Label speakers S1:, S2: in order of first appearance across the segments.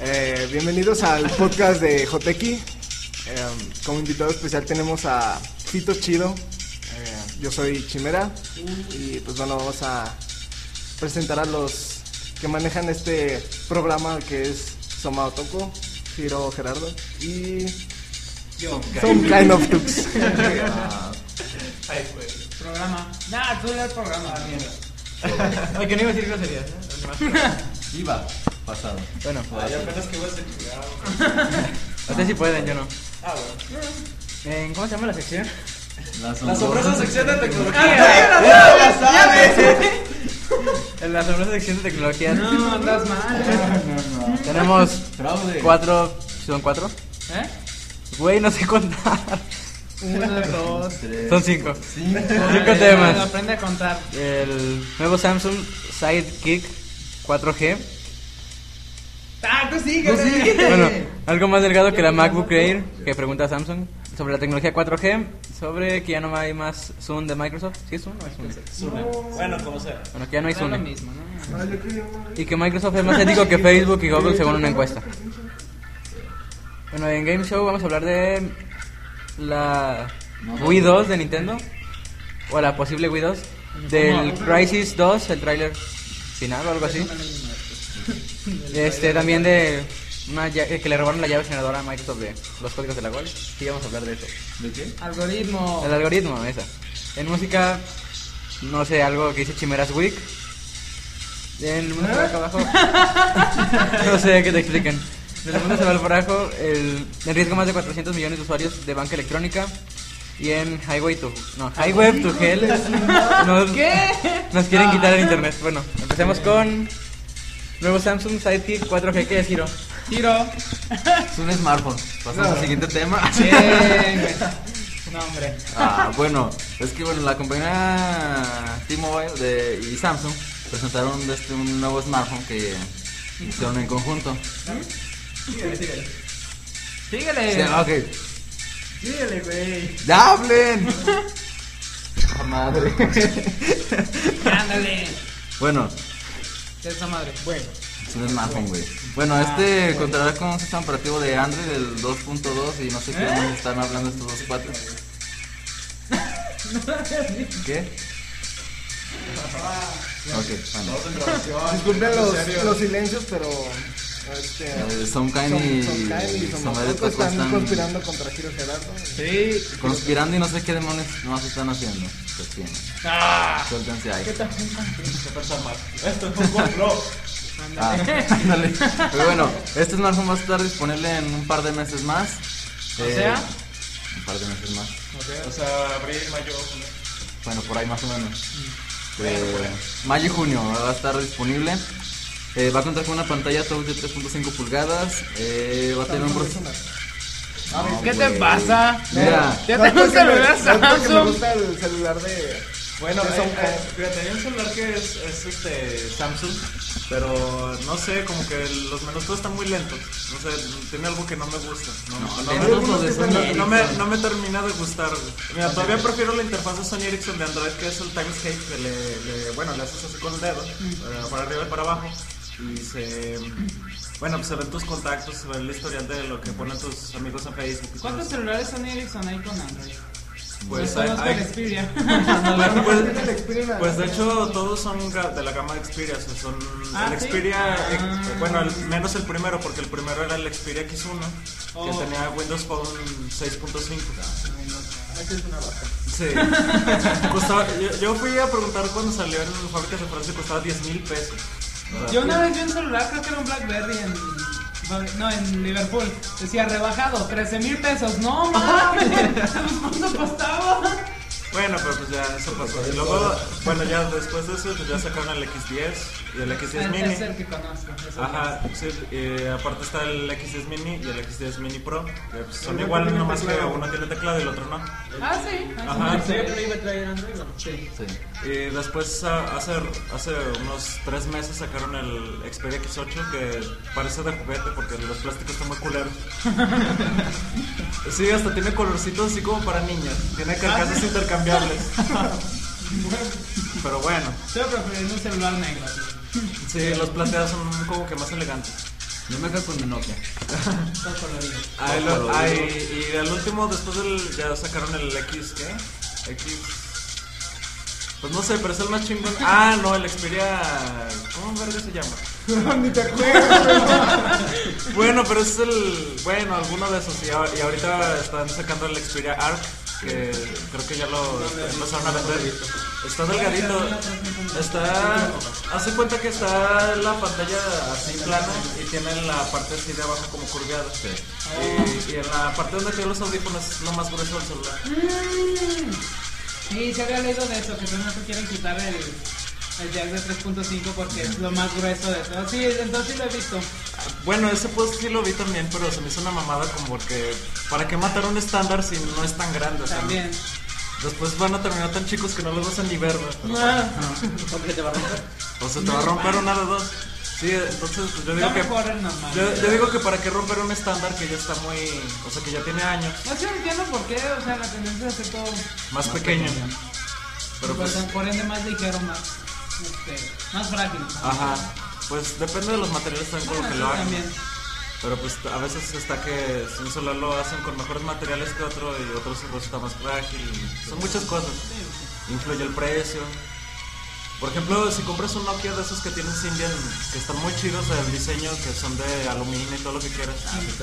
S1: Eh, bienvenidos al podcast de Jotequi. Eh, como invitado especial tenemos a Tito Chido. Eh, yo soy Chimera. Y pues bueno, vamos a presentar a los que manejan este programa que es Soma Otoko, Giro Gerardo y
S2: Yo.
S1: Some Kind of Tux.
S2: Ay, pues.
S3: Programa. Nah, tú eres programa, la Ah, mierda.
S2: Ay, que no iba a decir groserías, ¿eh?
S4: Viva. Pasado. Ah,
S2: Bueno,
S4: Ay, yo
S2: apenas que voy a ser Ustedes sí pueden, yo no.
S3: Ah, bueno.
S2: Eh, ¿Cómo se llama la sección?
S4: La
S2: La
S4: asombrosa sección de tecnología.
S2: En la asombrosa sección de tecnología.
S3: No, andas mal.
S2: Tenemos
S4: Fraude.
S2: cuatro. ¿Son cuatro?
S3: ¿Eh?
S2: Güey, no sé contar.
S3: Uno, dos.
S4: Tres,
S2: Son cinco.
S4: Cinco.
S2: Cinco
S3: Ay,
S2: temas.
S3: Aprende a contar.
S2: El nuevo Samsung Sidekick 4G.
S3: Ah, tú sigue, tú
S2: Bueno, algo más delgado que la MacBook Air que pregunta Samsung sobre la tecnología 4G, sobre que ya no hay más Zoom de Microsoft. ¿Sí es Zoom o es Zune?
S5: Bueno, como sea.
S2: Bueno, que ya no hay
S3: lo
S2: Zoom.
S3: mismo, ¿no?
S2: Y que Microsoft es más ético que Facebook y Google según una encuesta. Bueno, en Game Show vamos a hablar de la Wii 2 de Nintendo o la posible Wii 2 del Crisis 2, el tráiler final o algo así. Este, también de una lla- eh, que le robaron la llave generadora a Microsoft de los códigos de la gol. Sí, vamos a hablar de eso.
S4: ¿De qué?
S3: Algoritmo.
S2: El algoritmo, esa. En música, no sé, algo que dice Chimeras Week. En el mundo se va para abajo. no sé qué te explican. En el mundo se va para abajo. El, el riesgo más de 400 millones de usuarios de banca electrónica. Y en Highway to. No, Highway to Hell. Nos,
S3: ¿Qué?
S2: Nos quieren quitar el internet. Bueno, empecemos con. Nuevo Samsung Sidekick 4G, ¿qué es Giro?
S3: Tiro.
S4: Es un smartphone. Pasamos al siguiente tema.
S3: Bien, güey. No, hombre.
S4: Ah, bueno, es que bueno, la compañía T-Mobile de- y Samsung presentaron este, un nuevo smartphone que hicieron en conjunto.
S3: Síguele.
S4: Sí, ok.
S3: Síguele, güey.
S4: ¡Ya hablen! ¡Ah, madre!
S3: Ándale.
S4: bueno,
S3: Esa madre. Bueno.
S4: es un smartphone, güey. Bueno, este contará con un sistema operativo de Android del 2.2 y no sé qué más están hablando estos dos cuates. ¿Qué? Ok, bueno.
S1: Disculpen los, los silencios, pero. Este,
S4: Eh, Some Kind
S1: Son-
S4: y
S1: Son Kai y Son
S4: Somebody
S1: Madoka
S4: Taco
S1: están
S4: están
S1: conspirando contra Giro Gerardo.
S3: Sí.
S4: conspirando y no sé qué demonios más están haciendo. Pues bien,
S3: Ah.
S4: suéltense ahí.
S5: Esto es un complot.
S4: Ah, ándale. Pero bueno, este smartphone va a estar disponible en un par de meses más. Eh,
S3: O sea.
S4: Un par de meses más.
S5: O sea, abril, mayo. junio.
S4: Bueno, por ahí más o menos.
S5: Mm.
S4: Eh,
S5: pues.
S4: mayo y junio va a estar disponible. Eh, va a contar con una pantalla touch de 3.5 pulgadas. Eh, va a tener un procesador.
S2: Ah,
S4: No,
S3: ¿Qué te
S4: güey.
S3: pasa?
S4: Mira,
S3: Ya
S1: No,
S3: tengo un
S1: porque me-
S3: celular
S1: no, porque me
S3: Samsung.
S1: gusta el celular de.
S5: Bueno,
S1: De
S5: eh,
S1: Samsung.
S5: eh, fíjate, hay un celular que es, es, este Samsung, pero no sé, como que los menús están muy lentos. No sé, tiene algo que no me gusta. No, no, me-
S4: lentos
S5: no
S4: o
S5: me,
S4: desnudos.
S5: no me- no me termina de gustar. güey. Mira, todavía prefiero la interfaz de Sony Ericsson de Android, que es el timescape, que le, le- bueno, le haces así con el dedo, eh, para arriba y para abajo, y se... Bueno, pues se ven tus contactos, se ve el historial de lo que ponen tus amigos en Facebook. y todo
S3: ¿Cuántos
S5: eso.
S3: celulares son Ericsson ahí con Android?
S5: Pues
S3: Yo
S5: hay-
S3: conozco
S5: hay-
S3: el Xperia.
S5: Bueno,
S1: El
S5: pues,
S1: Xperia.
S5: pues de hecho todos son ga- de la gama de Xperia, o sea, son
S3: Ah,
S5: el
S3: ¿sí?
S5: Xperia, ex-
S3: Ah.
S5: bueno, el- menos el primero, porque el primero era el Xperia X1,
S3: Oh.
S5: que tenía Windows Phone 6.5.
S1: es una vaca.
S5: Sí. Costaba- yo, yo fui a preguntar cuando salió en fábricas de Francia, costaba 10 mil pesos.
S3: Yo una vez vi un celular, creo que era un Blackberry en. No, en Liverpool. Decía rebajado, 13 mil pesos. No mames. ¿Cuánto costaba?
S5: Bueno, pero pues ya eso pasó. Y luego, bueno, ya después de eso, pues ya sacaron el X10 y Ah, el X10
S3: Es,
S5: Pues mini.
S3: es Ah, el que conozco. es el
S5: Ajá, sí, eh, aparte está el X10 Mini y el X10 Mini Pro, que pues, son iguales, nomás que uno tiene teclado y el otro no.
S3: que- Ah, sí.
S5: Ajá.
S3: iba a traer Android? Sí.
S4: sí.
S5: Y después, a- hace, hace unos tres meses sacaron el Xperia X8, que parece de juguete porque los plásticos están muy culeros. Sí, hasta tiene colorcitos así como para niñas, tiene carcasas intercambiables. Pero bueno,
S3: Estoy prefiriendo un celular negro. así.
S5: sí, los plateados son como que más elegantes.
S6: Yo me quedo con mi Nokia.
S3: Todo colorido.
S5: Ah, el- ah, y, y el último, después del. Ya sacaron el X, ¿qué? X. Pues no sé, pero es el más chingón. Ah, no, el Xperia. ¿Cómo verga se llama?
S1: Ni te acuerdas.
S5: Bueno, pero es el. Bueno, alguno de esos. Y, ahor- y ahorita están sacando el Xperia Arc. Que creo que ya lo empezaron a vender. Está delgadito. Está. Hace cuenta que está la pantalla así plana y tiene la parte así de abajo como curveada. Y, y en la parte donde tiene los audífonos es lo más grueso del celular.
S3: Mm. Sí, se había leído de eso, que no se quieren quitar el, el jack de 3.5 porque es lo más grueso de todo. Sí, entonces sí lo he visto.
S5: Bueno, ese pues sí lo vi también, pero se me hizo una mamada como porque. ¿Para qué matar un estándar si no es tan grande? O sea,
S3: También.
S5: Después van a terminar tan chicos que no los vas a ni ver, güey, pero-
S3: Ah,
S7: Porque te va a romper.
S5: O se te va a romper una de dos. Sí, entonces pues, yo digo
S3: Está
S5: que.
S3: mejor el normal.
S5: Yo, yo digo que para qué romper un estándar que ya está muy. O sea, que ya tiene años,
S3: No sé, entiendo por qué, o sea, la tendencia es hacer todo,
S5: más, pequeño. Pero
S3: pues,
S5: pues.
S3: por ende más ligero, más, este, más frágil.
S5: Ajá. Pues depende de los materiales también
S3: Bueno,
S5: Ah, como que
S3: Ah, sí,
S5: lo hagan.
S3: también.
S5: Pero pues a veces está que si un celular lo hacen con mejores materiales que otro y otro se resulta más frágil. y Son muchas cosas. Influye el precio. Por ejemplo, si compras un Nokia de esos que tienen Symbian, que están muy chidos del diseño, que son de aluminio y todo lo que quieras.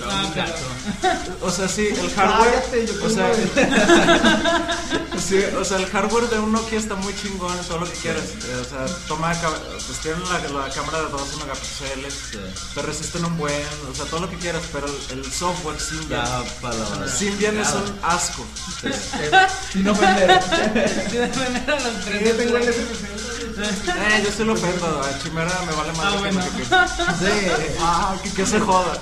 S3: Ah, pero-
S5: O sea, sí, el hardware.
S1: Cállate, Ah, yo
S5: o, sea,
S1: tengo-
S5: sí, o sea, el hardware de un Nokia está muy chingón, todo lo que quieras. Eh, O sea, toma, ca- pues tienen la, la cámara de 12 megapíxeles, te resisten un buen, o sea, todo lo que quieras, pero el, el software
S6: Ya,
S5: Symbian.
S6: para la
S5: Symbian es un asco.
S7: Sin ofender.
S3: Sí, de tener a los tres.
S1: Yo tengo el
S3: Sí,
S1: FPC.
S5: Eh, yo se lo ofendo, a Chimera me vale más
S3: Ah, bueno.
S6: Sí.
S5: Ah, que, que se joda.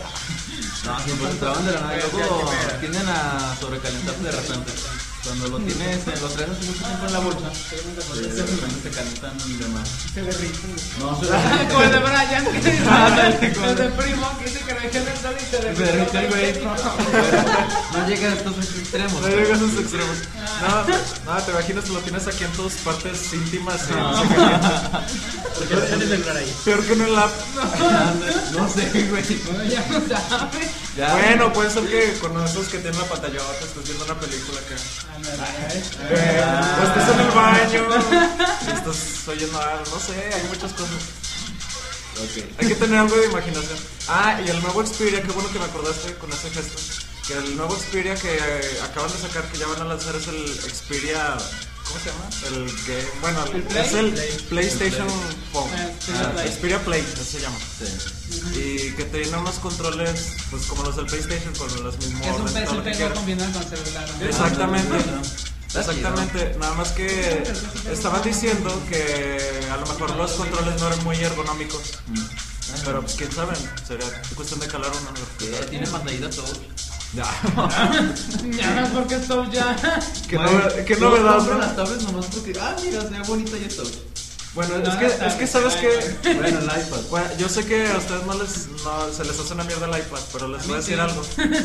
S6: No, siempre se traban pues, de la nada y luego tienden a sobrecalentarse de repente. Cuando lo tienes, eh, lo traes hace mucho tiempo en la bolsa, eh, de repente se calientan de más.
S1: Se derriten.
S6: No, se
S3: Ah, Como el de Brian, que dice,
S6: Ándale, como
S3: el de primo, que dice que lo dejé en el sol y se
S6: se derrite el güey.
S3: derritió.
S6: No llega a estos extremos.
S5: No llegas a esos extremos. No, no, te imaginas, lo tienes aquí en tus partes íntimas. y
S2: Ah.
S5: no sé qué.
S2: Porque no tienes celular ahí.
S5: Peor que en un lap.
S6: No sé, güey.
S3: Ya no sabe.
S6: Ya.
S5: Bueno, puede ser que con esos que tienen la pantallota estés viendo una película acá.
S2: Ah,
S5: Eh, o estás en el baño, estás oyendo algo, no sé, hay muchas cosas.
S6: Ok.
S5: Hay que tener algo de imaginación. Ah, y el nuevo Xperia, qué bueno que me acordaste con ese gesto. Que el nuevo Xperia que eh, acaban de sacar, que ya van a lanzar, es el Xperia. ¿Cómo se llama? El que. Bueno, el-
S3: Play?
S5: es el PlayStation Phone.
S3: Ah,
S5: Ah, Xperia Play, así se llama.
S6: Sí.
S5: Y que tiene unos controles, pues como los del PlayStation, con los mismos.
S3: Es un
S5: orden, todo lo
S3: PSP
S5: que
S3: no
S5: quieras.
S3: combinado con celular. ¿no?
S5: Exactamente.
S6: Ah,
S5: Exactamente, nada más que estaban diciendo que a lo mejor los controles no eran muy ergonómicos,
S3: Mm.
S5: pero pues quién sabe, sería cuestión de calar uno. ¿no?
S6: Eh, Tiene pantallita todo.
S3: Ya no es porque estoy ya.
S5: Qué
S6: Bueno,
S5: nove- qué
S6: yo
S5: novedad,
S6: compro
S5: ¿no?
S6: las tablets nomás porque, ah, mira, se ve bonita y esto.
S5: Bueno,
S3: No,
S5: es que,
S3: está
S5: es que
S3: bien,
S5: sabes
S3: está
S5: que...
S6: Bueno, el iPad.
S5: Bueno, yo sé que a ustedes no les no, se les hace una mierda el iPad, pero les voy a decir algo.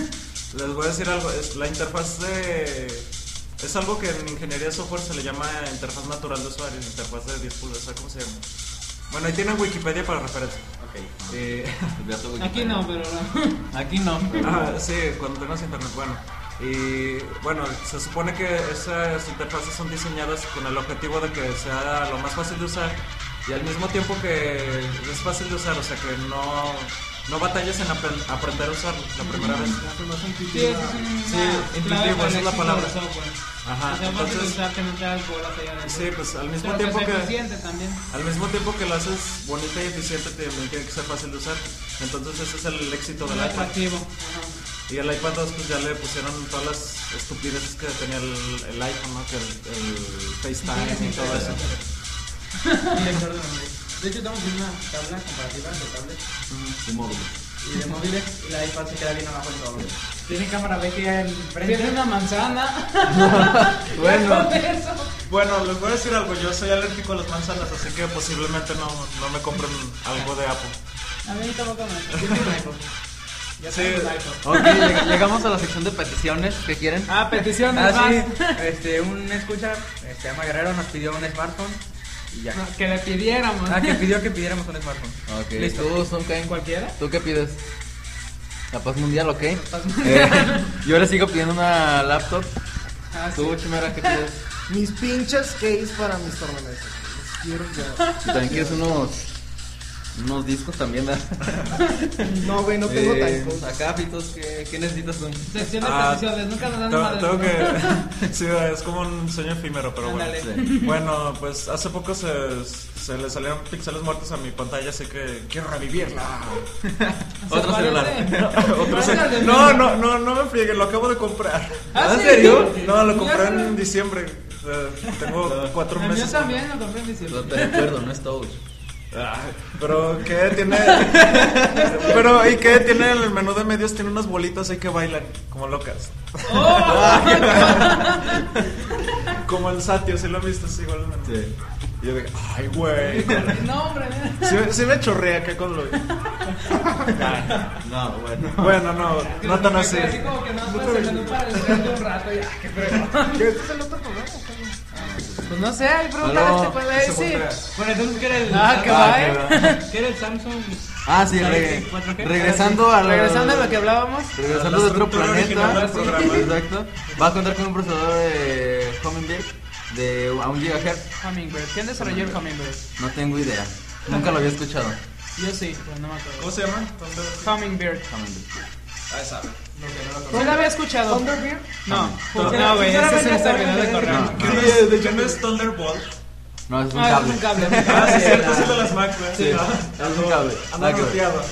S5: Les voy a decir algo, es la interfaz de... Es algo que en ingeniería de software se le llama interfaz natural de usuario, interfaz de 10 pulgadas, ¿cómo se llama? Bueno, ahí tienen Wikipedia para referencia.
S3: Ah.
S6: Ok. Pues
S5: Eh,
S3: Aquí no, pero no.
S6: Aquí no.
S5: Ah, sí, cuando tengas internet, bueno. Y bueno, se supone que esas interfaces son diseñadas con el objetivo de que sea lo más fácil de usar y al mismo tiempo que es fácil de usar, o sea que no, no batalles en apren- aprender a usarlo la primera vez.
S3: Sí, eso es un.
S5: Sí, intuitivo, esa es la palabra. Ajá,
S3: Ajá. O sea, fácil de
S5: entonces-
S3: usar que no te hagas bolas allá adentro.
S5: Sí, pues al mismo
S3: Pero que pues, sea
S5: tiempo que...
S3: eficiente también.
S5: Al mismo tiempo que lo haces bonita y eficiente, también tiene que ser fácil de usar. Entonces ese es el éxito del
S3: Muy
S5: iPad.
S3: atractivo.
S5: Y el iPad 2 pues ya le pusieron todas las estupideces que tenía el, el iPhone, ¿no? Que el, el FaceTime y todo eso.
S2: De hecho, estamos en una tabla comparativa de tablets
S6: De móvil.
S2: y de móviles. Y la iPad se queda bien abajo en todo. Tiene cámara ya en
S3: Ajá. Tiene
S2: frente.
S3: una manzana.
S5: Bueno.
S3: Con eso.
S5: Bueno, les voy a decir algo, yo soy alérgico a las manzanas, así que posiblemente no, no me compren algo de Apple.
S3: A mí tampoco me.
S2: Ya
S5: Sí.
S2: tengo un iPhone.
S7: Ok, lleg- llegamos a la sección de peticiones que quieren.
S3: Ah, peticiones
S7: Ah,
S3: más.
S7: sí. Este, un escucha, este, Ama Guerrero nos pidió un smartphone.
S6: Y ya.
S3: No, que le pidiéramos.
S7: Ah, que pidió que pidiéramos un smartphone.
S6: Ok,
S7: Listo.
S6: ¿Tú, Sonkai?
S3: ¿Cualquiera?
S6: ¿Tú qué pides? La paz mundial, ok.
S3: paz
S6: Eh, yo ahora sigo pidiendo una laptop.
S3: Ah, sí.
S6: ¿Tú, Chimera, qué pides?
S1: Mis pinches case para mis tornamesas. Los quiero ya.
S6: Y También quieres unos. Unos discos también, ¿verdad?
S1: No, güey, no tengo
S6: Eh,
S1: tacos.
S6: Acá, Pitos, ¿qué, qué necesitas tú?
S3: Sección de
S5: Ah,
S3: peticiones, nunca nos dan
S5: Tengo-
S3: madre.
S5: Tengo
S3: ¿no?
S5: que. Sí, es como un sueño efímero, pero bueno.
S3: Ándale.
S5: Sí. Bueno, pues hace poco se, se le salieron píxeles muertos a mi pantalla, así que quiero revivirla.
S3: ¿Se
S6: Otro celular.
S3: parece?
S5: Otro
S3: Parece
S5: se-
S3: al de
S5: No,
S3: Memo.
S5: no, no, no me friegue, lo acabo de comprar.
S3: ¿Ah,
S6: ¿En
S3: sí?
S6: serio?
S5: No, lo
S3: Ya
S5: compré
S3: sé.
S5: en diciembre. Eh, tengo cuatro
S3: El mío
S5: meses.
S3: también lo compré en diciembre.
S6: No te recuerdo, no es Touch.
S5: Ah, Pero ¿qué tiene? Pero ¿y qué tiene en el menú de medios? Tiene unas bolitas ahí que bailan como locas.
S3: ¡Oh!
S5: Como el Satio, si lo han visto, es igual. el menú. Y yo dije, ay, güey.
S3: No, hombre.
S5: Sí, me- sí me chorrea acá cuando lo vi.
S6: Ah, No, bueno.
S5: Bueno, no, no tan así.
S3: Así como que no, pues, se nos para el frente un rato y, ah, qué fregón.
S1: ¿Qué es el otro programa?
S3: Pues no sé, ahí pregúntale a este pueblo ahí, sí.
S7: Bueno, entonces, ¿qué era el.
S3: Ah, qué
S6: Ah,
S3: guay.
S7: ¿Qué era el Samsung?
S6: Ah, sí, re-
S7: 4G.
S6: regresando a
S3: Regresando a lo que hablábamos.
S6: Regresando de otro
S5: estructura original
S6: planeta.
S5: del programa.
S6: Exacto. Va a contar con un procesador de Hummingbird de a un GHz.
S3: Hummingbird. ¿Quién desarrolló el Hummingbird?
S6: No tengo idea. Nunca lo había escuchado.
S3: Yo sí, pero no me acuerdo.
S5: ¿Cómo se llama?
S3: Hummingbird.
S6: Hummingbird.
S5: Ah, esa.
S3: ¿Tú la había escuchado? ¿Thunderbird? No. No, güey, ese es un servidor de correo.
S6: No.
S5: ¿Qué de, de no es Thunderbolt?
S6: No, es un
S3: Ah, es
S6: cable.
S3: un cable.
S5: Ah, sí, es cierto, es el de las Mac, güey.
S6: Sí,
S5: Ah,
S6: es un cable.
S5: Anda
S6: Nada que ver.
S5: roteado.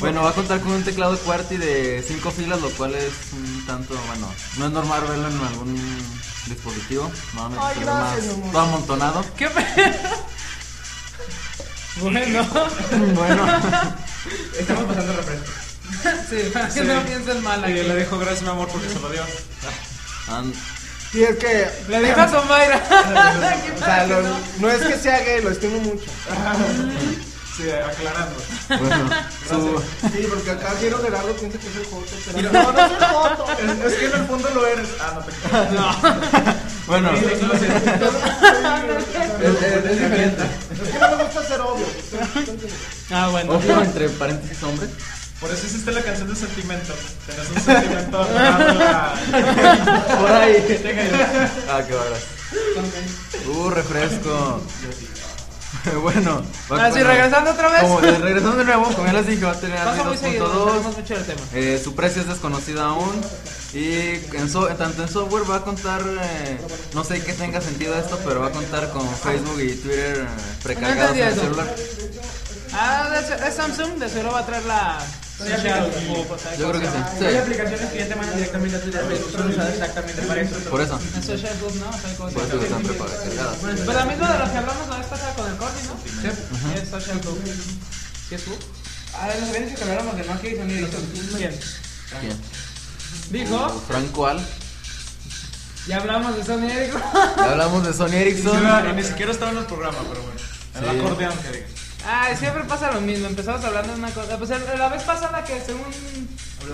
S6: Bueno, va a contar con un teclado QWERTY de 5 filas, lo cual es un tanto, bueno, no es normal verlo en algún dispositivo. Normalmente
S1: Ay,
S6: se ve
S1: gracias, mi
S6: más
S1: amor.
S6: todo amontonado.
S3: ¿Qué pe- Bueno.
S6: Bueno,
S2: Estamos pasando refresco.
S3: Sí, para que
S5: Sí.
S3: no piensen mal
S5: Y
S3: aquí.
S5: le dijo gracias, mi amor, porque se lo dio.
S6: and-
S1: Y es que.
S3: Le dijo a Somaira.
S1: O sea, lo- no es que sea gay, lo estimo mucho.
S5: Sí, aclarando.
S6: bueno, su,
S1: Sí, porque acá Giro Gerardo piensa que es el Joto. Pero no, no es el Joto.
S5: Es, es que en el fondo lo eres. Ah, no te creas.
S6: bueno,
S1: Es, es- es diferente. Es que no me gusta ser obvio.
S3: Ah, bueno.
S6: ojo entre paréntesis hombre.
S5: Por eso hiciste la canción de Sentimiento. Tenés un sentimiento aferrado
S6: Por ahí. Ah, qué bárbaro. Uh, refresco. bueno, va-
S3: Así,
S6: bueno,
S3: regresando otra vez.
S6: Como de, regresando de nuevo, como ya les dije, va a tener
S3: Pasa muy
S6: Android
S3: seguido, hablamos
S6: 2.2.
S3: mucho del tema.
S6: Eh, su precio es desconocido aún. Y en so- tanto en software va a contar, eh, no sé qué tenga sentido esto, pero va a contar con Facebook y Twitter eh, precargados en el
S3: entendí eso.
S6: celular.
S3: Ah, de- es Samsung, de seguro va a traer la.
S6: Yo creo que sí.
S2: Hay
S6: sí.
S2: aplicaciones que ya te mandan directamente a tu teléfono, son usadas exactamente para eso.
S6: Por eso,
S3: En Social Club, ¿no? O sea, cosas.
S6: por eso que están precargadas.
S3: Pues la misma de los que hablamos la vez pasada con el Cordy, ¿no? Sí. Es Social Club. ¿Qué es tú?
S2: Ah, nos habían dicho que habláramos de Nokia y Sony
S3: Bien.
S6: Bien.
S3: Dijo,
S6: Franco Al.
S3: ya hablamos de Sony Ericsson.
S6: Ya hablamos de Sony Ericsson.
S5: Y ni siquiera estaba en el programa, pero bueno. El
S6: Sí.
S5: acordeón que diga.
S3: Ay, siempre pasa lo mismo. Empezamos hablando de una cosa. Pues el- la vez pasada que según.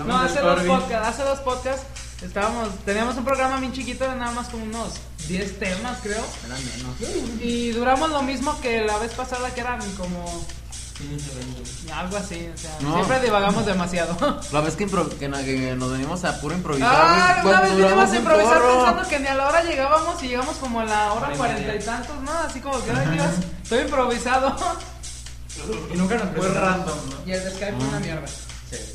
S3: no, hace dos podcasts. Hace dos podcasts. Estábamos, teníamos un programa bien chiquito de nada más como unos 10 temas, creo.
S2: Eran menos.
S3: Y duramos lo mismo que la vez pasada que eran como algo así. O sea,
S6: No.
S3: siempre divagamos demasiado.
S6: La vez que, impro- que na- que nos venimos a puro improvisar.
S3: Ah,
S6: güey,
S3: una
S6: cuando
S3: vez vinimos
S6: duramos
S3: a
S6: un
S3: improvisar
S6: chorro.
S3: pensando que ni a la hora llegábamos y llegamos como a la hora cuarenta y tantos, ¿no? Así como que, ay Dios, estoy improvisado.
S2: Y nunca nos
S5: Fue random, ¿no?
S3: Y el de Skype
S6: Ah.
S3: fue una mierda.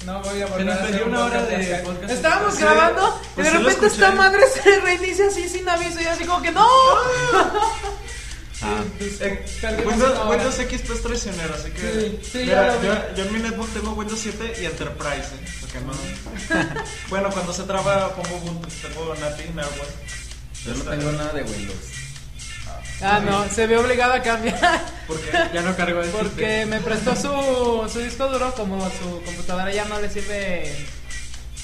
S3: No voy a
S2: Se
S3: volver
S2: nos
S3: a hacer
S2: perdió
S3: un
S2: una hora
S3: podcast
S2: de
S3: Skype.
S2: podcast.
S3: Estábamos
S5: Sí,
S3: grabando
S5: pues
S3: y de
S5: sí lo
S3: repente
S5: escuché.
S3: esta madre se reinicia así sin aviso y así como que ¡No!
S5: Eh,
S3: Perdimos una
S5: Windows,
S3: hora.
S5: Windows XP es traicionero, así que.
S3: Sí, sí, ya
S5: mira,
S3: lo vi.
S5: yo, yo en mi netbook tengo Windows 7 y Enterprise, ¿eh? Porque no. bueno, cuando se traba pongo Ubuntu, tengo Nati, Narwhal.
S6: Yo no tengo nada de Windows.
S3: Ah, no, se vio obligado a cambiar.
S5: Porque.
S2: Ya no cargo el
S3: Porque me prestó su, su disco duro, como su computadora ya no le sirve.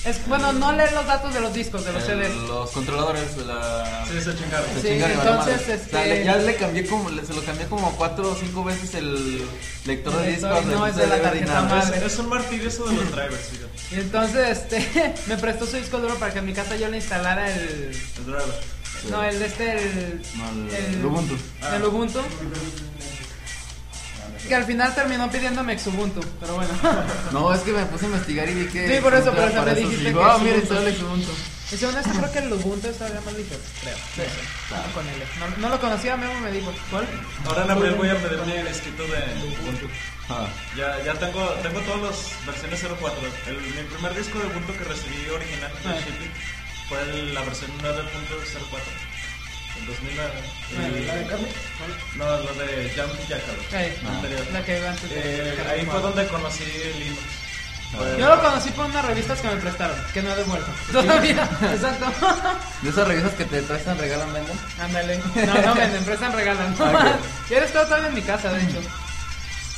S3: Es, bueno, no lee los datos de los discos,
S6: Eh,
S3: de los CDs.
S6: El- los controladores de la.
S5: Sí, se chingaron.
S6: se
S3: Sí,
S6: chingan y vale
S3: entonces,
S6: madre.
S3: este-
S6: O sea, le- ya le cambié como, le- se lo cambié como cuatro o cinco veces el lector de
S3: El
S6: discos.
S3: lector y Eh, no
S6: del
S3: es de la
S6: DVD y
S3: tarjeta
S6: nada.
S3: madre.
S5: Es, es un martirio eso de los drivers, fíjate.
S3: Y entonces este, me prestó su disco duro para que en mi casa yo le instalara el,
S5: El driver.
S3: No, el de este, el.
S2: No, el- el Ubuntu.
S3: El Ubuntu. Que al final terminó pidiéndome Exubuntu, pero bueno.
S2: No, es que me puse a investigar y vi que.
S3: Sí, por eso, por
S2: pero
S3: eso me dijiste
S2: digo,
S3: que
S2: Ah,
S3: es
S2: miren,
S3: Ubuntu".
S2: está el Ubuntu.
S3: Y según esto, creo que el Ubuntu es todavía más ligero, creo. No, con L. No, no lo conocía, Memo me dijo. ¿Cuál?
S5: Ahora en abril voy a pedirle el escrito de Ubuntu.
S2: Ah.
S5: Ya, ya tengo, tengo todas las versiones 04. El, mi primer disco de Ubuntu que recibí original de
S3: Ah.
S5: Shipping fue el- la versión 9.04. En 2009. Y- No, la de Jump Jackal.
S3: Ahí,
S5: la anterior.
S3: la que iba antes.
S5: Eh, ahí fue donde conocí Linux. Fue-
S3: Yo lo conocí por unas revistas que me prestaron, que no he devuelto. Todavía, exacto.
S2: De esas revistas que te prestan, regalan, venden.
S3: Ándale. No, no venden, prestan, regalan.
S2: Ah,
S3: Yo les estado todavía en mi casa, de hecho.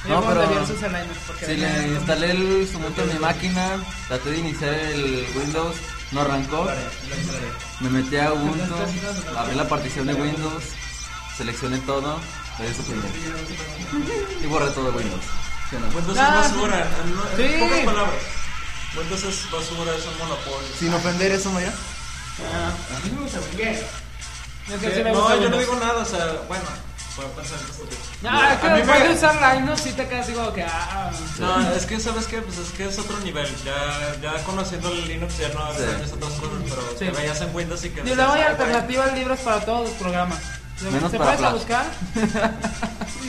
S2: No,
S3: No, pero...
S2: pero-
S3: sus aligners porque
S2: Sí, le instalé el Ubuntu en mi máquina, traté de iniciar el Windows, no arrancó. Me metí a Ubuntu, abrí la partición de Windows, seleccioné todo, le di suprimir. Y borré todo de Windows. Sí, no.
S5: Windows
S3: Ah,
S5: es basura. En, no- en
S3: Sí.
S5: pocas palabras. Windows es basura, es un monopolio.
S2: Sin ofender eso, María.
S3: Es que
S5: Sí,
S3: sí me gusta
S5: no, yo no
S3: Windows.
S5: digo nada, o sea, bueno, puede pasar en este tipo.
S3: No,
S5: A
S3: es que
S5: mí me-
S3: después de usar Linux sí te quedas digo que ah,
S5: No, es que sabes que pues es que es otro nivel. Ya, ya conociendo el Linux ya no
S2: Sí.
S5: extrañas otras cosas, pero
S3: Sí.
S5: te veías en Windows y que
S3: Y luego hay
S5: "Ay,
S3: alternativas libres para todos los programas.
S2: Menos
S3: ¿Te
S2: para
S3: puedes a
S2: Flash.
S3: buscar?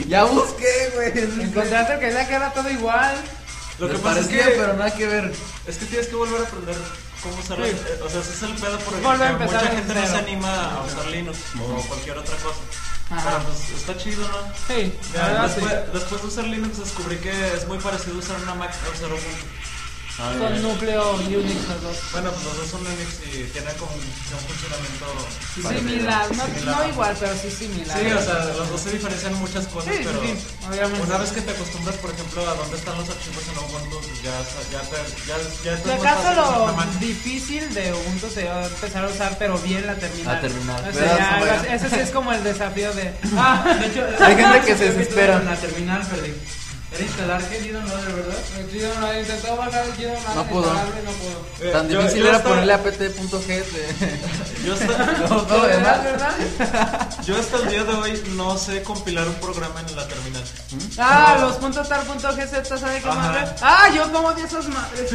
S2: Ya busqué, güey.
S3: Encontraste que ya que era todo igual.
S5: güey".
S2: Lo
S5: Lo que pasa es que,
S2: pero nada que ver.
S5: es que tienes que volver a aprender cómo usar
S3: Sí.
S5: las- eh, O sea, ese es el pedo por el
S3: Volver a
S5: que
S3: empezar
S5: mucha
S3: desde
S5: gente no se
S3: cero.
S5: anima a usar Linux o cualquier otra cosa.
S3: Ajá.
S5: Pero pues está chido, ¿no?
S3: Sí, la
S5: Ya,
S3: verdad sí.
S5: después, después de usar Linux descubrí que es muy parecido usar una Mac a usar Ubuntu.
S3: Con núcleo Unix los dos.
S5: Bueno, pues los dos son Linux y tienen como un un funcionamiento.
S3: Similar, no,
S5: Similar.
S3: no igual, pero sí similar.
S5: Sí, o sea, los dos se diferencian en muchas cosas,
S3: Sí,
S5: pero
S3: sí, obviamente.
S5: una vez que te acostumbras, por ejemplo, a dónde están los archivos en Ubuntu, pues ya, ya te. Ya, ya te
S3: Si
S5: es más
S3: acaso
S5: fácil usar una Mac.
S3: lo difícil de Ubuntu sería empezar a usar, pero bien la terminal.
S2: La terminal.
S3: O
S2: ¿Verdad,
S3: sea, ya,
S2: Samuel?
S3: algo así- ese sí es como el desafío de.
S1: De
S3: Ah,
S1: hecho,
S2: Hay gente que se
S1: creo
S2: desespera.
S1: tuve con La terminal, perdí. Era instalar que Lidl no de verdad.
S3: el Gidon Rider, Pues intentó bajar el Gidon Rider,
S2: No pudo.
S3: instalable, No pudo.
S5: Eh,
S2: Tan
S5: yo-
S2: difícil
S5: yo
S2: era
S5: hasta-
S2: ponerle apt.g. de-
S5: Yo hasta,
S2: No, no,
S3: ¿Verdad,
S2: ¿verdad?
S3: Pues verdad?
S5: yo hasta el día de hoy no sé compilar un programa en la terminal.
S3: Ah, los puntos tar punto GZ, ¿sabe qué
S5: Ajá.
S3: madre? Ah, yo como de esas madres.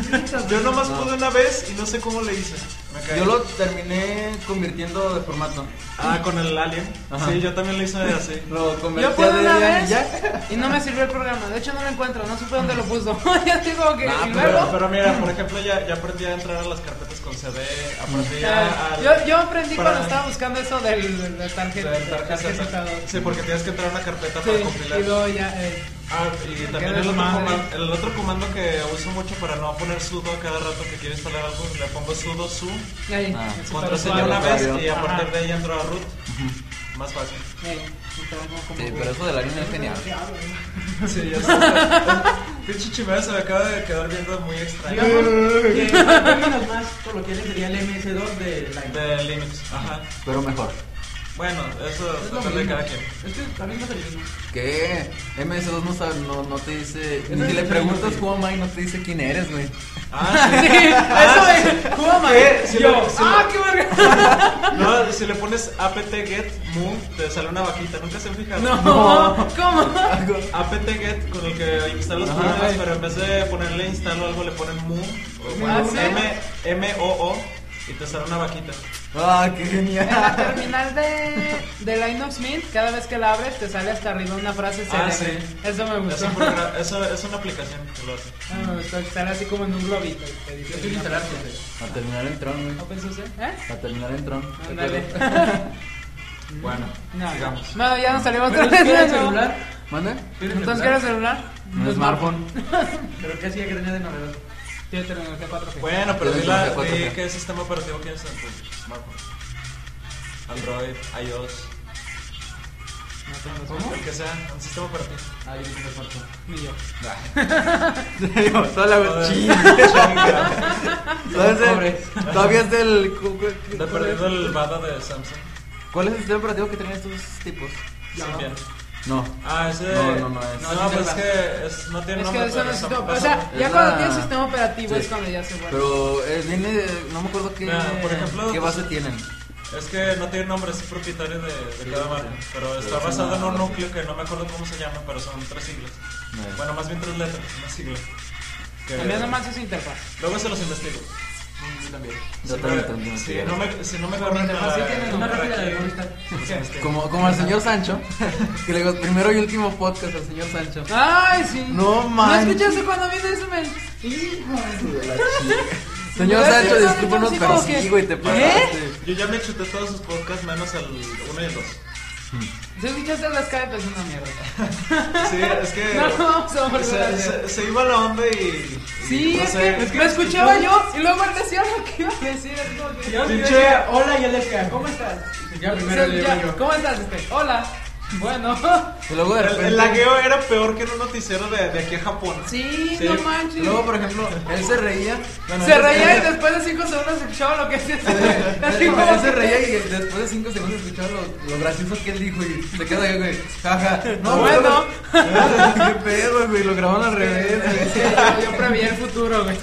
S5: Yo nomás pude una vez y no sé cómo le hice. Me caí.
S2: Yo lo terminé convirtiendo de formato.
S5: Ah, con el alien.
S2: Ajá.
S5: Sí, yo también lo hice así.
S2: Lo convertí
S3: Yo pude
S2: a
S3: una
S2: Debian y
S3: vez
S2: ya.
S3: y no me sirvió el programa. De hecho, no lo encuentro, no supe dónde lo puso. ya digo que.
S2: Nah, pues,
S3: y
S5: Pero,
S3: luego.
S5: pero mira, por ejemplo, ya, ya aprendí a entrar a las carpetas con CD, aprendí a...
S3: eh,
S5: al-
S3: yo, yo aprendí
S5: para-
S3: cuando estaba buscando eso del, del- del tarjeta.
S5: del tarjeta.
S3: tarjetador.
S5: Sí, porque tienes que entrar a una carpeta para
S3: Sí,
S5: compilar.
S3: y luego ya. Eh,
S5: Ah, y también
S3: Qué
S5: el otro,
S3: desmadre.
S5: comando, el otro comando que uso mucho para no poner sudo a cada rato que quiero instalar algo, le pongo sudo su,
S3: ahí.
S2: Ah,
S3: es súper
S5: contraseña
S3: suave.
S5: una vez
S2: Claro.
S5: y a partir
S3: Ajá.
S5: de ahí entro a root. Más fácil.
S3: Eh, entonces, como- como-
S2: Sí, pero eso de la línea es genial.
S5: Sí, ya sé. Pinche chimera se me acaba de quedar viendo muy extraño.
S1: Que en términos más coloquiales sería el MS2 de la
S5: De Linux. Ajá.
S2: Pero mejor.
S5: Bueno, eso
S1: Es lo
S5: depende de
S1: mismo.
S5: cada quien.
S1: Es que también no es el mismo.
S2: ¿Qué? MS2 no sabe, no, no te dice.
S1: Eso
S2: Ni si
S1: es
S2: le
S1: el
S2: preguntas
S1: mismo,
S2: cómo y no te dice quién eres, güey.
S5: Ah, sí.
S3: Sí, eso es. ¿Cómo, madre?
S5: Sí,
S3: Yo.
S5: sí, sí.
S3: ¡Ah, qué verga!
S5: No, si le pones apt get mu, te sale una vaquita. ¿Nunca se han fijado?
S3: No. ¿Cómo?
S5: apt-get con el que instalo los programas, pero en vez de ponerle instalo algo le ponen mu, o
S3: Ah,
S5: bueno,
S3: ¿sí?
S5: M- M-O-O, y te sale una vaquita.
S2: ¡Ah, qué
S3: En la
S2: genial!
S3: terminal de, de Linux Mint, cada vez que la abres, te sale hasta arriba una frase
S5: Ah,
S3: célebre.
S5: sí.
S3: Eso me
S5: Es,
S3: gustó.
S5: un programa- eso- es una aplicación que lo hace.
S3: Ah, me gustó que sale así como en un globito. y te dice-
S1: Yo quiero instalar que
S2: A terminar en Tron, güey.
S3: ¿OpenSUSE? ¿Eh?
S2: A terminar en Tron.
S3: Ándale. Mm.
S5: Bueno,
S3: No,
S5: sigamos.
S3: no, ya nos salimos otra
S1: ¿Pero
S3: vez.
S1: qué
S3: de
S1: el
S3: nuevo.
S1: celular?
S2: ¿Manda?
S3: Entonces, ¿quieres celular? Pues
S2: Un smartphone.
S1: ¿Pero qué hacía que tenía de novedad?
S3: Tiene tecnología 4G.
S5: Bueno, pero
S2: Yo
S5: di, la,
S2: desde cuatro,
S5: di
S2: ya.
S5: qué sistema operativo quieres en tu smartphone. Android, iOS, el que sea, un sistema operativo.
S1: Ah, yo tengo cuarto.
S3: Ni yo.
S2: Toda la vez.
S5: Chinga.
S2: Todavía es del- Todavía es del. cu- cu-
S5: Te he perdido el vado de Samsung.
S2: ¿Cuál es el sistema operativo que tenían estos tipos?
S5: Symbian.
S2: No.
S5: Ah, ese.
S2: No, no, no, es-
S5: No, pues es que es- no tiene
S3: Es
S5: nombre.
S3: que eso no
S5: pero
S3: es
S5: es-
S3: todo. O
S5: es-
S3: sea, ya
S2: es
S3: cuando
S2: la-
S3: tienes sistema operativo
S2: Sí.
S3: es cuando ya se vuelve.
S2: Pero eh, viene. No me acuerdo qué.
S5: Mira, por ejemplo,
S2: ¿Qué
S5: pues-
S2: base tienen?
S5: Es que no tiene nombre, es propietario de, de cada marca. Pero está
S6: es
S5: basado en
S6: una-
S5: un núcleo que no me acuerdo cómo se llama, pero son tres siglas.
S6: Bueno.
S5: Bueno, más bien tres letras, una sigla. Que-
S3: También nomás es interfaz.
S5: Luego se los investigo. Yo también.
S6: Yo
S5: Si
S6: también
S5: me-
S6: tengo que
S5: Si
S6: investigar.
S5: no me, si no me corren
S2: Interfaz sí tiene nombre.
S5: para
S2: Rápida de
S5: aquí,
S2: vista.
S5: los investigo.
S6: Como, como al señor Sancho, que le digo primero y último podcast al señor Sancho.
S3: Ay, sí.
S6: No
S3: ¿No
S6: manches.
S3: escuchaste cuando vino eso, men?
S6: Señor
S3: ¿Ya
S6: Sancho,
S3: te estás
S6: discúlpanos, pero
S3: defensivo o
S6: sí,
S3: qué?
S6: güey, te
S3: ¿Qué?
S6: pasaste.
S5: Yo ya me chuté todos sus podcasts menos el uno y el dos.
S3: Si escuchaste el Skype, es una mierda.
S5: Sí, es que.
S3: No, no vamos a volver a
S5: se,
S3: hacer.
S5: se- se iba la onda y.
S3: Sí,
S5: no
S3: es,
S5: sé,
S3: que, lo escuchaba yo y luego me decía lo que iba a decir. es como que-
S2: Yo
S3: O
S2: sí
S5: Pinche-
S2: decía,
S3: Oh,
S2: hola y él decía, ¿cómo estás?
S3: sea, ya, ¿Cómo estás, este? Hola. Bueno.
S6: Y luego de
S5: El,
S6: repente.
S5: el lagueo era peor que en un noticiero de, de aquí a Japón.
S3: Sí,
S5: Sí.
S3: no manches.
S6: Luego, por ejemplo, él se reía.
S5: Bueno,
S3: se
S5: es-
S3: reía y después de 5 segundos escuchaba lo que decía. Así
S6: Él,
S3: como
S6: él se
S3: que-
S6: reía y después de 5 segundos escuchaba lo, lo gracioso que él dijo y se quedó ahí, güey. Jaja. No,
S3: Bueno.
S6: luego- Qué pedo, güey. Lo grabaron al revés,
S3: Es que
S6: güey.
S3: yo, yo preví el futuro, güey.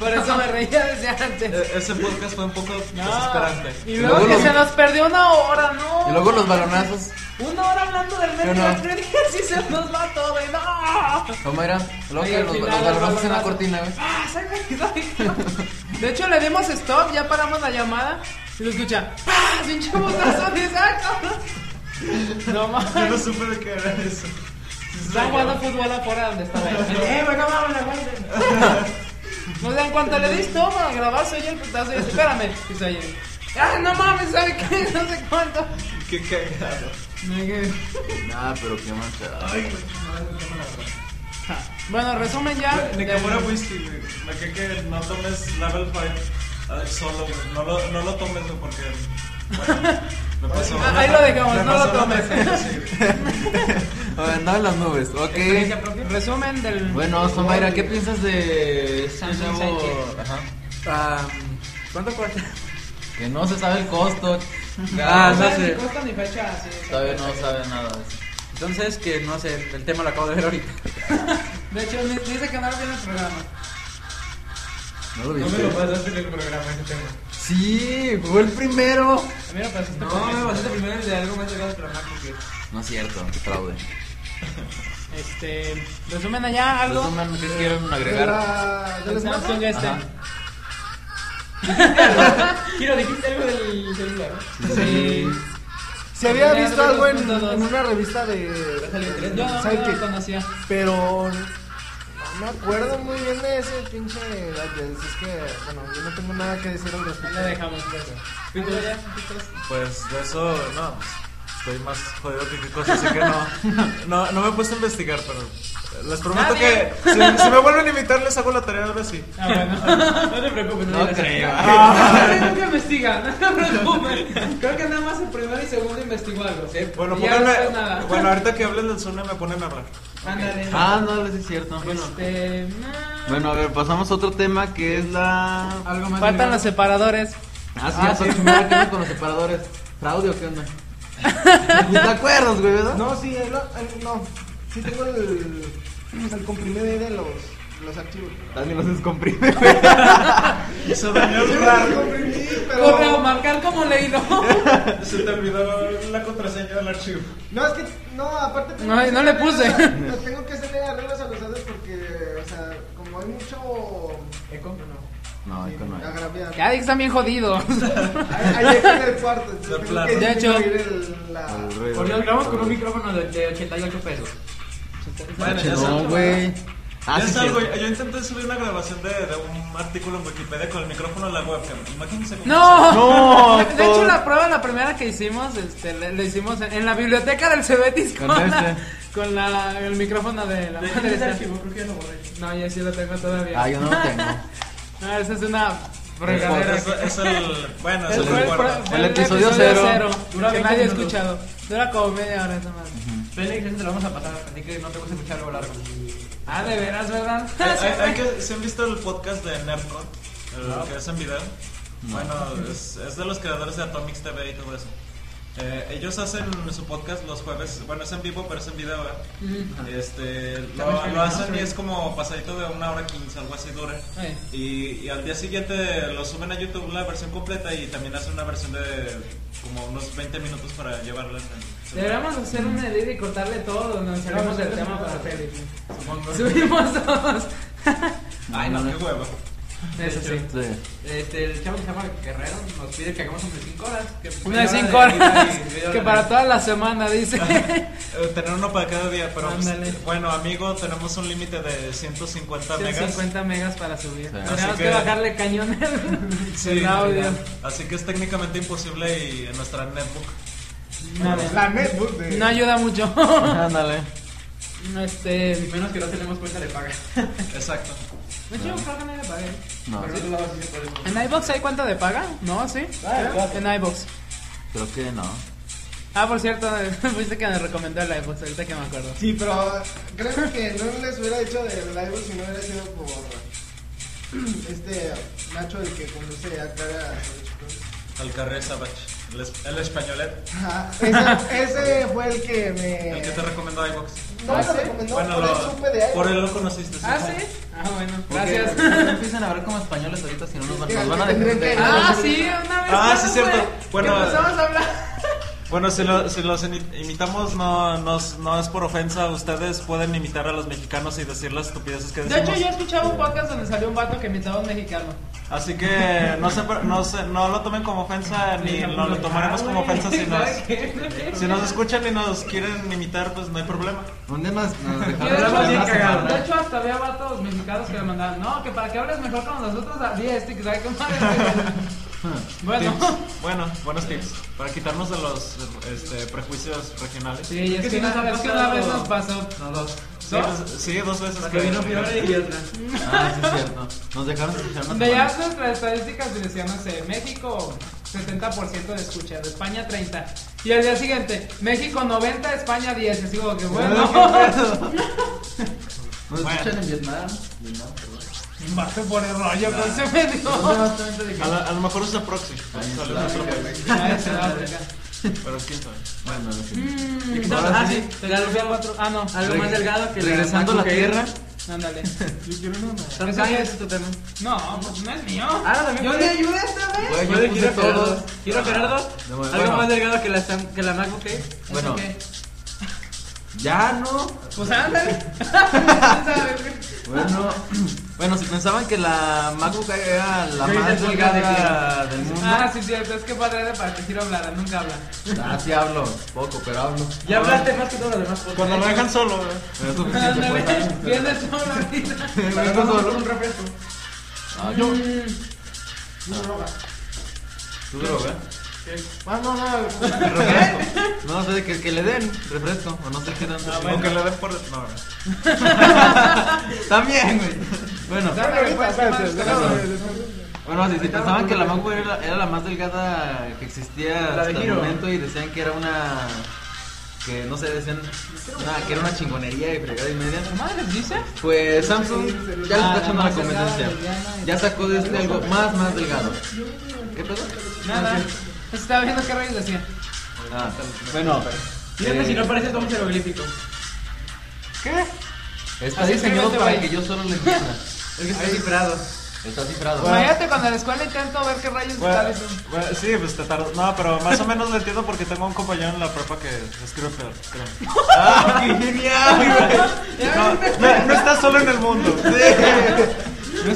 S3: Por eso me reía desde antes.
S5: E- Ese podcast fue un poco
S3: No.
S5: desesperante.
S3: Y
S6: Y
S3: luego
S6: luego
S3: que
S6: lo-
S3: se nos perdió una hora, no.
S6: Y luego los balonazos.
S3: Una hora hablando del
S6: Yo
S3: metro
S6: no.
S3: y al otro día sí se nos va todo, güey. No.
S6: ¿Cómo era? Luego
S3: Sí,
S6: que
S3: al
S6: los,
S3: final,
S6: los
S3: los
S6: balonazos en la
S3: balonazos.
S6: cortina, güey.
S3: Ah, se me olvidó. De hecho, le dimos stop, ya paramos la llamada y lo escucha. ¡Ah! ¡Pinche botazo! ¡Exacto! No
S5: Yo no
S3: mames.
S5: supe de qué era eso.
S3: Están jugando fútbol afuera donde estaba él.
S2: Eh, bueno, vamos, aguanten.
S3: No sé, en cuanto le di stop a grabar, se oye el putazo y dice, espérame. Y se oye. ¡Ah, no mames! ¿Sabe qué? No sé cuánto.
S5: Qué cagado.
S3: Me quedé.
S6: Nah, pero qué manchada.
S3: Bueno, resumen ya.
S5: Ni
S3: Ya,
S5: que fuera whisky, güey. Me cae que no tomes level 5 ah, solo, güey. No lo, no lo tomes, güey, porque. bueno, me pasó.
S3: Ah, ahí lo dejamos,
S5: Me
S3: no lo
S5: pasó una
S3: tomes.
S5: tragedia, sí, güey.
S7: Ah,
S6: Andaba en las nubes, ok.
S3: Resumen del.
S6: Bueno, Somaira, ¿qué piensas de este
S3: Samsung
S6: chavo?
S3: Sánchez.
S6: Ajá.
S7: Ah, ¿Cuánto cuesta?
S6: Que no se sabe el costo.
S7: Ah,
S3: O sea,
S7: no sé.
S3: ni costo ni fecha, así es.
S6: Todavía no sabe nada de eso.
S7: Entonces, que no sé, el tema lo acabo de ver ahorita.
S3: De hecho, ni- dice que no lo viene el programa.
S6: No lo
S2: No
S6: viste.
S2: me lo pasaste en el programa ese tema.
S6: Sí, jugó el primero.
S3: A mí no me pasaste
S2: No, me pasaste primero el de algo más sacado del programa porque...
S6: No es cierto, fraude.
S3: Este, resumen allá algo.
S6: Resumen, ¿qué quieren agregar?
S1: Era de
S3: El
S1: los
S3: Samsung este.
S6: Ajá.
S2: Kiro, dijiste algo del celular.
S3: Sí.
S1: Se había
S3: Ya
S1: visto
S3: de
S1: algo en,
S3: los puntos
S1: en
S3: dos.
S1: una revista de.
S3: Yo
S1: de
S3: no, no
S1: Sidekick,
S3: lo conocía.
S1: Pero. No me acuerdo muy bien de ese pinche Gadgets. Es que, bueno, yo no tengo nada que decir al
S3: Ahí
S1: respecto.
S3: la dejamos, pues. Algo ya, chicos.
S5: Pues de eso, no. Estoy más jodido que qué cosa, así que no. No, no me he puesto a investigar, pero. Les prometo
S3: Nadie.
S5: que si, si me vuelven a invitar, les hago la tarea ahora sí.
S3: Ah, bueno. No te preocupes,
S6: No creo.
S3: No, Ah. no, nunca investigan, no te preocupes. Creo que nada más el primero y segundo investigó algo. ¿sí?
S5: Bueno,
S3: Y ya
S5: pónganme.
S3: después nada.
S5: Bueno, ahorita que hablen del Zune me ponen a hablar.
S3: Ándale.
S6: Ah, no, eso es cierto.
S3: Este, nah.
S6: Bueno, a ver, pasamos a otro tema que es la.
S2: Algo más
S3: Faltan
S2: de-
S3: los separadores.
S6: Ah, sí, ah, sí. ¿qué onda con los separadores? ¿Fraude o qué onda? ¿Te acuerdas, güey, verdad?
S1: No, sí, ahí lo- ahí- no. Sí tengo el. El comprimido ahí de los, los archivos.
S6: También los descomprime, güey.
S5: Se dañó el raro.
S1: Comprimí, pero-
S3: Correo, marcar como leído.
S5: Se te olvidó la contraseña del archivo.
S1: No, es que, no, aparte. tengo
S3: No,
S1: que
S3: no le
S1: hacerle
S3: puse.
S1: arreglos a- no, tengo que hacerle arreglos a los datos porque, o sea, como hay mucho.
S2: ¿Eco?
S6: No, esto no es.
S1: agraviado.
S3: Ya están bien jodidos.
S1: Ahí ahí está en el cuarto.
S5: De
S1: entonces tengo
S5: plano.
S1: que
S3: De hecho.
S1: disminuir el- la-
S6: El ruido.
S2: Porque lo grabamos con un micrófono de, de 88 pesos.
S5: Bueno, ya
S6: No,
S5: salgo.
S6: güey. Ah,
S5: ya
S6: sí,
S5: salgo.
S6: cierto.
S5: Yo intenté subir una grabación de, de un artículo en Wikipedia con el micrófono en la webcam. Imagínense cómo.
S3: No.
S6: No,
S3: De de hecho
S6: todo.
S3: la prueba la primera que hicimos, este, le, le hicimos en, en la biblioteca del Cebetis con,
S6: Con
S3: la,
S6: este.
S3: con la- el micrófono de la madre
S2: ¿Quién
S3: esa.
S2: archivo? Creo que ya lo borré.
S3: No, yo sí lo tengo todavía.
S6: Ah, yo no lo tengo.
S3: Ah, esa es una fregadera.
S5: Es, es el. Bueno, es
S3: Ese
S5: el,
S3: fue
S5: cuarto.
S3: fue
S6: El episodio cero.
S2: Dura
S3: que
S2: 20
S3: nadie ha
S2: minutos.
S3: escuchado. Dura como media hora esa madre.
S2: Félix, ese te lo vamos a pasar, así que no te gusta escuchar algo largo.
S3: Ah, de veras, ¿verdad?
S5: Hay- hay- hay que- ¿Se han visto el podcast de Nerdcore? El que es en video. Bueno, es, es de los creadores de Atomics TV y todo eso. Eh, ellos hacen su podcast los jueves, bueno, es en vivo, pero es en video, ¿verdad?
S3: Ujú.
S5: Este, lo,
S3: También está
S5: lo hacen y
S3: bien.
S5: es como pasadito de una hora quince, algo así dura.
S3: Eh.
S5: Y, y al día siguiente lo suben a YouTube la versión completa y también hacen una versión de como unos 20 minutos para llevarla. en el celular.
S3: Deberíamos hacer un edit y cortarle todo, nos salimos del tema para hacer.
S5: Supongo.
S3: Subimos todos.
S5: Ay, no, qué huevo.
S3: Eso sí.
S6: Sí.
S7: Este, el chavo que se llama Guerrero nos pide que hagamos un de 5 horas. que-
S2: pues,
S3: Una de
S7: hora
S3: cinco
S7: de vida
S3: horas.
S7: y video
S3: Que
S7: de-
S3: para toda la semana, dice.
S5: Eh, Tener uno para cada día, pero pues,
S3: Ándale.
S5: bueno, amigo, tenemos un límite de 150 megas.
S3: 150 megas para subir.
S6: Sí.
S3: Tenemos
S5: Así
S3: que
S5: que-
S3: bajarle cañón el,
S5: Sí,
S3: el audio.
S5: Así que es técnicamente imposible y en nuestra netbook.
S3: No,
S1: La netbook de.
S3: no ayuda mucho.
S6: Ándale.
S3: este.
S2: Menos que no tenemos cuenta de paga.
S5: Exacto.
S3: De hecho, creo que nadie paga.
S6: No,
S2: Por otro lado, sí se puede.
S3: ¿En iBox hay cuenta de paga? No, sí. En iBox.
S6: creo que no.
S3: Ah, por cierto, fuiste que me recomendó el iBox, ahorita que me acuerdo.
S1: Sí, pero creo que no les hubiera hecho del live si no hubiera sido por este Nacho el que conduce a cara.
S5: Alcarré Savage. El, es- el españolet.
S1: Ajá, Ese, ese fue el que me. ¿Ah,
S5: El que te recomendó iVox.
S1: no me lo recomendó,
S5: Bueno,
S1: por él
S5: lo-
S1: supe de
S5: por
S1: algo.
S5: él lo conociste.
S3: Ah, sí. Ah, bueno.
S6: Porque
S3: Gracias.
S6: no empiezan a hablar como españoles ahorita, si no nos van, nos van a dejar. de-
S3: Ah, sí, una vez.
S5: Ah,
S3: más,
S5: sí, cierto.
S3: güey,
S5: Bueno.
S3: que empezamos a hablar.
S5: Bueno, si, lo- si los ini- imitamos, no, no, es- no es por ofensa. Ustedes pueden imitar a los mexicanos y decir las estupideces que
S3: De
S5: decimos.
S3: hecho, yo escuchaba un podcast donde salió un vato que imitaba a un mexicano.
S5: Así que no, se, no, se- no lo tomen como ofensa ni no lo tomaremos como ofensa si nos, si nos escuchan y nos quieren imitar, pues no hay problema.
S6: Un día nos, nos
S3: Yo,
S6: dejaron
S3: de,
S6: hablar
S3: hecho,
S6: una
S3: bien
S6: semana.
S3: cagado. de hecho, hasta había vatos mexicanos que le mandaban, no, que para que hables mejor con nosotros, así este, que sabe cómo Bueno,
S5: Tips. Bueno, buenos tips. Para quitarnos de los este, prejuicios regionales.
S3: sí, y es
S2: que
S3: que
S2: si nos
S3: una
S2: ha
S3: es que una
S2: pasado-
S3: vez nos pasó.
S2: No, dos.
S5: Sí, dos, sí, dos veces.
S2: La que vino Fiore y otra.
S6: Ah, sí, es cierto. Nos dejaron escuchar una semana.
S3: Veías nuestras estadísticas y decían, no sé, México 70% de escucha, de España 30. Y al día siguiente, México 90, España 10. Y así como que bueno.
S6: Nos
S5: Bueno.
S6: escuchan en Vietnam. Vietnam, perdón.
S3: Vato por el rollo, con se me dio.
S6: ¿Dónde más te metes de que-
S5: A, la- a lo mejor usa proxy.
S6: Ahí
S5: Sale
S6: está.
S5: otro país.
S3: Ah, es Sudáfrica.
S5: Pero quién sabe.
S6: Bueno, no sé.
S3: Mm,
S6: Y
S3: no,
S6: ahora
S3: ah,
S6: sí.
S3: sí, te la rompí al cuatro. Ah, no.
S2: Algo
S6: Reg-
S2: más delgado que la
S6: Regresando a la
S2: Machu
S6: tierra.
S3: Ándale.
S1: Yo quiero una madre.
S2: Ese
S3: Ese
S2: es tu tema.
S3: No, pues no es mío.
S2: Ah, también
S3: Yo
S2: puede-
S3: le ayudé esta vez.
S6: Güey, yo
S2: Puede
S6: puse
S2: quiero aclarar
S6: todos.
S2: dos. Quiero aclarar dos.
S6: No, bueno.
S2: Algo más delgado que la, Sam- que la ¿eh? MacBook Air.
S6: Bueno,
S3: ¿Eso qué?
S6: ya no.
S3: Pues ándale. ¿Sabes?
S6: Bueno,
S2: Ah.
S6: bueno, si pensaban que la MacBook era la
S2: Yo
S6: más
S2: hice el gag de
S6: delgada del mundo.
S3: Ah, sí, cierto. Es que padre de para que quiero hablar, nunca habla.
S6: Ah, sí hablo, poco, pero hablo.
S2: Ya hablaste más que todos los demás. podcasts.
S5: Cuando lo dejan solo, güey.
S6: Pero es suficiente,
S3: Ándale.
S6: pues.
S3: Viene solo ahorita.
S6: Me
S2: Pero
S6: dejo
S2: vamos
S6: solo.
S2: por un refresco.
S6: Ah, yo.
S3: Mm,
S6: ¿Tú droga?
S1: Ah, no, no, no.
S6: No, sé, que, que le den refresco, o no sé qué
S2: Ah,
S6: tanto.
S5: Aunque le den por. No, güey.
S6: También, güey. Bueno,
S3: Dame,
S1: Ahorita,
S3: pues,
S1: espérate,
S3: más-
S1: déjame- déjame-
S6: bueno, si, si pensaban que la MacBook era, era la más delgada que existía
S2: La de
S6: hasta el
S2: giro.
S6: momento y decían que era una. que no sé, decían una- que era una chingonería y fregada y media.
S3: ¿Madre les dice?
S6: Pues Samsung ya le está echando la competencia. Ya sacó de este algo más, más delgado. ¿Qué pedo?
S3: Nada. Estaba viendo qué rayos decía.
S6: Ah, bueno.
S2: Fíjate si no
S6: eh,
S2: parece todo un jeroglífico.
S3: ¿Qué?
S6: Está
S3: Así
S6: diseñado
S3: escríbete,
S6: para
S3: güey.
S6: que yo solo le entienda.
S2: Es que está cifrado.
S6: Está cifrado.
S3: Imagínate cuando en la escuela intento ver qué rayos está
S5: Bueno,
S3: diciendo.
S5: bueno, sí, pues te tardas. No, pero más o menos lo entiendo porque tengo un compañero en la prepa que escribe peor. creo.
S6: ¡Ah, qué genial!
S5: No, no, no estás solo en el mundo. Ah,
S6: No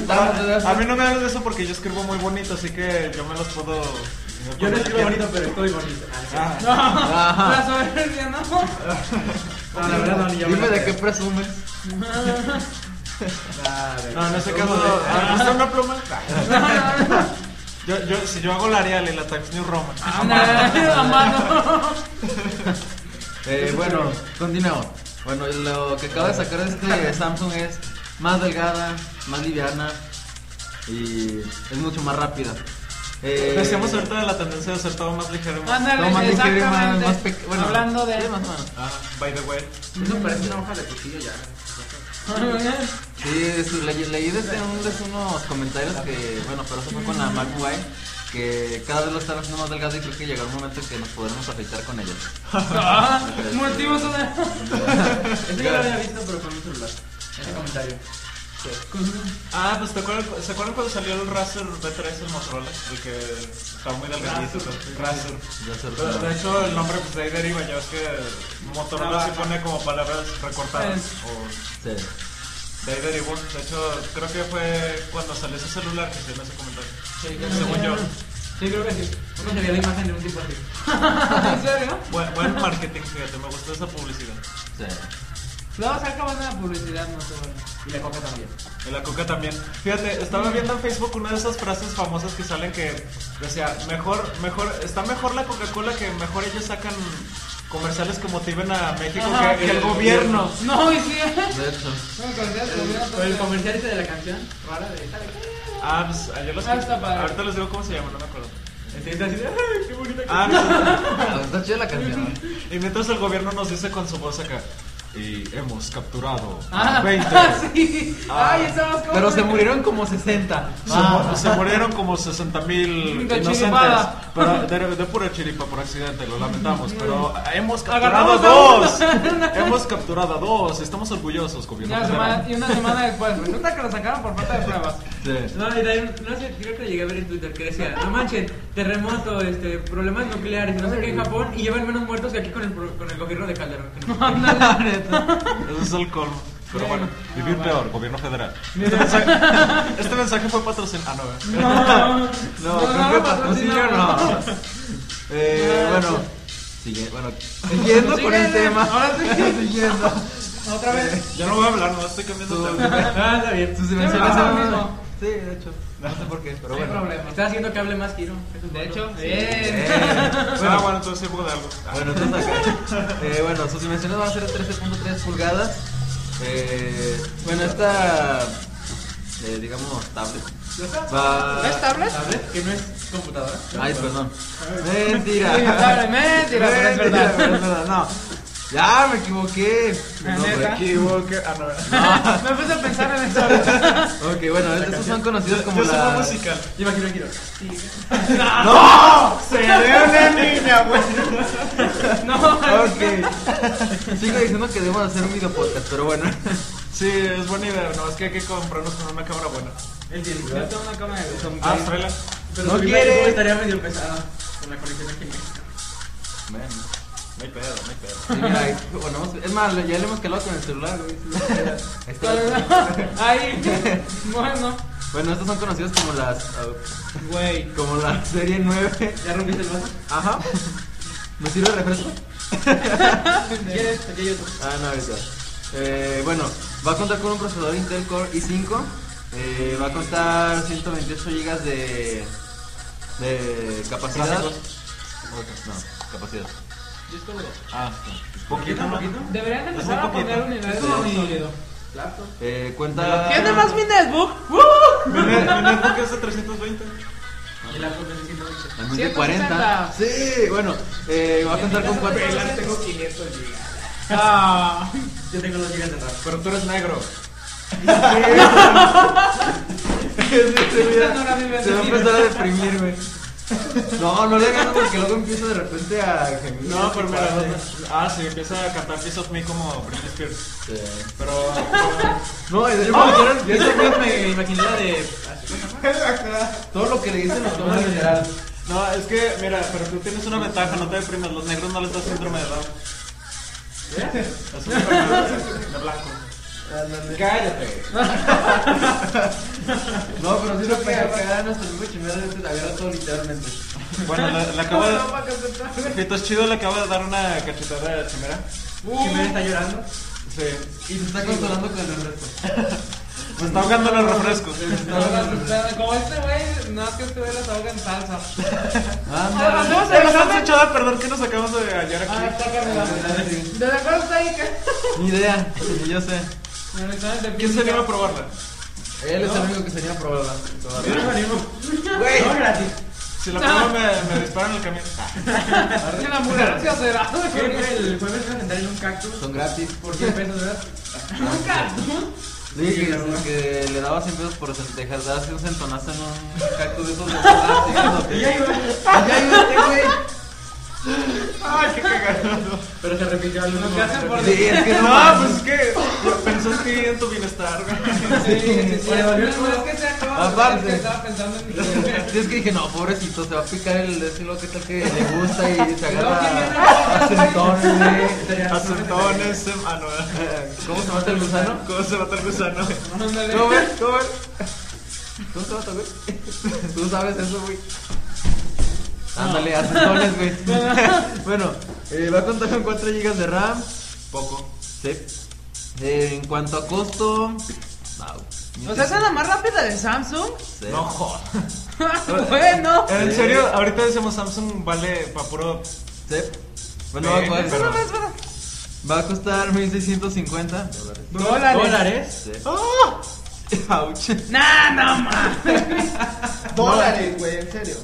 S5: A
S6: está.
S5: mí no me hables de eso porque yo escribo muy bonito, así que yo me los puedo.
S2: Yo no escribo bonito, pero estoy bonito.
S5: Ah,
S3: La
S6: Ajá.
S3: soberbia, ¿no?
S2: No, la verdad no, ni yo me
S6: Dime
S2: la
S6: de qué
S2: creo.
S6: presumes.
S5: No, en ese caso. ah, ¿Está una pluma? Yo, yo, si yo hago la Arial y la Times New Roman.
S3: Ándale, a mano.
S6: Eh, bueno, continuamos. Bueno, lo que acaba de sacar este Samsung es más delgada, más liviana y es mucho más rápida. Eh,
S5: Decíamos ahorita de la tendencia de ser todo más ligero. y más-
S6: todo más
S3: Ándale,
S6: ligero y más-
S3: exactamente.
S6: más peque- bueno,
S3: Hablando de.
S6: sí, más o menos.
S5: Ah, by the way.
S2: Eso parece una hoja de cuchillo ya.
S6: este, Sí, es- le- leí desde un- desde unos comentarios que, bueno, pero eso fue con la MacBook Air, que cada vez lo están haciendo más delgado y creo que llegará un momento en que nos podremos afeitar con ellas.
S3: Ah, Multimos una.
S2: Eso ya lo había visto, pero con un celular. Ese comentario.
S5: Ah, pues ¿te acuerdas- ¿se acuerdan cuando salió el Razer B3 el Motorola? El que estaba muy delgadito. pues, Razer.
S6: Ya se lo
S5: Pero, De hecho, el nombre pues de ahí deriva, ya ves que Motorola se pone como palabras recortadas.
S3: Sí.
S5: O
S6: Sí.
S5: de ahí derivó. De hecho, creo que fue cuando salió ese celular que se me hace comentario. Según yo.
S2: Sí, creo que sí. Nunca se vio la imagen de un tipo así.
S3: ¿En serio?
S5: Buen, buen marketing, fíjate, me gustó esa publicidad.
S6: Sí.
S3: Luego saca buena publicidad, no sé, bueno.
S2: Y la coca también.
S5: Y la coca también. Fíjate, estaba viendo en Facebook una de esas frases famosas que salen que decía, mejor, mejor, está mejor la Coca-Cola que mejor ellos sacan comerciales que motiven a México
S3: Ajá,
S5: que, que el gobierno.
S3: No, y sí.
S6: De hecho.
S3: No, con el
S2: Pero el comercial ese de la canción, rara de esta de
S5: Ah, pues ayer los
S3: Ah, está padre. Este,
S5: Ahorita les digo cómo se llama, no me acuerdo.
S2: Entonces así de, ¡ay, qué bonita
S5: Ah, no.
S6: Ah, Está chida la canción.
S5: Y mientras el gobierno nos dice con su voz acá. Y hemos capturado
S3: Ah,
S5: a 20.
S3: sí.
S5: Ah.
S3: Ay, estamos como.
S7: Pero se murieron como 60.
S5: Se, mu- se murieron como 60 mil
S3: De
S5: inocentes.
S3: chiripada.
S5: Pero de, de pura chiripa por accidente, lo lamentamos. Pero hemos capturado a
S3: Agarramos
S5: dos. hemos capturado a dos. Estamos orgullosos, gobierno.
S3: Una semana,
S5: federal.
S3: y una semana después, resulta que lo sacaron por falta de pruebas.
S6: Sí.
S2: No, y también, no sé, creo que lo llegué a ver en Twitter que decía, no manchen, terremoto, este, problemas nucleares, no sé qué en Japón, y llevan menos muertos que aquí con el, pro- con el gobierno de Calderón. que no-
S5: Ese es el colmo. Pero bueno, vivir peor, gobierno federal. Este mensaje fue patrocinado. Ah, no, ¿verdad?
S6: No,
S3: No, no,
S6: creo que
S3: no,
S6: patrocinio
S3: no.
S6: no. Eh, bueno. Sigue, bueno, siguiendo con el
S3: Síguele.
S6: tema.
S3: Ahora sí.
S6: Siguiendo.
S3: Otra vez.
S5: ¿eh? Ya no voy a hablar, no estoy cambiando de tema.
S2: ah, está bien.
S6: Sus
S3: me
S6: dimensiones
S3: pasa lo
S6: son-
S3: mismo.
S6: Sí, de hecho. No sé por qué, pero
S3: No hay
S6: bueno.
S3: problema.
S2: Está haciendo que hable más Kiro.
S3: De hecho,
S6: Eh,
S3: bien.
S5: Ah, bueno, entonces sí, de algo. Ah,
S6: Bueno, entonces acá. Eh, bueno, sus dimensiones van a ser 13.3 pulgadas. Eh, bueno, esta. eh, digamos, tablet. Va...
S3: ¿Ves tablet?
S2: ¿Tablet? ¿Que no es computadora?
S6: Ay, perdón.
S3: Sí,
S6: Mentira.
S3: tablet, mentira, pero es
S6: Mentira,
S3: verdad.
S6: pero es verdad, No. Ya me equivoqué.
S3: La
S6: No,
S3: neta.
S6: me equivoqué. Ah, no,
S5: ¿eh?
S6: ¿verdad?
S3: Me puse a pensar en eso.
S6: Ok, bueno, estos son conocidos como
S5: Yo soy muy
S6: las.
S5: musical.
S2: Imagino Kiro.
S5: ¡No! ¡Se ve una niña, güey!
S3: No,
S6: Ok. Sigo diciendo que debemos hacer un video podcast, pero bueno.
S5: Sí, es buena idea, no, es que hay que comprarnos con una cámara buena.
S2: El
S3: Yo
S2: director.
S3: tengo una cámara de video.
S5: Ah, tráela.
S2: Pero
S6: No
S2: su
S6: quiere.
S2: imagen Estaría medio pesada con la conexión aquí en México.
S6: Bueno,
S5: No hay pedo, no hay pedo.
S6: sí, mira, ahí ponemos- es más, ya le hemos calado con el celular, güey. Ahí está.
S3: Ahí. Bueno.
S6: Bueno, estos son conocidos como las.
S3: Güey.
S6: como la serie 9.
S2: ¿Ya rompiste el vaso?
S6: Ajá. ¿Me sirve el refresco?
S2: ¿Quieres? Aquí hay otro.
S6: Ah, no, ahorita. Eh, bueno, va a contar con un procesador Intel Core i5. eh, va a contar 128 GB de, de capacidad. Otro, No, capacidad.
S2: Disco duro.
S6: Ah,
S5: ¿Poquito, poquito?
S3: Deberían de empezar a poner un nivel
S6: Sí.
S3: sólido.
S2: Laptop.
S6: eh, cuenta.
S3: ¿Tiene más mi netbook?
S5: Mi net- mi netbook es de 320.
S2: El laptop es de 120.
S6: También de 40. Sí, bueno, eh, va a contar con cuatro.
S2: tengo 500 gigas.
S3: Ah.
S2: Yo tengo los gigas de RAM.
S5: Pero tú eres negro.
S3: Usted no la vive
S6: Se va a
S3: así.
S6: empezar a deprimir, güey. No, no le hagan porque luego empieza de repente a gemir.
S5: No, pero mira. Ah, sí, empieza a cantar Piece of Me como Britney Spears.
S6: Sí.
S5: Pero.
S6: No, yo
S2: Yo ese día me imaginé la de.
S6: todo lo que le dicen los toman general.
S5: No, es que, mira, pero tú tienes una ventaja, no te deprimes. Los negros no les da síndrome de Down. Es una enfermedad de blanco.
S6: Cállate. no, pero sí lo que acá nuestro amigo chimera te la agarra todo literalmente.
S5: Bueno, le, le acabo de. Fitos Chido le acaba de dar una cachetada a Chimera.
S2: Jimena está llorando.
S5: Sí.
S6: Y se está consolando con el resto.
S5: Me está ahogando los refrescos.
S3: No, no, no, Como este güey, no es que este güey las ahoga en salsa.
S6: Anda.
S3: Hacemos
S5: Ya
S3: el
S5: nos han
S3: examen.
S5: echado a perder que nos acabamos de hallar aquí.
S3: Ah, ¿De acuerdo está ahí que?
S6: Ni idea, ni yo sé.
S3: El examen de
S5: ¿Quién se
S3: física.
S5: anima a probarla?
S6: Él es el único que se tenía probada.
S5: Yo no me animo.
S2: No, gratis.
S5: Si la pruebo me, me disparan el camión.
S3: Es una ambulancia será.
S2: El jueves voy a sentar en un cactus
S6: Son gratis.
S2: por 100 pesos, ¿verdad?
S3: Nunca.
S6: Dije que, que le dabas 100 pesos por dejaste un centonazo en un cactus de esos de plástico.
S2: Ya iba, ya iba este güey. Ay, qué cagado. Pero se repitió al uno.
S3: Lo que hacen por-
S6: Sí, es que no
S5: No,
S6: mames.
S5: pues es que pensó que en tu bienestar, güey.
S3: Sí, sí, sí.
S2: Le valió el
S3: No,
S2: juego.
S3: es que sea nuevo,
S6: Aparte.
S3: es que Estaba pensando en mi
S6: Es que dije, no, pobrecito, se va a picar el estilo que tal que le gusta y se
S3: No,
S6: agarra a centones, güey.
S2: este.
S5: Acentones, sem- ah, no.
S6: Eh, ¿Cómo se mata el gusano?
S5: ¿Cómo se mata el gusano?
S3: Ándale.
S6: ¿Cómo ves? ¿Cómo ves? ¿Cómo se mata, güey? Tú sabes eso, güey. Ándale, a centones, güey. Bueno, eh, va a contar con 4 GB de RAM.
S5: Poco.
S6: Sí. Eh, en cuanto a costo. No,
S3: O sea, esa es la más rápida de Samsung.
S6: Sí.
S5: No jodas.
S3: bueno.
S5: En serio, ahorita decimos Samsung vale pa' puro.
S6: Sí. Bueno, va a,
S5: Bueno,
S6: costar,
S5: pero-
S6: va a costar 1650 dólares.
S3: Dólares.
S6: Sí.
S5: ¡Ah!
S6: Ouch.
S3: Nah, no más.
S1: Dólares, güey, en serio.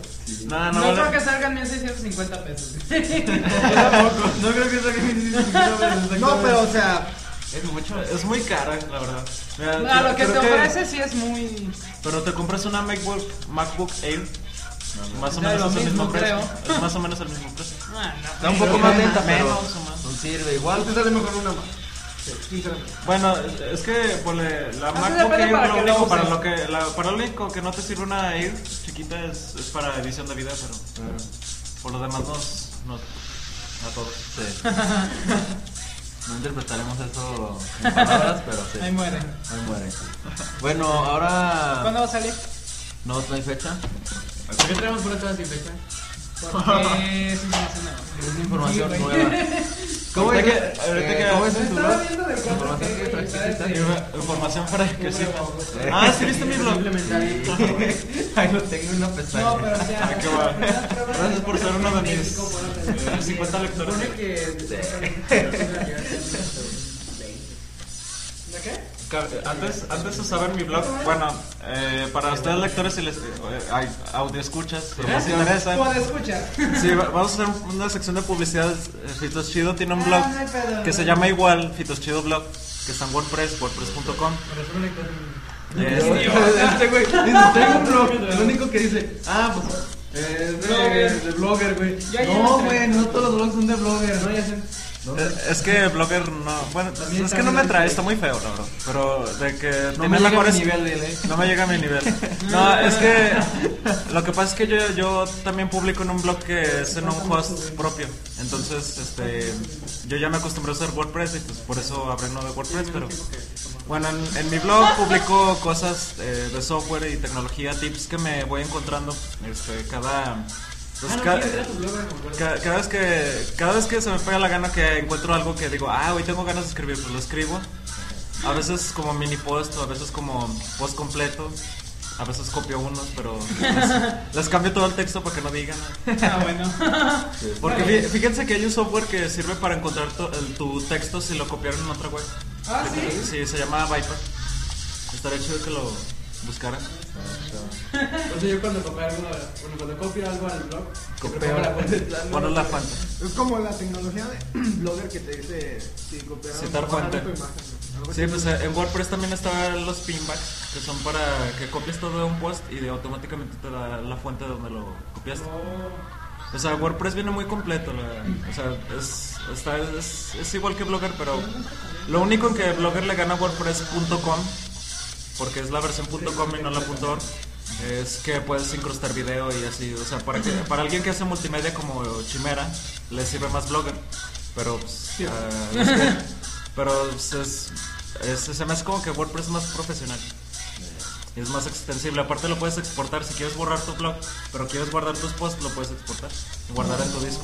S5: No,
S3: No
S5: no,
S3: creo
S5: vale.
S3: que salgan 1650 pesos.
S6: No creo que salga 1650 dólares.
S1: No, pero o sea,
S6: Es mucho.
S5: Es muy cara, la verdad. Mira,
S3: A lo que
S5: creo
S3: te ofrece sí es muy.
S5: Pero te compras una MacBook, MacBook Air. Más o
S3: Ya lo
S5: menos es el mismo
S3: mismo,
S5: precio.
S3: creo.
S5: Es más o menos el mismo precio.
S3: Ah, no.
S6: Está un poco más lenta, pero.
S5: Menos o más.
S6: No sirve igual.
S1: te sale mejor una más. Sí, sinceramente.
S5: Bueno, es- es que ponle, la
S3: Así
S5: MacBook
S3: depende
S5: Air
S3: para qué la
S5: lo único para
S3: uses.
S5: lo que la- para lo único que no te sirve una Air chiquita es, es para edición de video, pero por lo demás no, no a todos.
S6: Sí. No interpretaremos eso en palabras, pero sí.
S3: Ahí muere.
S6: Ahí muere. Bueno, ahora.
S3: ¿Cuándo va a salir?
S6: No, no hay fecha.
S2: ¿Por qué traemos puras cosas sin fecha?
S3: Porque es información nueva.
S6: Es información
S3: Sí, güey.
S6: nueva. ¿Cómo
S5: Ahorita
S6: es?
S5: que- ahorita
S6: eh,
S5: que-
S6: ¿Cómo es el
S3: Estaba
S6: titular?
S3: viendo de cuatro
S6: Información que
S3: este
S6: trajiste.
S5: Y una Información para que sirva.
S6: pues, eh.
S5: Ah, sí viste mi blog.
S6: Ahí lo tengo en una pestaña.
S3: No, pero ya.
S5: Ah, qué guay.
S3: Las pruebas
S5: Gracias por ser uno de mis
S3: México fueron de-
S5: eh, 50 lectores.
S3: ¿De qué?
S5: Ca- Antes, antes usaban mi blog, bueno, eh, para ustedes lectores y les, eh, ay, audio escuchas,
S3: ¿Eh?
S5: les interesa.
S3: Puedo escuchar.
S5: Sí, va- vamos a hacer una sección de publicidad. Eh, Fitos Chido tiene un blog
S3: Ah, no hay pedo.
S5: que se llama igual, Fitos Chido Blog, que está en WordPress, wordpress.com. Este,
S6: Este güey dice: Tengo un blog. El único que dice: Ah, pues. Eh, de, de blogger, güey.
S3: Ya
S6: No,
S3: llevas
S6: güey,
S3: tres.
S6: no todos los blogs son de blogger, ¿no? Ya sé.
S5: eh, es que Blogger no. Bueno,
S6: También
S5: es que
S6: está
S5: no me
S6: bien
S5: atrae,
S6: difícil.
S5: está muy feo, la verdad. Pero de que
S6: No
S5: tiene
S6: me llega a
S5: mejores.
S6: mi nivel, eh.
S5: No me llega a mi nivel. No, es que lo que pasa es que yo, yo también publico en un blog que es en un host propio. Entonces, este, yo ya me acostumbré a usar WordPress y pues por eso hablé no de WordPress, pero bueno, en, en mi blog publico cosas eh, de software y tecnología, tips que me voy encontrando este, cada pues, ca- Pues Ca- Cada vez, que, cada vez que se me pega la gana que encuentro algo que digo, ah, hoy tengo ganas de escribir, pues lo escribo. A veces como mini post, o a veces como post completo. A veces copio unos, pero les, les cambio todo el texto para que no digan.
S3: Ah, bueno.
S5: Porque fí- fíjense que hay un software que sirve para encontrar tu, el- tu texto si lo copiaron en otra web.
S3: Ah, sí.
S5: Sí, se llama Viper. Estaría chido que lo buscaran.
S2: O sea, yo cuando copio algo, bueno, cuando copio algo al blog,
S6: Copio.
S2: copio la pues, fuente de plano.
S5: Poner la fuente.
S1: Es como la tecnología de blogger que te dice si copiaron
S5: Citar
S1: o bajaron
S5: fuente.
S1: tu imagen, ¿no? Algo
S5: Sí,
S1: así.
S5: pues eh, en WordPress también están los pinbacks, que son para que copies todo de un post y de- automáticamente te da la fuente de donde lo copiaste. O sea, WordPress viene muy completo. la- o sea, es, está- es- es igual que Blogger, pero lo único en que Blogger le gana a WordPress.com, porque es la versión .com y no la .org, es que puedes incrustar video y así. O sea, para, que, para alguien que hace multimedia como Chimera, le sirve más Blogger. Pero, pues, ah, es que- pero pues, es, es- se me hace como que WordPress es más profesional. Y es más extensible. Aparte lo puedes exportar. Si quieres borrar tu blog, pero quieres guardar tus posts, lo puedes exportar. Y guardar en tu disco.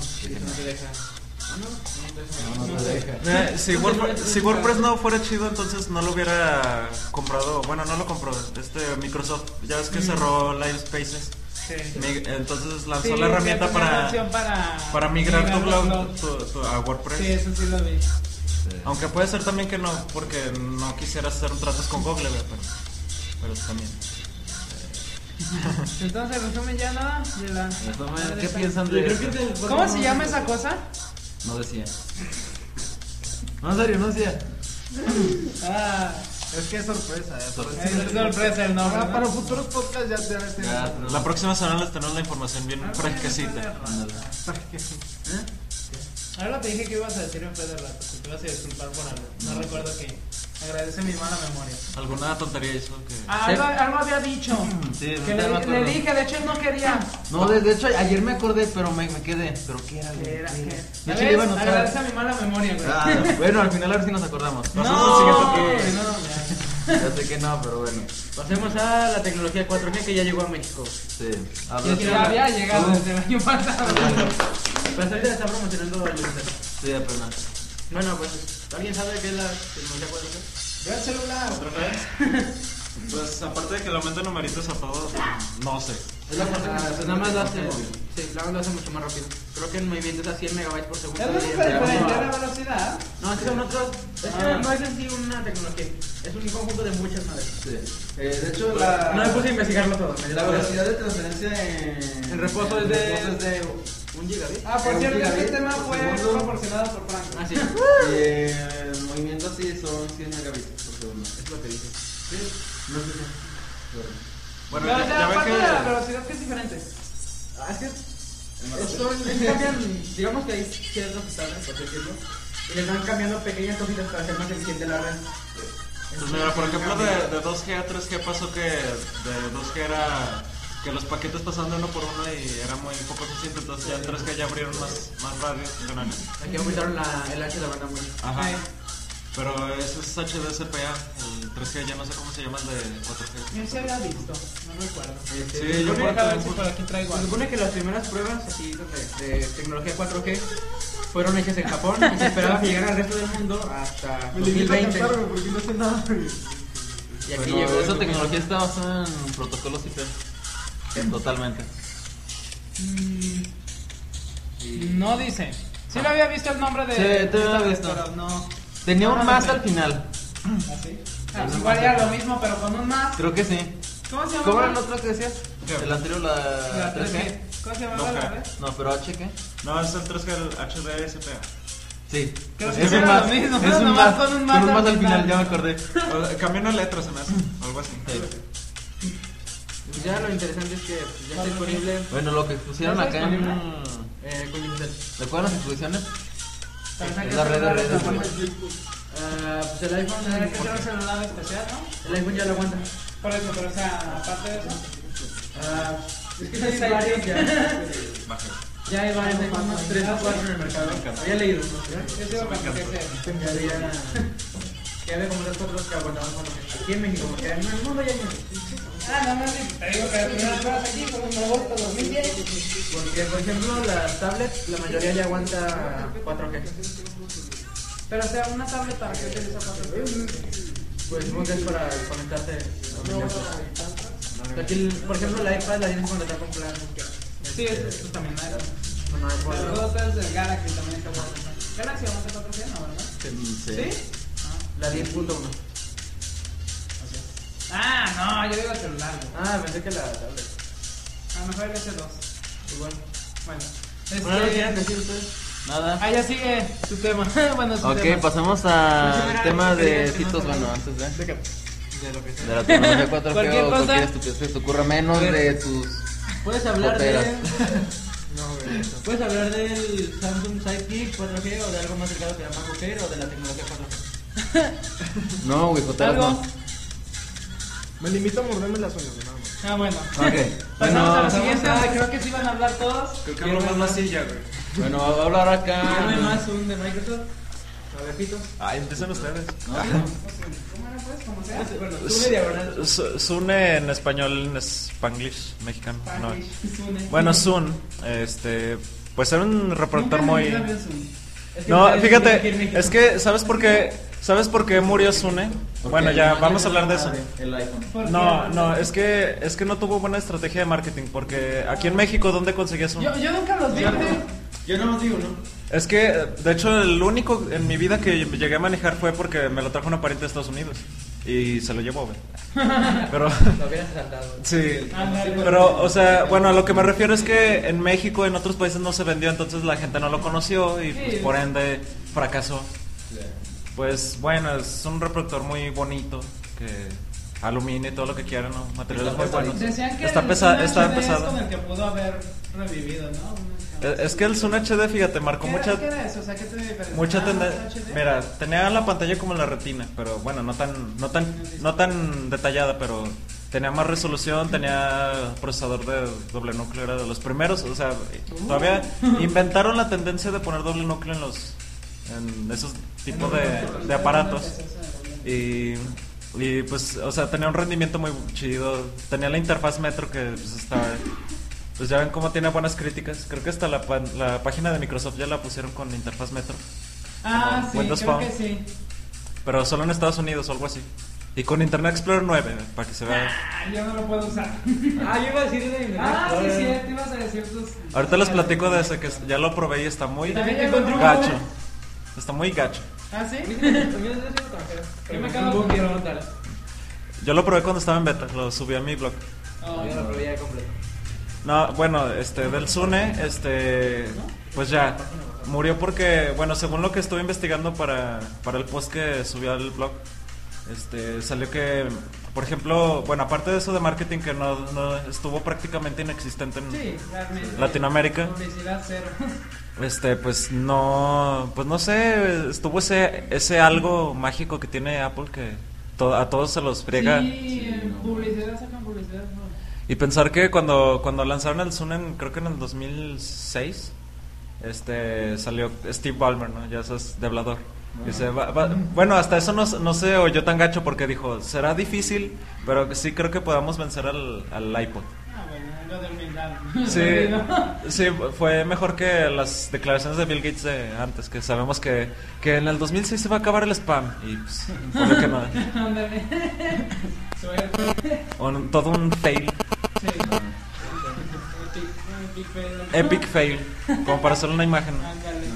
S5: Eh, si, WordPress, si WordPress no fuera chido, entonces no lo hubiera comprado. Bueno, no lo compró este Microsoft. Ya ves
S3: Mm.
S5: que cerró Live Spaces.
S3: Sí.
S5: Mi- Entonces lanzó
S3: Sí,
S5: la herramienta
S3: sí, tenía una opción
S5: para,
S3: para,
S5: para migrar tu
S3: los
S5: blog
S3: blogs.
S5: tu- tu- a WordPress.
S3: Sí, eso sí lo vi.
S5: Aunque puede ser también que no, porque no quisieras hacer tratos con Google, güey, pero, pero también.
S3: Entonces, resumen ya nada. de la-
S6: Resumen,
S3: de
S6: ¿Qué
S3: esa-
S6: piensan
S2: Yo
S6: de
S2: creo que
S6: eso?
S2: te-
S3: ¿Cómo se llama esa cosa?
S6: No decía. No, en serio, no decía.
S3: Ah,
S1: Es que es sorpresa. eh, por eso-
S3: Es sorpresa el nombre.
S1: Para,
S3: ¿no?
S1: para futuros podcasts ya te harás
S6: Ya,
S1: tener-
S6: pero-
S5: La próxima semana les tenemos la información
S3: Ah,
S5: bien fresquecita.
S6: Ándale.
S3: Ahora te dije que ibas a decir en fe de rato, que te ibas a disculpar por algo. No recuerdo qué. Agradece mi mala memoria.
S5: ¿Alguna tontería hizo que.?
S3: Ah, algo, algo había dicho.
S6: Sí,
S3: que
S6: no me
S3: le,
S6: acuerdo.
S3: le dije, de hecho él no quería.
S6: No, de, de hecho ayer me acordé, pero me, me quedé. ¿Pero qué era? güey?
S3: Era
S6: ¿Qué
S3: que.
S6: De hecho,
S3: ¿Ves?
S6: le iba a anotar.
S3: Agradece a mi mala memoria, güey.
S6: Ah, bueno, al final ahora sí nos acordamos.
S3: no,
S5: Pasamos al siguiente
S3: no,
S6: Ya sé que no, pero bueno.
S2: Pasemos a la tecnología 4G que ya llegó a México.
S6: Sí.
S3: ya.
S6: Habla-
S3: Que ya había llegado desde el año pasado.
S2: Pues ahorita está promocionando el internet.
S6: Sí, apenas.
S2: Bueno, pues, ¿alguien sabe qué es la tecnología 4G?
S1: Ve al celular.
S5: ¿Otra vez? Pues aparte de que le aumento numeritos a todos, no sé.
S2: Es la parte
S1: Ah,
S2: que
S1: pues
S2: pues, nada más lo hace, sí, nada más lo hace mucho más rápido. Creo que en movimientos a 100 megabytes por segundo.
S3: Es lo que
S2: Y en
S3: se diferente
S2: gramos
S3: la
S2: a-
S3: velocidad.
S2: No, es que son otros. Es que
S3: Ah.
S2: no es en sí una tecnología, es un conjunto de muchas madres.
S6: Sí. Eh, de hecho,
S1: Ah.
S6: la.
S2: No me puse a investigarlo todo.
S6: La velocidad de transferencia en,
S2: En reposo es de-
S6: reposo es de-
S2: Un gigabit.
S3: Ah, por
S6: Un
S3: cierto, este
S6: gigabit
S3: tema
S6: por
S3: fue
S6: segundo.
S3: proporcionado por Franco.
S2: Así
S6: y, eh, el movimiento así son 100 megabits por segundo.
S2: es lo que dice.
S6: Sí, no sé qué. Bueno.
S5: Bueno,
S3: Pero,
S5: ya,
S3: o sea,
S5: ya ven
S3: aparte de la
S5: que.
S3: velocidad que es diferente.
S2: Ah, es que. es- Son, es- cambian, digamos que hay ciertos estándares, por así decirlo, y les van cambiando pequeñas cositas para hacer más eficiente la red.
S5: Pues mira, por ejemplo, de, de 2G a 3G pasó que de 2G era que los paquetes pasaban de uno por uno y era muy poco eficiente, entonces ya en 3G ya abrieron más, más radios canales.
S2: Aquí aumentaron la, el ancho de la banda mucho.
S5: Ajá.
S3: Eh,
S5: Pero ese es HDSPA, el 3G ya no sé cómo se llama el de 4G.
S3: Yo se había visto, no recuerdo.
S5: Sí, yo
S3: Voy a
S5: creo
S3: dejar a ver si
S5: que
S3: por aquí traigo
S2: Se
S3: algo.
S2: supone que las primeras pruebas así de, de tecnología 4G fueron hechas en Japón y se esperaba que llegara al resto del mundo hasta
S1: Me limito a
S2: 2020.
S1: cantarme porque no sé nada.
S2: Y aquí
S6: Bueno,
S2: llegó
S6: esa
S2: el-
S6: tecnología está basada en protocolos IP. Totalmente.
S3: Mm, No dice. Sí lo había visto el nombre de.
S6: Sí, te
S3: de
S6: había
S3: esta
S6: visto.
S3: vez, pero No.
S6: Tenía
S3: Ah,
S6: un más
S3: sí.
S6: al final.
S3: ¿Así? Ah, pues igual era lo mismo, pero con un más.
S6: Creo que sí.
S3: ¿Cómo se llama?
S6: ¿Cómo era el otro que decías?
S5: ¿Qué?
S6: El anterior,
S3: La
S6: la 3G.
S3: 3G. ¿Cómo se llama
S5: No,
S3: la
S5: G.
S3: red?
S6: No, pero H, ¿qué?
S5: No, es el 3G, el HDSPA.
S6: Sí.
S3: Creo que
S6: es
S3: era
S6: un
S3: lo
S6: más.
S3: mismo,
S6: es un
S3: nomás
S6: más.
S3: con un
S6: con
S3: más al
S6: un más al
S3: final.
S6: final, ya me acordé.
S5: O sea, Cambió una letra, se me hace, algo así.
S6: Sí.
S2: Pues Ya lo interesante es que pues, ya está disponible
S6: Bueno, lo que pusieron
S3: ¿Ya
S6: acá
S3: está
S6: en.
S3: disponible?
S2: eh, con Unitel.
S6: ¿De acuerdo a las exclusiones?
S3: Pensé que
S6: Es la red de
S3: celular
S6: redes.
S3: especial.
S2: Ah, pues el iPhone,
S3: Pensé que era un celular especial, ¿no?
S2: el iPhone ya lo aguanta.
S3: Por eso, pero o sea, aparte de eso.
S2: Ah, es que
S3: Sí, Ah,
S2: hay varios ya. Ya hay varios, hay como unos 3 o 4 en el mercado. Había leído. ¿no?
S3: Yo sigo con que sea.
S2: Ya había, ya había como 3 o 4 que aguantaban con lo que aquí en México. Porque en el mundo ya hay menos.
S3: Ah, no, no, sí. Te digo que las primeras pruebas aquí fueron en agosto de 2010.
S2: Porque, por ejemplo, las tablets, la mayoría ya aguanta 4G.
S3: Pero o sea, una tablet para que utiliza cuatro
S2: Pues supongo que es para conectarte a un negocio. Aquí, por ejemplo, la iPad la tienes que conectar con plan.
S3: Sí, eso, eso también hay.
S2: Con
S3: Los
S2: iPhone.
S3: dos es del Galaxy también está bueno. Galaxy vamos a 400, ¿no? ¿verdad?
S6: Sí.
S2: La 10.1.
S3: Ah, no, yo digo el celular. güey.
S2: Ah, pensé que la tablet.
S3: A lo mejor el S2.
S2: Igual.
S3: Bueno.
S6: Bueno, ¿qué quieren
S3: Este,
S6: decir ustedes? Nada.
S3: ah, ya sigue su tema. bueno, su
S6: Ok,
S2: pues,
S3: tema.
S6: pasamos al tema de citos, bueno, antes de...
S3: ¿De qué?
S2: De lo que sea.
S6: De la tecnología 4G
S3: Cualquier
S6: o cualquier
S3: cosa.
S6: estupidez que te ocurra menos de tus...
S2: Puedes hablar de.
S6: Operas.
S2: No, güey, eso. Puedes hablar del Samsung Sidekick 4G o de algo más cercano que la Mac o de la tecnología 4G.
S6: No, güey, joteras
S3: ¿Algo?
S6: no.
S1: Me limito a morderme las uñas, nada más.
S3: Ah, bueno.
S6: Ok.
S3: Pasamos a la
S2: pasamos
S3: siguiente.
S2: a-
S3: donde Creo que sí van a hablar todos.
S5: Creo que habló más la silla, güey.
S6: Bueno, va a hablar
S2: Ah, no hay
S6: acá...
S2: más un de Microsoft. A ver, Pito.
S5: Ah, empiezan ustedes.
S3: ¿Cómo era, pues? Como sea.
S2: Bueno, tú de diagonal.
S5: Sune en español, en spanglish, mexicano. No.
S3: Package, Zune.
S5: Bueno, Sun, este, pues era un
S3: Nunca
S5: reporter
S3: en mi
S5: muy...
S3: vida vi un Zune.
S2: Es que
S5: No,
S2: sabes, aquí en
S5: fíjate,
S2: México.
S5: es que, ¿sabes por qué? ¿Sabes por qué murió Sune? Bueno, ya, vamos a hablar de eso.
S6: El iPhone.
S3: ¿Por qué?
S5: No, no, es que, es que no tuvo buena estrategia de marketing, porque aquí en México, ¿dónde conseguías Sune?
S3: Yo, yo nunca los vi, güey.
S6: Yo no los digo, ¿no?
S5: Es que, eh, de hecho, el único en mi vida que llegué a manejar fue porque me lo trajo una pariente de Estados Unidos. Y se lo llevó, güey. Pero...
S2: Lo hubieras saltado.
S5: Sí.
S8: Ah,
S3: Ándale.
S5: Pero, o sea, bueno, a lo que me refiero es que en México, en otros países no se vendió, entonces la gente no lo conoció y pues,
S3: Sí.
S5: por ende fracasó. Pues bueno, es un reproductor muy bonito. que aluminio y todo lo que quieran, ¿no? materiales
S7: Está
S5: muy
S7: muy
S5: buenos.
S7: bonito.
S8: Decían que
S5: Está
S8: el
S5: pesa-
S8: Zoom
S5: está
S8: HD es
S5: pesado.
S8: con el que pudo haber revivido, ¿no?
S5: Es es que el Zoom HD, fíjate, marcó
S8: ¿Qué,
S5: mucha,
S8: era, ¿Qué era eso? O sea, ¿qué te diferencia?
S5: mucha
S8: Ah,
S5: tendencia.
S8: HD.
S5: Mira, tenía la pantalla como la retina, pero bueno, no tan, no tan, no tan detallada, pero tenía más resolución, tenía procesador de doble núcleo, era de los primeros, o sea, todavía inventaron la tendencia de poner doble núcleo en los, en esos tipos de, de aparatos. Y, y, pues, o sea, tenía un rendimiento muy chido. Tenía la interfaz Metro que pues estaba... Pues ya ven cómo tiene buenas críticas. Creo que hasta la, pan- la página de Microsoft ya la pusieron con interfaz Metro.
S8: Ah,
S5: como
S8: sí,
S5: Windows
S8: creo
S5: Phone.
S8: que sí.
S5: Pero solo en Estados Unidos o algo así. Y con Internet Explorer 9, para que se vea.
S8: Ah, yo no lo puedo usar.
S2: Ah, yo iba a decir de
S8: ah, sí, sí, te ibas a decir tus...
S5: Ahorita les platico de ese que ya lo probé y está muy
S8: También te encontré un
S5: gacho.
S8: Uber.
S5: Está muy gacho.
S8: ¿Ah, sí?
S2: Yo me acabo de quiero notar.
S5: Yo lo probé cuando estaba en beta, lo subí a mi blog.
S8: Oh,
S2: Yo lo probé ya completo.
S5: No, bueno, este, del Sune, este, pues ya, murió porque, bueno, según lo que estuve investigando para, para el post que subí al blog, este, salió que, por ejemplo, bueno, aparte de eso de marketing que no, no estuvo prácticamente inexistente en
S8: sí, realmente.
S5: Latinoamérica,
S8: Publicidad cero.
S5: este, pues no, pues no sé, estuvo ese, ese algo mágico que tiene Apple que to- a todos se los friega.
S8: Sí, en publicidad sacan publicidad. no.
S5: Y pensar que cuando, cuando lanzaron el Zoom, en- creo que en el 2006, este, salió Steve Ballmer, ¿no? Ya es de hablador. Dice, "Va- va-". bueno, hasta eso no, no se oyó tan gacho porque dijo, será difícil, pero sí creo que podamos vencer al, al iPod.
S8: Ah, bueno, algo de humildad.
S5: Sí, sí, fue mejor que las declaraciones de Bill Gates de antes, que sabemos que, que en el 2006 se va a acabar el spam. Y pues, por lo que no.
S8: Ándale. Suerte.
S5: Un- todo un fail,
S8: Sí. Epic- epic fail.
S5: epic fail, como para hacer una imagen.
S8: Ándale.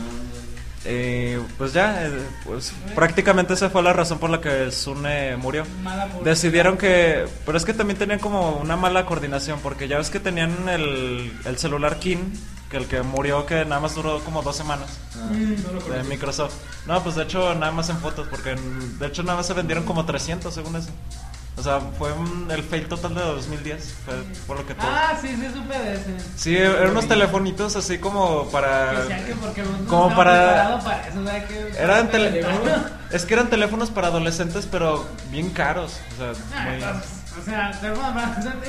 S5: Eh, pues ya, eh, pues prácticamente esa fue la razón por la que Sune murió.
S8: Mala publicidad.
S5: Decidieron que, pero es que también tenían como una mala coordinación, porque ya ves que tenían el, el celular King, que el que murió, que nada más duró como dos semanas,
S6: Ah,
S8: Mm, no lo
S5: de
S8: conocí.
S5: Microsoft. No, pues de hecho nada más en fotos, porque en- de hecho nada más se vendieron como 300 según eso. O sea, fue un- el fail total de 2010, fue por lo que todo.
S8: Ah, sí, sí, supe de ese.
S5: Sí, eran unos telefonitos así como para...
S8: Que sea que porque el mundo
S5: Como
S8: no estaba
S5: para-
S8: preparado para eso, o sea, que-
S5: Eran
S8: Pero-
S5: tele- es que eran teléfonos para adolescentes, pero bien caros. O sea,
S8: Ah,
S5: muy-
S8: entonces, O sea, teléfono para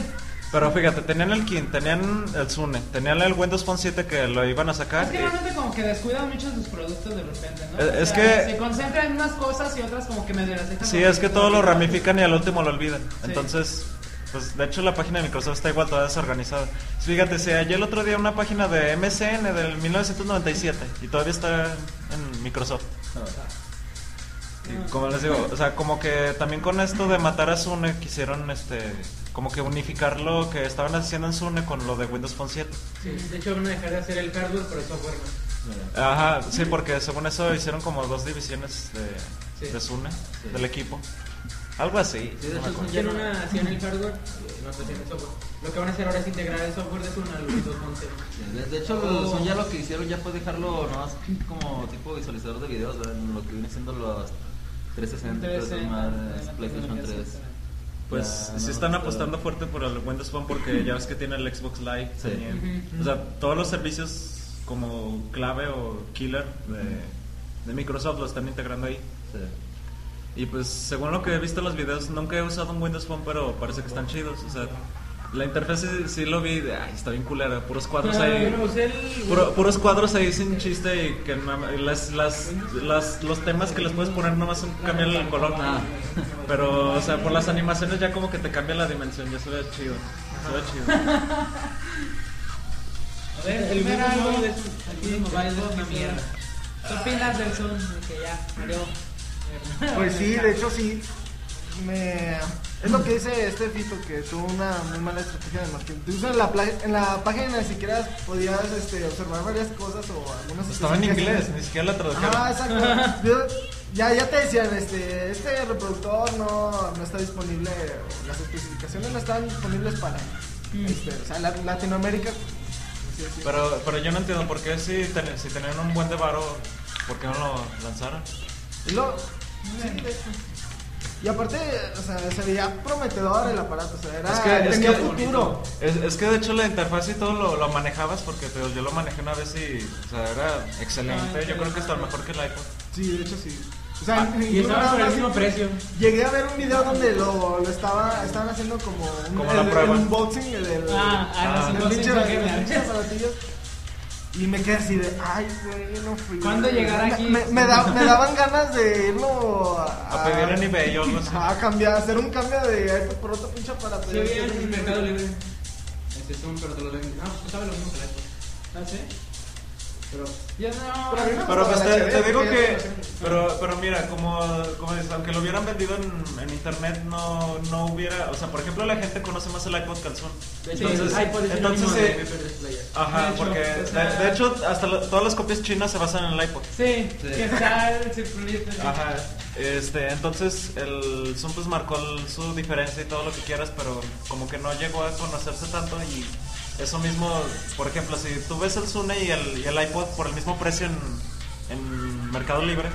S5: Pero fíjate, tenían el Kin, tenían el Zune, tenían el Windows Phone 7 que lo iban a sacar.
S8: Es que realmente como que descuidan mucho sus productos de repente, ¿no?
S5: Es-
S8: O
S5: es
S8: sea,
S5: que-
S8: Se concentran en unas cosas y otras como que me las dejan.
S5: Sí, es que todo lo ramifican y al último lo olvidan.
S8: Sí.
S5: Entonces, pues de hecho la página de Microsoft está igual toda desorganizada. Fíjate, se hallé el otro día una página de MSN del 1997 y todavía está en Microsoft. Y como les digo, o sea, como que también con esto de matar a Sune quisieron este como que unificar lo que estaban haciendo en Sune con lo de Windows Phone 7.
S2: Sí, de hecho van a dejar de hacer el hardware, pero el software no.
S5: Ajá, sí, porque según eso hicieron como dos divisiones de,
S2: Sí.
S5: de Sune, del equipo. Algo así.
S2: Sí, de
S5: no me
S2: hecho,
S5: acuerdo.
S2: hicieron una, hacían el hardware y no hacían el software. Lo que van a hacer ahora es integrar el software de Zoom al Windows 11.
S6: De- De hecho, el son ya lo que hicieron ya fue dejarlo nomás como tipo visualizador de videos, ¿verdad? lo que viene siendo los 360,
S8: Entonces,
S6: pero son
S2: eh,
S6: más eh, PlayStation 3.
S5: Pues
S6: Ya,
S5: sí
S6: no,
S5: están
S6: pero-
S5: apostando fuerte por el Windows Phone porque ya ves que tiene el Xbox Live
S6: Sí.
S5: también. O sea, todos los servicios como clave o killer de, de Microsoft lo están integrando ahí.
S6: Sí.
S5: Y pues según lo que he visto en los videos, nunca he usado un Windows Phone, pero parece que están chidos. O sea, la interfaz sí, sí lo vi, de, ay, está bien culera, puros cuadros ahí.
S2: Pero usé el...
S5: Puro- puros cuadros ahí sin chiste y que nada- y las, las, las- los temas que les puedes poner nomás son cambiar el color.
S6: Ah.
S5: Pero, o sea, por las animaciones ya como que te cambia la dimensión, ya se ve chido. Se ve chido.
S8: A ver,
S2: el
S8: primero
S2: Windows
S8: algo.
S2: Mobile es-
S8: Aquí el mobile es una mierda. ¿Qué opinas del Zoom? De que ya, murió.
S1: Pues sí, de hecho sí. Me- Es lo que dice este Fito, que tuvo una muy mala estrategia de marketing. Incluso en la, pla- en la página ni siquiera podías este, observar varias cosas o algunas...
S5: Estaba en
S1: especificaciones.
S5: inglés, ni siquiera la tradujeron.
S1: Ah, exacto. Yo- ya, ya te decían, este, este reproductor no, no está disponible, o las especificaciones no están disponibles para este, o sea, la- Latinoamérica. sí, sí.
S5: Pero, pero yo no entiendo por qué si, ten- si tenían un buen de varo, ¿por qué no lo lanzaron?
S1: Y luego, sí, de hecho. Y aparte, o sea, se veía prometedor el aparato, o sea, era,
S5: Es que- es
S1: tenía
S5: que-
S1: Ah, futuro.
S5: Es, es que de hecho la interfaz y todo lo, lo manejabas porque te digo, yo lo manejé una vez y o sea, era
S1: Ah,
S5: excelente. yo creo que hasta mejor que el iPhone.
S1: Sí, de hecho sí. O
S3: Ah,
S5: Ah,
S1: sea,
S9: Y
S1: ninguno
S9: estaba
S1: nada
S9: por el
S1: más-
S9: mismo precio.
S1: Llegué a ver un video donde lo, lo estaba, estaban haciendo como un,
S5: Como la
S1: el-
S5: prueba.
S1: el unboxing el, el,
S3: Ah, ah,
S5: Ah,
S1: el
S3: los
S1: pinche-
S3: unboxing,
S1: el
S3: ok,
S1: pinche aparatillo. Y me quedé así de, ay, güey, no fui.
S10: ¿Cuándo llegará
S1: Me-
S10: aquí?
S1: Me, me da- me daban ganas de irlo
S5: A pedir en eBay o algo así.
S1: a cambiar, hacer un cambio de iPhone por otro pinche aparato.
S9: Se veía en Mercado Libre. Este es un, pero te lo venden. Ah, pues sabe lo mismo que la Xbox.
S10: ¿Ah, sí?
S9: Pero
S10: Yo no.
S1: Pero a mí no me
S5: Pero pues
S1: gustaba
S5: te,
S1: la
S5: te
S1: HD,
S5: digo
S1: porque
S5: que,
S1: ya no
S5: pero, pero mira, como, como dices, aunque lo hubieran vendido en, en internet, no, no hubiera, o sea, por ejemplo, la gente conoce más el iPod calzón.
S9: De hecho,
S5: Entonces,
S9: el iPod es el
S5: entonces,
S9: mismo de
S5: eh,
S9: MP3 player.
S5: ajá,
S10: De hecho,
S5: porque
S10: o
S5: de,
S10: sea-
S5: de hecho, hasta la- todas las copias chinas se basan en el iPod.
S10: Sí, que está el circulito.
S5: Ajá, este, entonces el Zoom pues marcó el- su diferencia y todo lo que quieras, pero como que no llegó a conocerse tanto y eso mismo, por ejemplo, si tú ves el Zune y el, y el iPod por el mismo precio en, en Mercado Libre,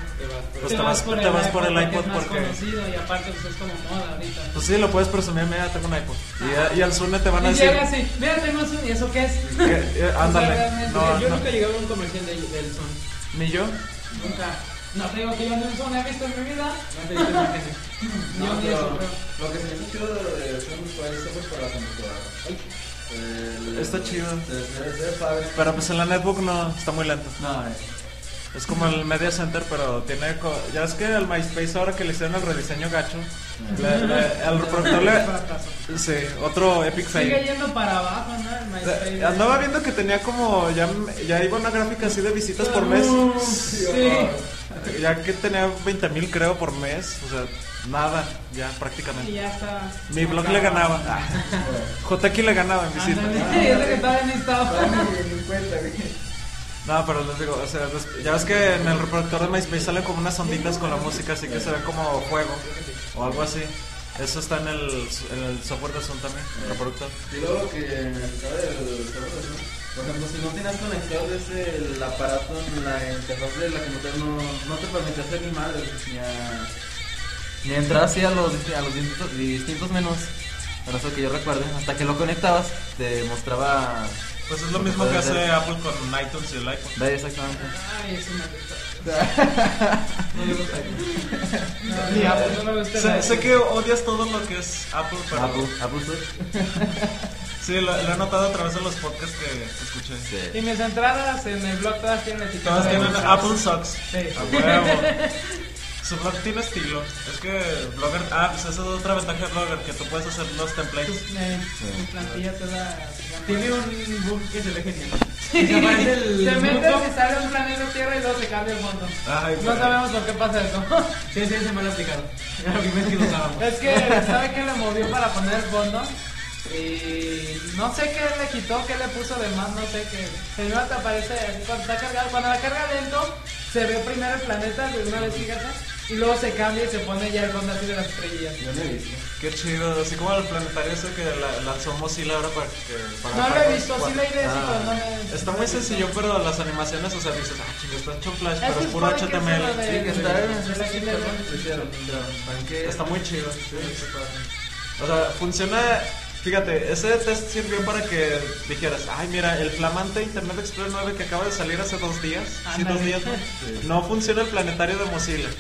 S5: pues te vas, te vas por el iPod
S3: es más
S5: porque...
S3: conocido y aparte pues es como moda ahorita.
S5: Pues sí, lo puedes presumir, mira, tengo un iPod. Y, a- y al Zune te van a
S3: Y
S5: decir...
S3: llega así, mira, tengo un ¿y eso qué es?
S5: que- eh, ándale.
S3: O sea, realmente,
S5: No,
S9: Yo
S5: no,
S9: nunca llegaba a un comercial de- del Sony.
S5: Ni yo.
S3: Nunca. No te digo que yo no uso, no he visto en mi vida.
S9: No te dicen nada que sí.
S3: Yo
S6: No,
S3: ni
S6: pero
S3: eso, pero.
S6: lo que se me hizo chido de Zoom fue el software para la computadora. Eh, El-
S5: Está chido.
S6: Se- se- se ve padre.
S5: Pero pues en la netbook no, está muy lento.
S6: No, eh,
S5: Es como el Media Center, pero tiene. co- Ya es que el MySpace, ahora que le hicieron el rediseño gacho, le- le- al reproductor le. Sí, otro Epic
S3: Sigue
S5: Fail.
S3: yendo para abajo, ¿no? El MySpace.
S5: Eh, Andaba viendo que tenía como. Ya, ya iba una gráfica así de visitas por mes.
S3: Sí.
S5: Ya que tenía 20 mil, creo, por mes. O sea, nada, ya
S3: Y
S5: prácticamente.
S3: ya está.
S5: Mi blog le ganaba. Ah, JQ le ganaba en visitas.
S3: Ándale, es lo que estaba en esta.
S5: No, pero les digo, o sea, des- ya ves que en el reproductor de MySpace salen como unas onditas con la música, así que se ven como juego o algo así. Eso está en el, en el software de Zoom también, en el reproductor.
S6: Y luego lo que me acaba de saber, ¿no? por ejemplo, si no tenías conectado ese, el aparato en la interfaz de la computadora, no, no te permite hacer ni madre. Ni a...
S2: Y entras así a los, disti- a los distintos, distintos menús. Para eso que yo recuerde, hasta que lo conectabas, te mostraba.
S5: Pues es lo mismo que hace Apple con iTunes y el iPhone.
S2: Ve exactamente.
S3: Ay, es una No me gusta. No,
S1: Ni
S3: no,
S1: Apple.
S3: no me gusta.
S5: ah, Sé, sé que odias todo lo que es Apple, pero
S2: Apple, Apple Search.
S5: sí, lo, lo he notado a través de los podcasts que escuché.
S10: Y mis entradas en el blog todas tienen etiqueta.
S5: Todas
S10: de
S5: tienen
S10: Apple.
S5: Apple Socks.
S10: Sí.
S5: A huevo. Su blog tiene estilo. Es que Blogger. Ah, pues esa es otra ventaja de Blogger, que tú puedes hacer los templates.
S3: Eh, mi plantilla toda.
S9: Tiene un book que se ve genial. Se aparece el
S3: Se mete
S9: mundo.
S3: y sale un planeta Tierra y luego se cambia el fondo.
S5: Ay,
S3: No
S5: güey.
S3: sabemos por qué pasa eso.
S9: Sí, sí, se me lo ha aplicado. Era la primera vez que lo usábamos.
S3: Es que, ¿sabe qué le movió para poner el fondo? Y no sé qué le quitó, qué le puso de más, no sé qué. Primero te aparece, cuando está cargado, cuando la carga lento, se ve primero el planeta de una vez fíjate, y luego se cambia y se pone ya el fondo así de las estrellas.
S6: Yo no he visto.
S5: Qué chido, así como el planetario ese que la- lanzó Mozilla ahora para que... para-
S3: No lo
S5: para- Ah,
S3: he visto, sí lo iré, sí, pero no me.
S5: Está muy sencillo, pero las animaciones, o sea, dices, ah, chingo, está hecho en Flash,
S3: Es
S5: pero
S3: que
S5: es puro
S3: supone que eso lo
S5: HTML.
S3: de-
S6: Sí, que está en el
S3: de la
S6: sistema
S3: internet.
S6: que hicieron, o sea, ¿para qué?
S5: Está muy chido. O sea, funciona... Fíjate, ese test sirvió para que dijeras, ay, mira, el flamante Internet Explorer 9 que acaba de salir hace dos días, sí, dos
S3: Ándale.
S5: días, ¿no? No funciona el planetario de Mozilla.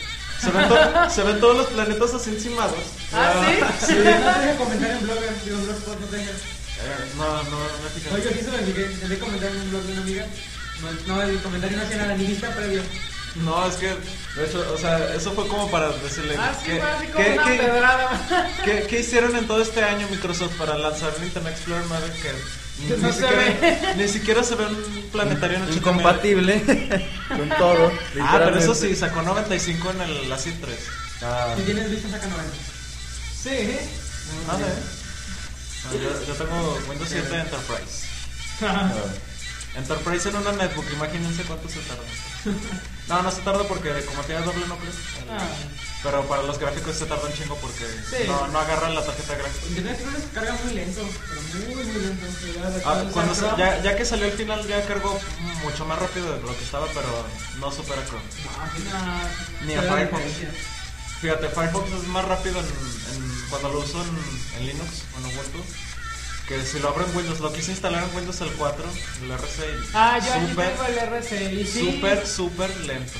S5: Se ven, to- se ven todos los planetas así encimados.
S3: Ah, sí.
S9: No tengo comentario en blogger, digo, en blogspot no tengo.
S5: Eh, no, no, no me fijé.
S9: Oye, yo sí se me fijé, intenté comentar en un blog de una amiga. No, no, el comentario no hacía nada, ni vista previo.
S5: No, es que, de hecho, o sea, eso fue como para decirle.
S3: Ah, sí,
S5: ¿qué-
S3: fue así como
S5: qué-
S3: una
S5: qué-
S3: pedrada.
S5: qué- qué hicieron en todo este año Microsoft para lanzar el Internet Explorer 9 que,
S3: Que
S5: ni,
S3: no se
S5: siquiera, ni siquiera se ve un planetario en HTML?
S2: Incompatible con todo.
S5: Ah, pero eso
S2: literalmente.
S5: sí, sacó 95 en el ACID 3.
S2: Ah,
S9: Si tienes vista, saca 90.
S3: Sí. Mm,
S5: Nada, ¿eh? No, Yo, yo tengo Windows 7 Enterprise. Ah.
S6: Ah.
S5: Enterprise en una netbook, imagínense cuánto se tarda. No, no se tarda porque como tiene doble núcleo. el-
S3: Ah.
S5: Pero para los gráficos se tarda un chingo porque
S3: Sí.
S5: no, no agarran la tarjeta gráfica.
S9: Internet Explorer carga muy lento, pero muy, muy lento.
S5: Ah, cuando sa- ya, ya que salió el final ya cargó mucho más rápido de lo que estaba, pero no supera Chrome.
S3: Ah,
S5: Ni a Firefox. Fíjate, Firefox es más rápido en, en- cuando lo uso en, en Linux o en Ubuntu que si lo abro en Windows. Lo quise instalar en Windows el 4, el RC. y
S3: Ah, yo aquí
S5: súper,
S3: tengo el RC. Y sí,
S5: súper, súper lento.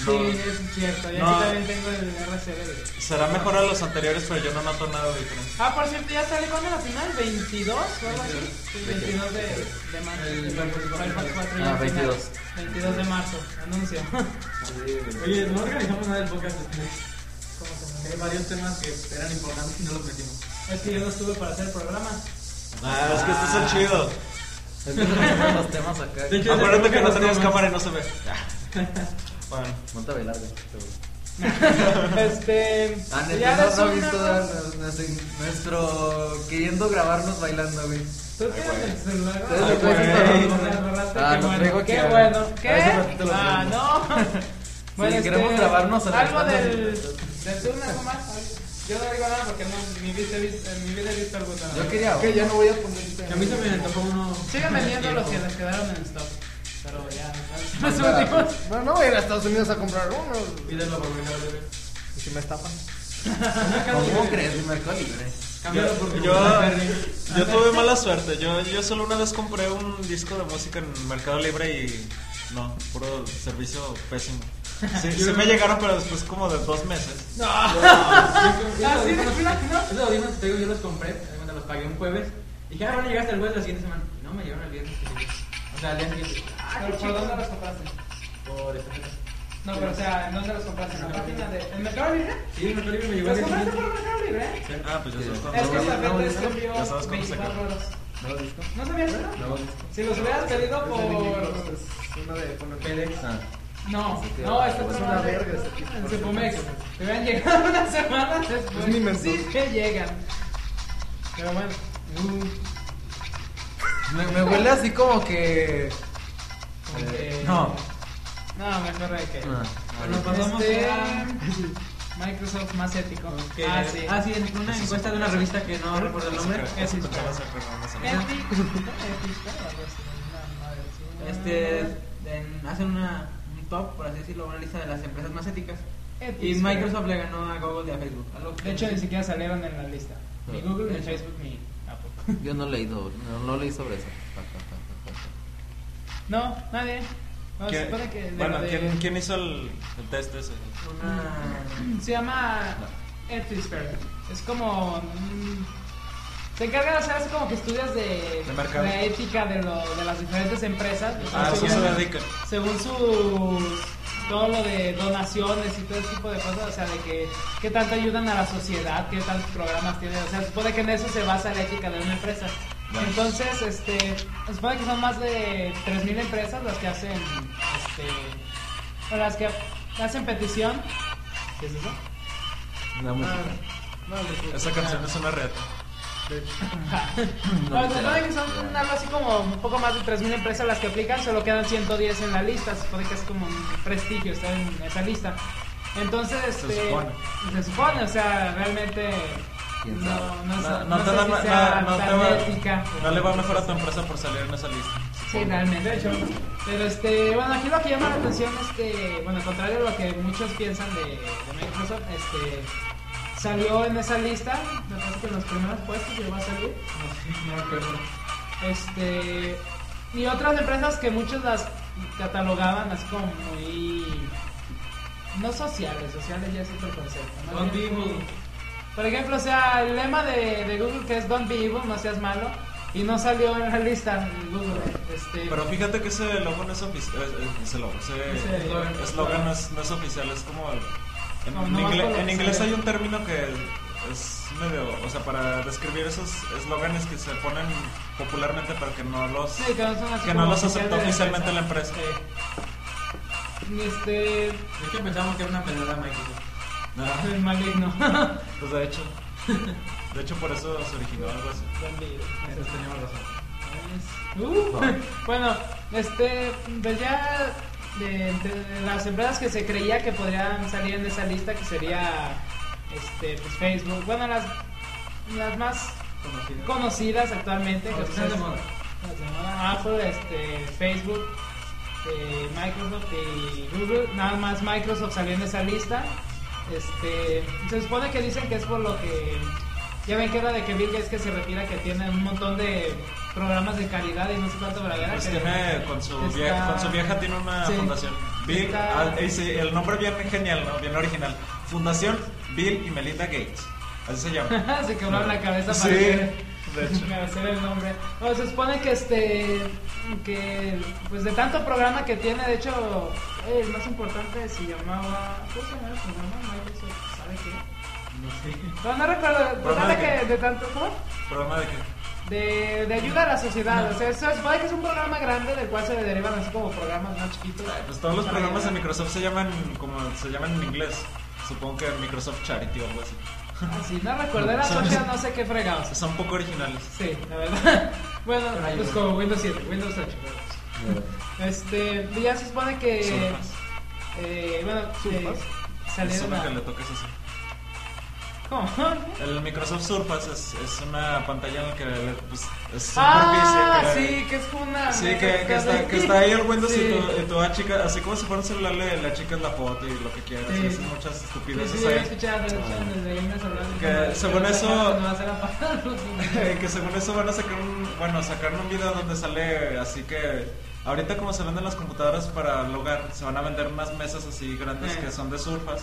S5: No,
S3: sí, es cierto. Yo
S5: No.
S3: aquí también tengo el RC. de-
S5: Será mejor a los anteriores, pero yo no noto nada de diferencia.
S3: Ah, por cierto, ya sale cuando la final, 22 o algo así. Sí, 22 de, de marzo. El Firefox 4 ya al final.
S6: Ah, 22.
S3: 22 de marzo, anuncio.
S2: Oye, no organizamos nada del podcast. Hay varios temas que eran importantes y no los metimos.
S3: es que yo no estuve para hacer el programa.
S5: Ah, es que este es el chido.
S6: Los temas acá.
S2: De hecho,
S5: Acuérdate
S2: es
S5: que
S2: el
S5: no
S2: tema
S5: tenemos
S2: más-
S5: cámara y no se ve. Bueno,
S6: Monta Velarde.
S3: Este.
S6: Ah,
S3: ya
S6: neta, no, no
S3: resulta-
S6: he visto a- a- a- nuestro queriendo grabarnos bailando, güey.
S3: Tú tienes el celular.
S6: Ay,
S3: ¿no?
S6: güey.
S3: Borraste, borraste,
S6: Ah,
S3: qué
S6: lo
S3: bueno.
S6: traigo aquí,
S3: Qué
S6: a ver.
S3: bueno. ¿Qué?
S6: A ver si ratito lo
S3: Ah, no. este,
S6: Sí, queremos grabarnos a las
S3: Algo
S6: bandas
S3: del.
S6: de-
S3: Del turno, ¿no más? Yo no digo nada porque no, mi vida he visto, en mi vida he visto algo tan.
S6: Yo quería.
S1: Ok, ya no voy a poner.
S2: A mí se me antojó uno.
S3: Sigan vendiendo los que les quedaron en stock. Pero ya,
S6: Más
S3: los
S6: barato.
S3: últimos.
S1: No, no voy a ir a Estados Unidos a comprar uno.
S2: Pídelo por mercado libre.
S1: ¿Y si me estafan?
S6: ¿Cómo crees? Mi mercado libre.
S2: Cámbialo por
S5: yo,
S2: tu
S5: yo,
S2: Ferry.
S5: yo tuve mala suerte. Yo, yo solo una vez compré un disco de música en Mercado Libre y no, puro servicio pésimo. Sí, sí me llegaron, pero después como de dos meses.
S3: Ah, Así de plano.
S2: Esos audífonos que te digo, yo los compré, eh, bueno, los pagué un jueves. Y dije, ah, van a llegar hasta el jueves la siguiente semana. No, me llegaron el viernes. que sigue. O sea, al día siguiente. Ah,
S3: Pero ¿por dónde los compraste?
S2: Por este esta fecha.
S3: No, pero o sea, ¿en dónde los compraste? ¿En la página de. ¿En Mercado Libre?
S2: Sí, el Mercado Libre me llegó
S3: ¿Los
S2: el día
S3: compraste
S2: siguiente.
S3: por Mercado Libre? eh?
S5: Ah, pues yo solo compré.
S3: Es que esta
S6: no,
S3: vez
S6: no,
S3: escribió
S5: ya sabes cómo se
S3: 24
S5: queda.
S3: horas.
S6: ¿No lo disco?
S3: ¿No sabías eso?
S6: ¿No disco?
S3: Si los hubieras pedido por.
S6: pues.
S1: Una de poner
S6: Ah.
S3: No, no, esta es una verga. En Cepomex. Te hubieran llegado una semana después.
S1: Es mi mentor.
S3: Sí, que llegan. Pero bueno.
S6: Uh. Me, me huele así como que. eh,
S3: como que-
S6: No.
S3: No, mejor de que.
S6: Ah,
S2: Bueno, pasamos
S3: Este,
S2: a...
S3: Microsoft más ético.
S2: que-
S3: Ah, sí.
S2: Ah, sí, en una encuesta de una revista que no recuerdo el nombre.
S5: Eso sí, escuchaba ese programa, sí.
S3: Ético. Ético, algo así, una madre así.
S2: Este, en- hacen una, un top, por así decirlo, una lista de las empresas más éticas.
S3: Ético.
S2: Y Microsoft le ganó a Google y a Facebook. Algo que-
S3: De hecho, ni siquiera salieron en la lista. Ni
S6: No.
S3: Google, ni Facebook, ni Apple.
S6: Yo no he leído, no, no leí sobre eso. Pa, pa, pa, pa, pa.
S3: No, nadie. No, se
S5: ¿Quién-
S3: supone que de
S5: bueno,
S3: lo de-
S5: ¿quién, quién hizo el, el test ese?
S2: una...
S3: Se llama Ethisphere. Es como. mm, Se encarga de hacer así como que estudias de,
S5: De mercado.
S3: la ética de, lo- de las diferentes empresas. O sea,
S5: Ah, eso
S3: según-
S5: se dedica.
S3: según sus todo lo de donaciones y todo ese tipo de cosas, o sea, de que qué tanto ayudan a la sociedad, qué tantos programas tienen, o sea, se supone que en eso se basa la ética de una empresa. Entonces, este, se supone que son más de 3000 empresas las que hacen este o las que hacen petición. ¿Qué es eso?
S6: La música.
S5: Esa canción es una reta.
S3: No, se supone que son algo así como un poco más de 3.000 empresas las que aplican, solo quedan 110 en la lista. Se supone que es como un prestigio estar en esa lista. Entonces,
S5: Se
S3: este,
S5: supone.
S3: se supone, o sea, realmente
S6: Quién
S3: no,
S6: sabe.
S3: no, es-
S5: No,
S3: no,
S5: no te
S3: sé
S5: va-
S3: si
S5: no-
S3: sea
S5: no te
S3: tan
S5: va-
S3: ética.
S5: No le va mejor a tu empresa por salir en esa lista.
S3: Sí, realmente, de hecho. Pero este, bueno, aquí lo que llama la atención es que, bueno, al contrario de lo que muchos piensan de, de Microsoft, este, salió en esa lista, me parece que en los primeros puestos llegó a salir.
S5: Ah,
S2: No recuerdo.
S3: Este. Y otras empresas que muchos las catalogaban así como muy. No sociales, sociales ya es otro concepto. ¿no?
S2: Don't be evil.
S3: Por ejemplo, o sea, el lema de, de Google que es Don't be evil, no seas malo. Y no salió en la lista de Google. Este,
S5: Pero fíjate que ese logo no es oficial. Ese logo,
S3: Ese
S5: ese
S3: eslogan.
S5: eslogan no es, no es oficial, es como. el- en,
S3: No, no
S5: en
S3: vas
S5: ingle-
S3: por lo
S5: en
S3: que
S5: inglés
S3: se ve.
S5: hay un término que es medio. O sea, para describir esos eslóganes que se ponen popularmente, pero que no los.
S3: sí, que no, son así
S5: que
S3: como
S5: no los
S3: oficiales
S5: aceptó
S3: de
S5: oficialmente la empresa.
S3: Sí. Este.
S2: De hecho, pensamos que era una pelada Microsoft.
S5: Ah,
S3: El maligno.
S5: pues de hecho. De hecho, por eso se originó algo así.
S2: Entonces teníamos razón.
S3: Uh, bueno, este, pues ya de, de las empresas que se creía que podrían salir en esa lista, que sería este, pues Facebook, bueno, las, las más
S2: Conocido.
S3: conocidas actualmente,
S2: Las
S3: que
S2: que están de moda.
S3: las de moda, Apple, este, Facebook, eh, Microsoft y Google, nada más Microsoft salió en esa lista Este, se supone que dicen que es por lo que ya ven que era de que Bill Gates que se retira que tiene un montón de programas de calidad y no sé cuánto verdadera
S5: Pues
S3: que
S5: tiene, con, su
S3: está-
S5: vieja, con su vieja tiene una
S3: Sí.
S5: fundación. Bill,
S3: Está-
S5: ah, eh, sí, el nombre bien genial, ¿no? bien original. Fundación Bill y Melinda Gates. Así se llama.
S3: se quebraron la cabeza
S5: Sí,
S3: para
S5: de
S3: hacer-
S5: hecho.
S3: para hacer el nombre. No, se supone que este que pues de tanto programa que tiene, de hecho, eh, el más importante se llamaba ¿Cómo se llamaba el programa? Microsoft, ¿sabe qué? No, no recuerdo,
S5: Programa
S3: total de
S5: de
S3: que de tanto ¿cómo?
S5: Programa de que.
S3: De, de ayuda a la sociedad, o sea, se supone que es un programa grande del cual se derivan así como programas más chiquitos.
S5: Pues todos los
S3: Para
S5: programas de
S3: ayudar.
S5: Microsoft se llaman como se llaman en inglés. Supongo que Microsoft Charity o algo así.
S3: Ah, sí, no recordé las ocho, no sé qué fregados.
S5: Son poco originales.
S3: Sí, la verdad. Bueno, pues como Windows 7, Windows 8. pero- Este, ya se supone que.
S5: Surfas.
S3: Eh, bueno, eh,
S5: Es
S3: salieron.
S5: una
S3: a-
S5: que le toques así.
S3: ¿Cómo?
S5: El Microsoft Surface es, es una pantalla en la que pues, es
S3: Ah,
S5: superficie, pero-
S3: sí, que es como una.
S5: Sí, que, que está, que está ahí el Windows y tu, y tu ah, chica, así como si fuera un celular, le, le achicas la foto y lo que quieras.
S3: Sí.
S5: Y hacen muchas
S3: Sí,
S5: estupideces
S3: sí, yo he
S5: ahí.
S3: escuchado, de hecho, desde ahí me sobraron.
S5: Que según eso-
S3: No va a ser apagado.
S5: que según eso van a sacar un, bueno, sacaron un video donde sale así que ahorita como se venden las computadoras para el hogar, se van a vender unas mesas así grandes
S3: Eh.
S5: que son de surfas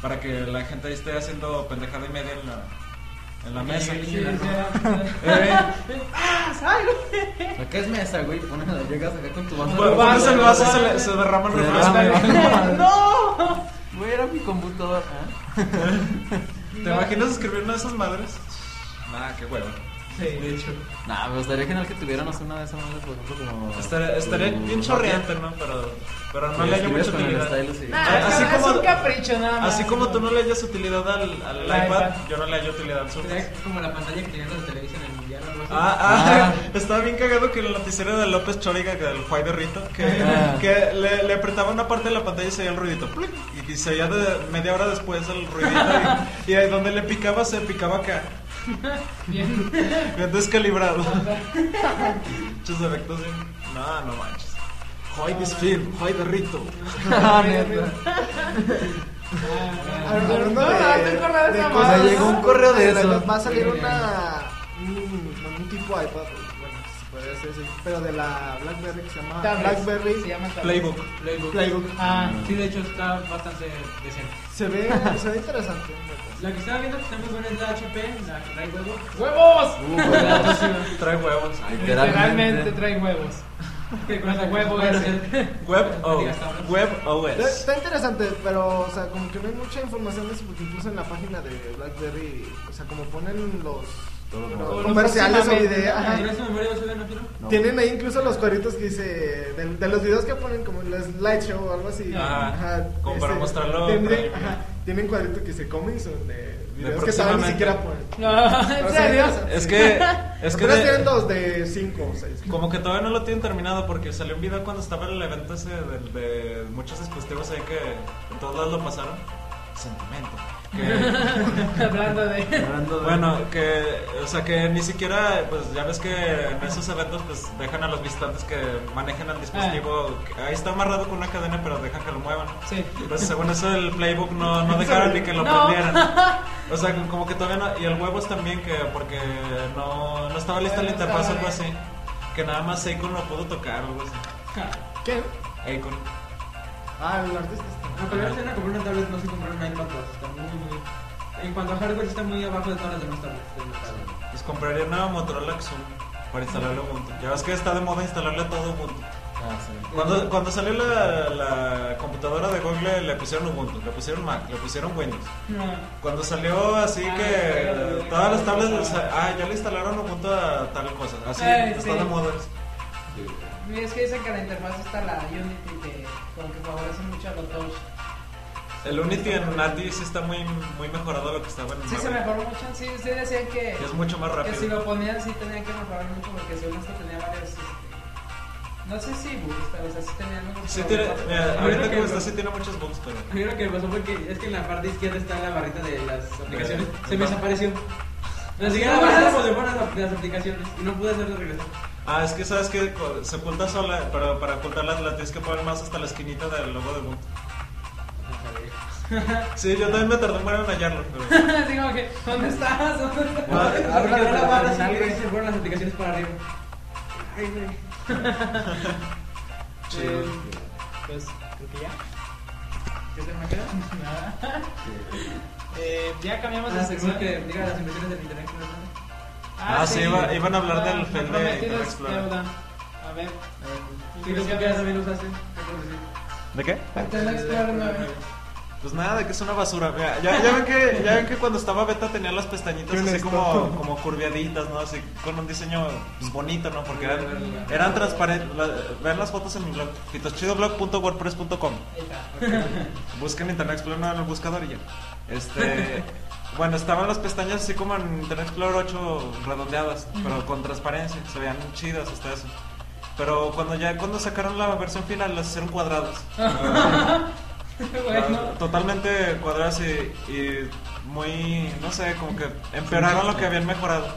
S5: para que la gente ahí esté haciendo pendejada y media en la, en la mesa.
S3: Sí,
S5: Eh,
S3: ¡Ah,
S6: Acá es mesa, güey. Pones la llegas acá con tu vaso.
S5: Bueno, pones el vaso y Pues, se, le- se derrama el
S6: Se
S5: refresco.
S6: derrama.
S3: ¡No!
S6: Güey, era mi computadora.
S5: ¿Te imaginas escribir una de esas madres? Nah, qué huevo.
S3: Sí.
S5: hecho.
S6: Nah, pero estaría genial que tuvieran no sé, una de esas madres, por ejemplo, como.
S5: Estaría, estaría
S6: como-
S5: bien chorreante, ¿no? Pero, pero no
S6: Sí,
S5: le hallo
S6: escribes
S5: mucha
S6: con el
S5: utilidad.
S6: stylus y-
S3: Nah,
S5: Ah, así
S3: es
S5: como-
S3: un capricho nada más.
S5: Así como tú no le hallas utilidad al, al
S3: Al
S5: iPad,
S3: iPad.
S5: yo no le hallo utilidad al Surface.
S2: Sería como la pantalla que tenían los de televisión en el mundial o algo así.
S5: Ah, ah, estaba bien cagado que el noticiero de López Choriga, del Juay de Rito, que,
S6: Ah.
S5: que le, le apretaba una parte de la pantalla y se oía el ruidito. ¡pluc! Y, y se oía de- media hora después el ruidito. Y, y ahí donde le picaba, se picaba acá.
S3: Bien.
S5: Bien descalibrado. Muchos efectos bien. No, no manches. Hoy this film, hoy de Rito.
S3: Ah, neta.
S1: Ah, Hablando
S3: No,
S1: de-
S3: no, estoy acordado de
S1: de
S3: esa
S1: cosas,
S3: madre,
S1: llegó
S3: ¿no?
S1: un correo de
S6: Sí,
S1: eso.
S6: la-
S1: Va a salir una. Un, un tipo iPad, bueno, se podría decir así, pero de la Blackberry que se llama
S3: Tablets.
S1: Blackberry
S3: Se llama tablets.
S5: Playbook.
S2: Playbook.
S1: Playbook.
S3: Ah,
S2: Sí, de hecho está bastante decente.
S1: Se ve, se ve interesante. neta.
S2: La que estaba viendo que está muy buena es la HP, la que trae huevo.
S3: ¡Huevos!
S6: Uh, güey,
S5: Trae huevos.
S3: Literalmente trae huevos.
S2: Que
S3: Con el huevo
S2: puede
S3: ese.
S2: ser.
S5: Web OS. Web
S1: Está-
S5: OS.
S1: Está interesante, pero, o sea, como que no hay mucha información de eso, porque incluso en la página de Blackberry, o sea, como ponen los
S6: Todo
S1: los
S6: como-
S1: comerciales o
S3: próximamente,
S1: videos. ajá.
S2: Ah, ¿En esa memoria va a subir, no quiero?
S6: No.
S1: Tienen ahí incluso los cuadritos que dice de, de los videos que ponen como el slideshow o algo así. este,
S5: Ajá, Ah, como para mostrarlo
S1: Tienen,
S5: previo.
S1: ajá, tienen cuadrito que se comen son de videos que todavía
S5: próximamente.
S1: ni siquiera ponen.
S3: No,
S1: Pero
S3: en
S1: sí,
S3: serio.
S1: interesante,
S5: Es
S1: sí.
S5: que. Es que.
S1: Apenas
S5: de-
S1: tienen dos de cinco o seis.
S5: como que todavía no lo tienen terminado porque salió un video cuando estaba en el evento ese de, de muchos dispositivos ahí que en todos lados lo pasaron. Sentimiento. Que-
S3: Hablando de.
S6: Hablando de-
S5: Bueno, que, o sea, que ni siquiera, pues ya ves que en esos eventos, pues dejan a los visitantes que manejen el dispositivo. que Ahí está amarrado con una cadena, pero dejan que lo muevan.
S3: Ah. Sí.
S5: Pues según eso, el playbook no, no dejaron ni que lo
S3: No.
S5: prendieran. O sea, como que todavía no. Y el huevos también, que porque no, no estaba lista
S3: No
S5: la interfaz o
S3: estaba
S5: algo así.
S3: bien.
S5: Que nada más Akon lo pudo tocar o algo así.
S1: ¿Quién?
S5: Akon.
S1: Ah, el artista está.
S2: Aunque la verdad comprar una tablet, no se comprar un iPad 2. Está muy, muy. En cuanto a hardware, está muy abajo de todas las demás tablets. de los tablets.
S5: Pues compraría una Motorola Xum para instalarlo Ubuntu. Ya ves que está de moda instalarle todo Ubuntu.
S6: Ah, sí.
S5: Cuando, cuando salió la, la computadora de Google le pusieron Ubuntu, le pusieron Mac, le pusieron Windows.
S3: No.
S5: Cuando salió así
S3: Ah,
S5: que
S3: claro,
S5: todas las
S3: claro.
S5: tablas, o sea, ah, ya le instalaron Ubuntu a tal cosa, así,
S3: Eh,
S5: está
S3: sí.
S5: de moda.
S3: Mira, es que dicen que la interfaz está la Unity que como que favorece mucho a los touch.
S5: El Unity en Nati sí está muy, muy mejorado lo que estaba en
S3: Sí, se
S5: Mac.
S3: mejoró mucho. Sí, sí decían que,
S5: Y Es mucho más
S3: que si
S5: rápido.
S3: lo ponían sí tenía que mejorar mucho porque según esto tenía varios. este, no sé si bugs, pero o sea, sí tenía muchos.
S5: Sí tiene,
S3: problemas.
S5: mira,
S2: Yo
S5: ahorita
S2: creo que
S5: como
S2: no.
S5: está sí tiene muchos bugs, pero...
S2: A mí lo que me pasó fue que es que en la parte izquierda está la barrita de las aplicaciones. Se me
S5: Ajá.
S2: desapareció. Me siguieron
S3: No,
S2: avanzando
S3: es-
S2: de buenas de las aplicaciones y no pude hacerlo regresar.
S5: Ah, es que sabes que se
S3: Ah,
S5: oculta sola, pero para ocultarlas la tienes que poner más hasta la esquinita del logo de Ubuntu. Sí, yo también me tardé un buen en hallarlo, pero...
S8: Digo que, ¿dónde estás? ¿Dónde estás?
S5: Ah,
S7: Ahora
S5: porque ahora van a salir.
S7: se fueron las aplicaciones para arriba.
S5: Eh,
S8: Pues, creo que ya. ¿Qué se me queda? Nada. Eh, ya cambiamos de
S7: Ah, seguro
S8: sección.
S7: que diga las inversiones del internet.
S5: Ah, sí, iba- iban a hablar del
S8: Ah,
S5: fel de
S8: prometido
S3: este,
S8: es
S5: Explorer.
S8: deuda. A ver.
S7: Si los
S8: ya
S7: copias
S8: ves.
S7: también los hacen.
S5: ¿De qué?
S8: Nintendo Explorer 9.
S5: Pues nada, que es una basura. Mira, ya, ya ven que, ya ven que cuando estaba beta tenía las pestañitas
S1: Yo no
S5: así
S1: estoy.
S5: como, como curviaditas, ¿no? Así con un diseño pues, bonito, ¿no? Porque eran, eran transparentes. Vean las fotos en mi blog, fitochidoblog.wordpress.com. Busquen Internet Explorer no en el buscador y ya. Este. Bueno, estaban las pestañas así como en Internet Explorer 8 redondeadas, pero con transparencia, se veían chidas hasta eso. Pero cuando ya cuando sacaron la versión final las hicieron cuadradas.
S8: Bueno.
S5: Totalmente cuadradas y, y muy, no sé, como que empeoraron lo que habían mejorado.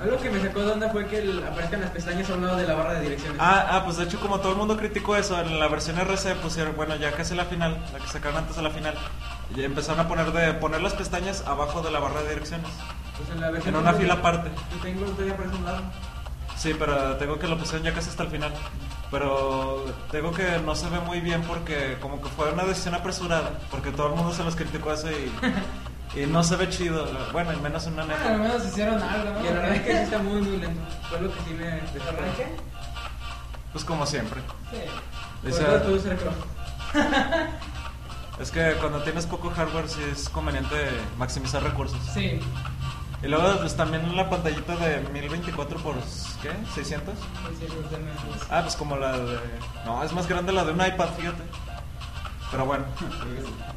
S2: Algo que me sacó de onda fue que el- aparezcan las pestañas a un lado de la barra de direcciones.
S5: Ah, ah, pues de hecho como todo el mundo criticó eso, en la versión RC pusieron, bueno, ya casi la final, la que sacaron antes de la final, y empezaron a poner de poner las pestañas abajo de la barra de direcciones,
S2: Pues en la versión
S5: en una
S2: que-
S5: fila aparte.
S2: que tengo todavía aparece a un lado.
S5: Sí, pero tengo que lo pusieron ya casi hasta el final. Pero tengo que no se ve muy bien porque como que fue una decisión apresurada, porque todo el mundo se los criticó eso y, y no se ve chido. Bueno, y menos en una
S8: Bueno, Ah, al
S5: neta.
S8: menos hicieron
S3: Ah,
S8: algo, ¿no?
S2: Y el arranque sí está muy, muy lento. Fue lo que sí me desarrolló.
S8: ¿Arranque?
S5: Pues como siempre.
S8: Sí.
S5: O
S2: Sobre
S5: sea,
S2: todo tú, Sergio.
S5: es que cuando tienes poco hardware sí es conveniente maximizar recursos.
S8: Sí.
S5: Y luego pues también la pantallita de 1024 por ¿qué? 600.
S8: Sí, sí, sí.
S5: Ah, pues como la de... No, es más grande la de un iPad, fíjate. Pero bueno.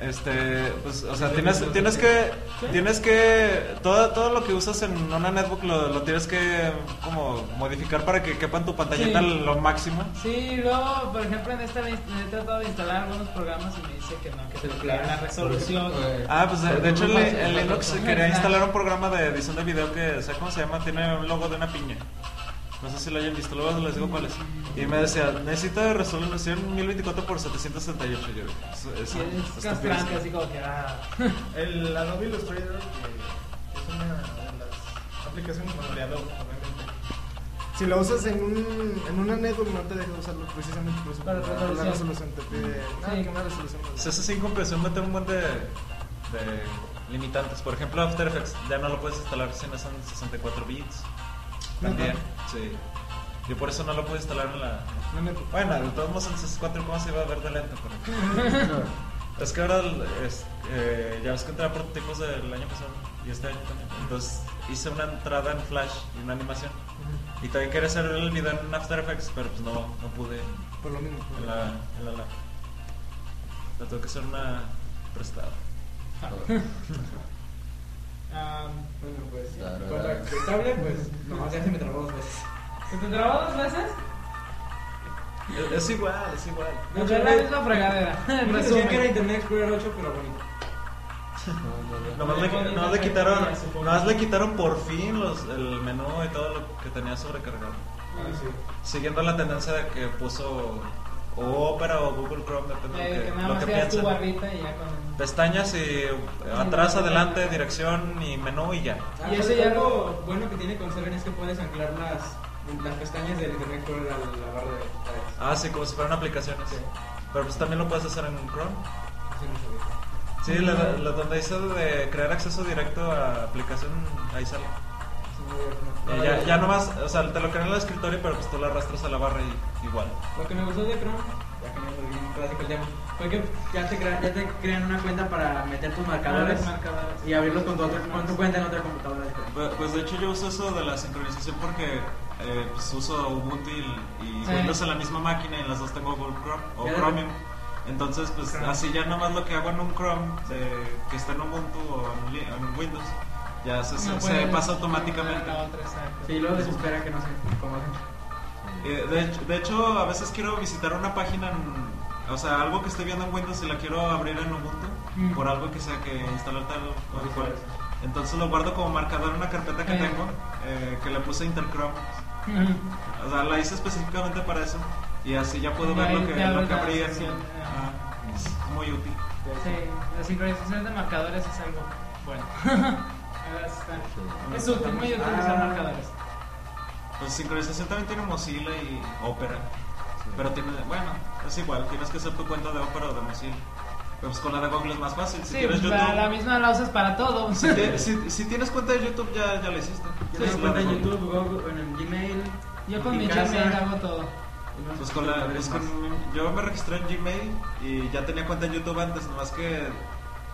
S5: Este, pues, o sea, tienes, tienes que... Tienes que... Todo, todo lo que usas en una netbook lo, lo tienes que como modificar para que quepa en tu pantallita
S8: Sí.
S5: lo máximo.
S8: Sí, luego, por ejemplo, en esta vez he tratado de instalar algunos programas y me dice que no, que se bloquea la resolución.
S5: Ah, pues de, de hecho en, li- en Linux
S8: Ajá.
S5: quería instalar un programa de edición de video que, ¿sabes cómo se llama? Tiene un logo de una piña. No sé si lo hayan visto, luego les digo cuál es. Y me decía, necesito resolución 1024 por 768. Yo, eso, eso,
S8: Y es
S5: estupidez.
S8: castrante, así como que ah.
S11: El Adobe
S1: eh,
S11: Illustrator, que es una de las aplicaciones bueno, de Adobe, obviamente.
S1: Si lo usas en, un, en una network no te deja usarlo precisamente por eso.
S8: Para
S1: por
S8: resolución.
S1: la resolución te pide. Ah,
S8: Sí.
S1: que una resolución.
S5: O sea, ese 5 empezó a meter un buen de, de limitantes. Por ejemplo, After Effects ya no lo puedes instalar si no son 64 bits. También, sí. Yo por eso no lo pude instalar en la. Bueno, de todos modos en 64 cómo se iba a ver de lento. pero- es que ahora es- eh, ya ves que entraba prototipos del año pasado y este año también. Entonces hice una entrada en Flash y una animación. Y también quería hacer el video en After Effects, pero pues no, no pude
S1: Por lo mismo. por
S5: en
S1: lo
S5: la, en la lab. La tengo que hacer una prestada.
S8: ah,
S2: Bueno, pues.
S6: Tarara.
S2: Con la que estable, pues. No, ya se me trabó dos veces.
S8: ¿se ¿Te trabó dos veces?
S5: Es, es igual, es igual.
S8: No, Pues es la misma fregadera. En
S2: Me decían que era
S8: resumen.
S2: Internet Explorer 8, pero bonito.
S5: Nomás le, nomás le quitaron, nomás le quitaron por fin los, el menú y todo lo que tenía sobrecargado.
S8: Eh,
S3: Ah,
S2: Ah,
S5: Siguiendo la tendencia de que puso o Opera o Google Chrome, depende
S8: Eh,
S5: de
S8: que
S5: lo que,
S8: nada
S5: lo
S8: más
S5: que
S8: hacías tu
S5: piensen.
S8: barrita y ya con.
S5: Pestañas y eh, atrás, adelante, dirección y menú y ya.
S8: Y
S2: y
S8: eso
S2: eso
S8: ya
S2: Ah, pues, algo bueno que tiene con Seven es que puedes anclar las, las pestañas del Internet Explorer a la barra de. a-
S5: Ah, sí, como si fueran aplicaciones. Pero pues también lo puedes hacer en Chrome.
S2: así no se ve.
S5: Sí, la, la donde hizo de crear acceso directo a aplicación, ahí sale.
S2: Sí, muy bien, ¿no?
S5: Y ya, ya nomás, o sea, te lo crean en el escritorio, pero pues tú lo arrastras a la barra y igual.
S2: Lo que me gustó de Chrome, ya que me volví un clásico el tema, fue que ya te, crea- ya te crean una cuenta para meter tus marcadores y abrirlos con tu, otra- con tu cuenta en otra computadora diferente.
S5: Pues, pues, de hecho yo uso eso de la sincronización porque eh, pues uso Ubuntu y, y
S8: Sí.
S5: Windows en la misma máquina y en las dos tengo Google Chrome o
S2: Ya.
S5: Chromium. Entonces, pues así ya nomás lo que hago en un Chrome, de- que está en Ubuntu o en, li- en un Windows, ya se, se-
S8: No
S5: se
S8: puedes-
S5: pasa automáticamente.
S8: La otra, exacto.
S2: Sí, luego desespera que no sé cómo hacen.
S5: Eh, de, hecho- de hecho, a veces quiero visitar una página, en- o sea, algo que estoy viendo en Windows y la quiero abrir en Ubuntu
S8: Mm.
S5: por algo que sea que instalar tal o de cual. Entonces lo guardo como marcador en una carpeta que
S8: Eh.
S5: tengo eh, que le puse Interchrome.
S8: Ujú.
S5: O sea, la hice específicamente para eso y así ya puedo
S8: Y
S5: ver
S8: ahí
S5: lo que,
S8: te abre
S5: lo que
S8: la
S5: abrí. en-
S8: sesión.
S5: Ajá. es muy útil.
S3: Sí, la sincronización de marcadores es algo bueno. Ahora está-
S5: Ah,
S3: Es útil, muy útil usar marcadores.
S5: Pues sincronización también tiene Mozilla y Opera. Pero tiene, bueno, es igual, tienes que hacer tu cuenta de Opera o de Mozilla. Pero pues con la de Google es más fácil. Si
S3: Sí,
S5: tienes
S3: pues,
S5: YouTube.
S3: la, la misma la usas para todo.
S5: Si, te- si- si tienes cuenta de YouTube, ya, ya la hiciste.
S2: Yo
S5: Tienes
S2: tengo
S5: la
S2: cuenta
S5: de
S2: en
S5: Google.
S2: YouTube, Google, bueno, en Gmail.
S3: Yo con
S2: en
S3: mi
S2: casa,
S3: Gmail hago todo.
S2: y no sé
S5: Pues con la,
S2: cuántas
S5: pues
S2: veces más.
S5: con- yo me registré en Gmail y ya tenía cuenta en YouTube antes, nomás que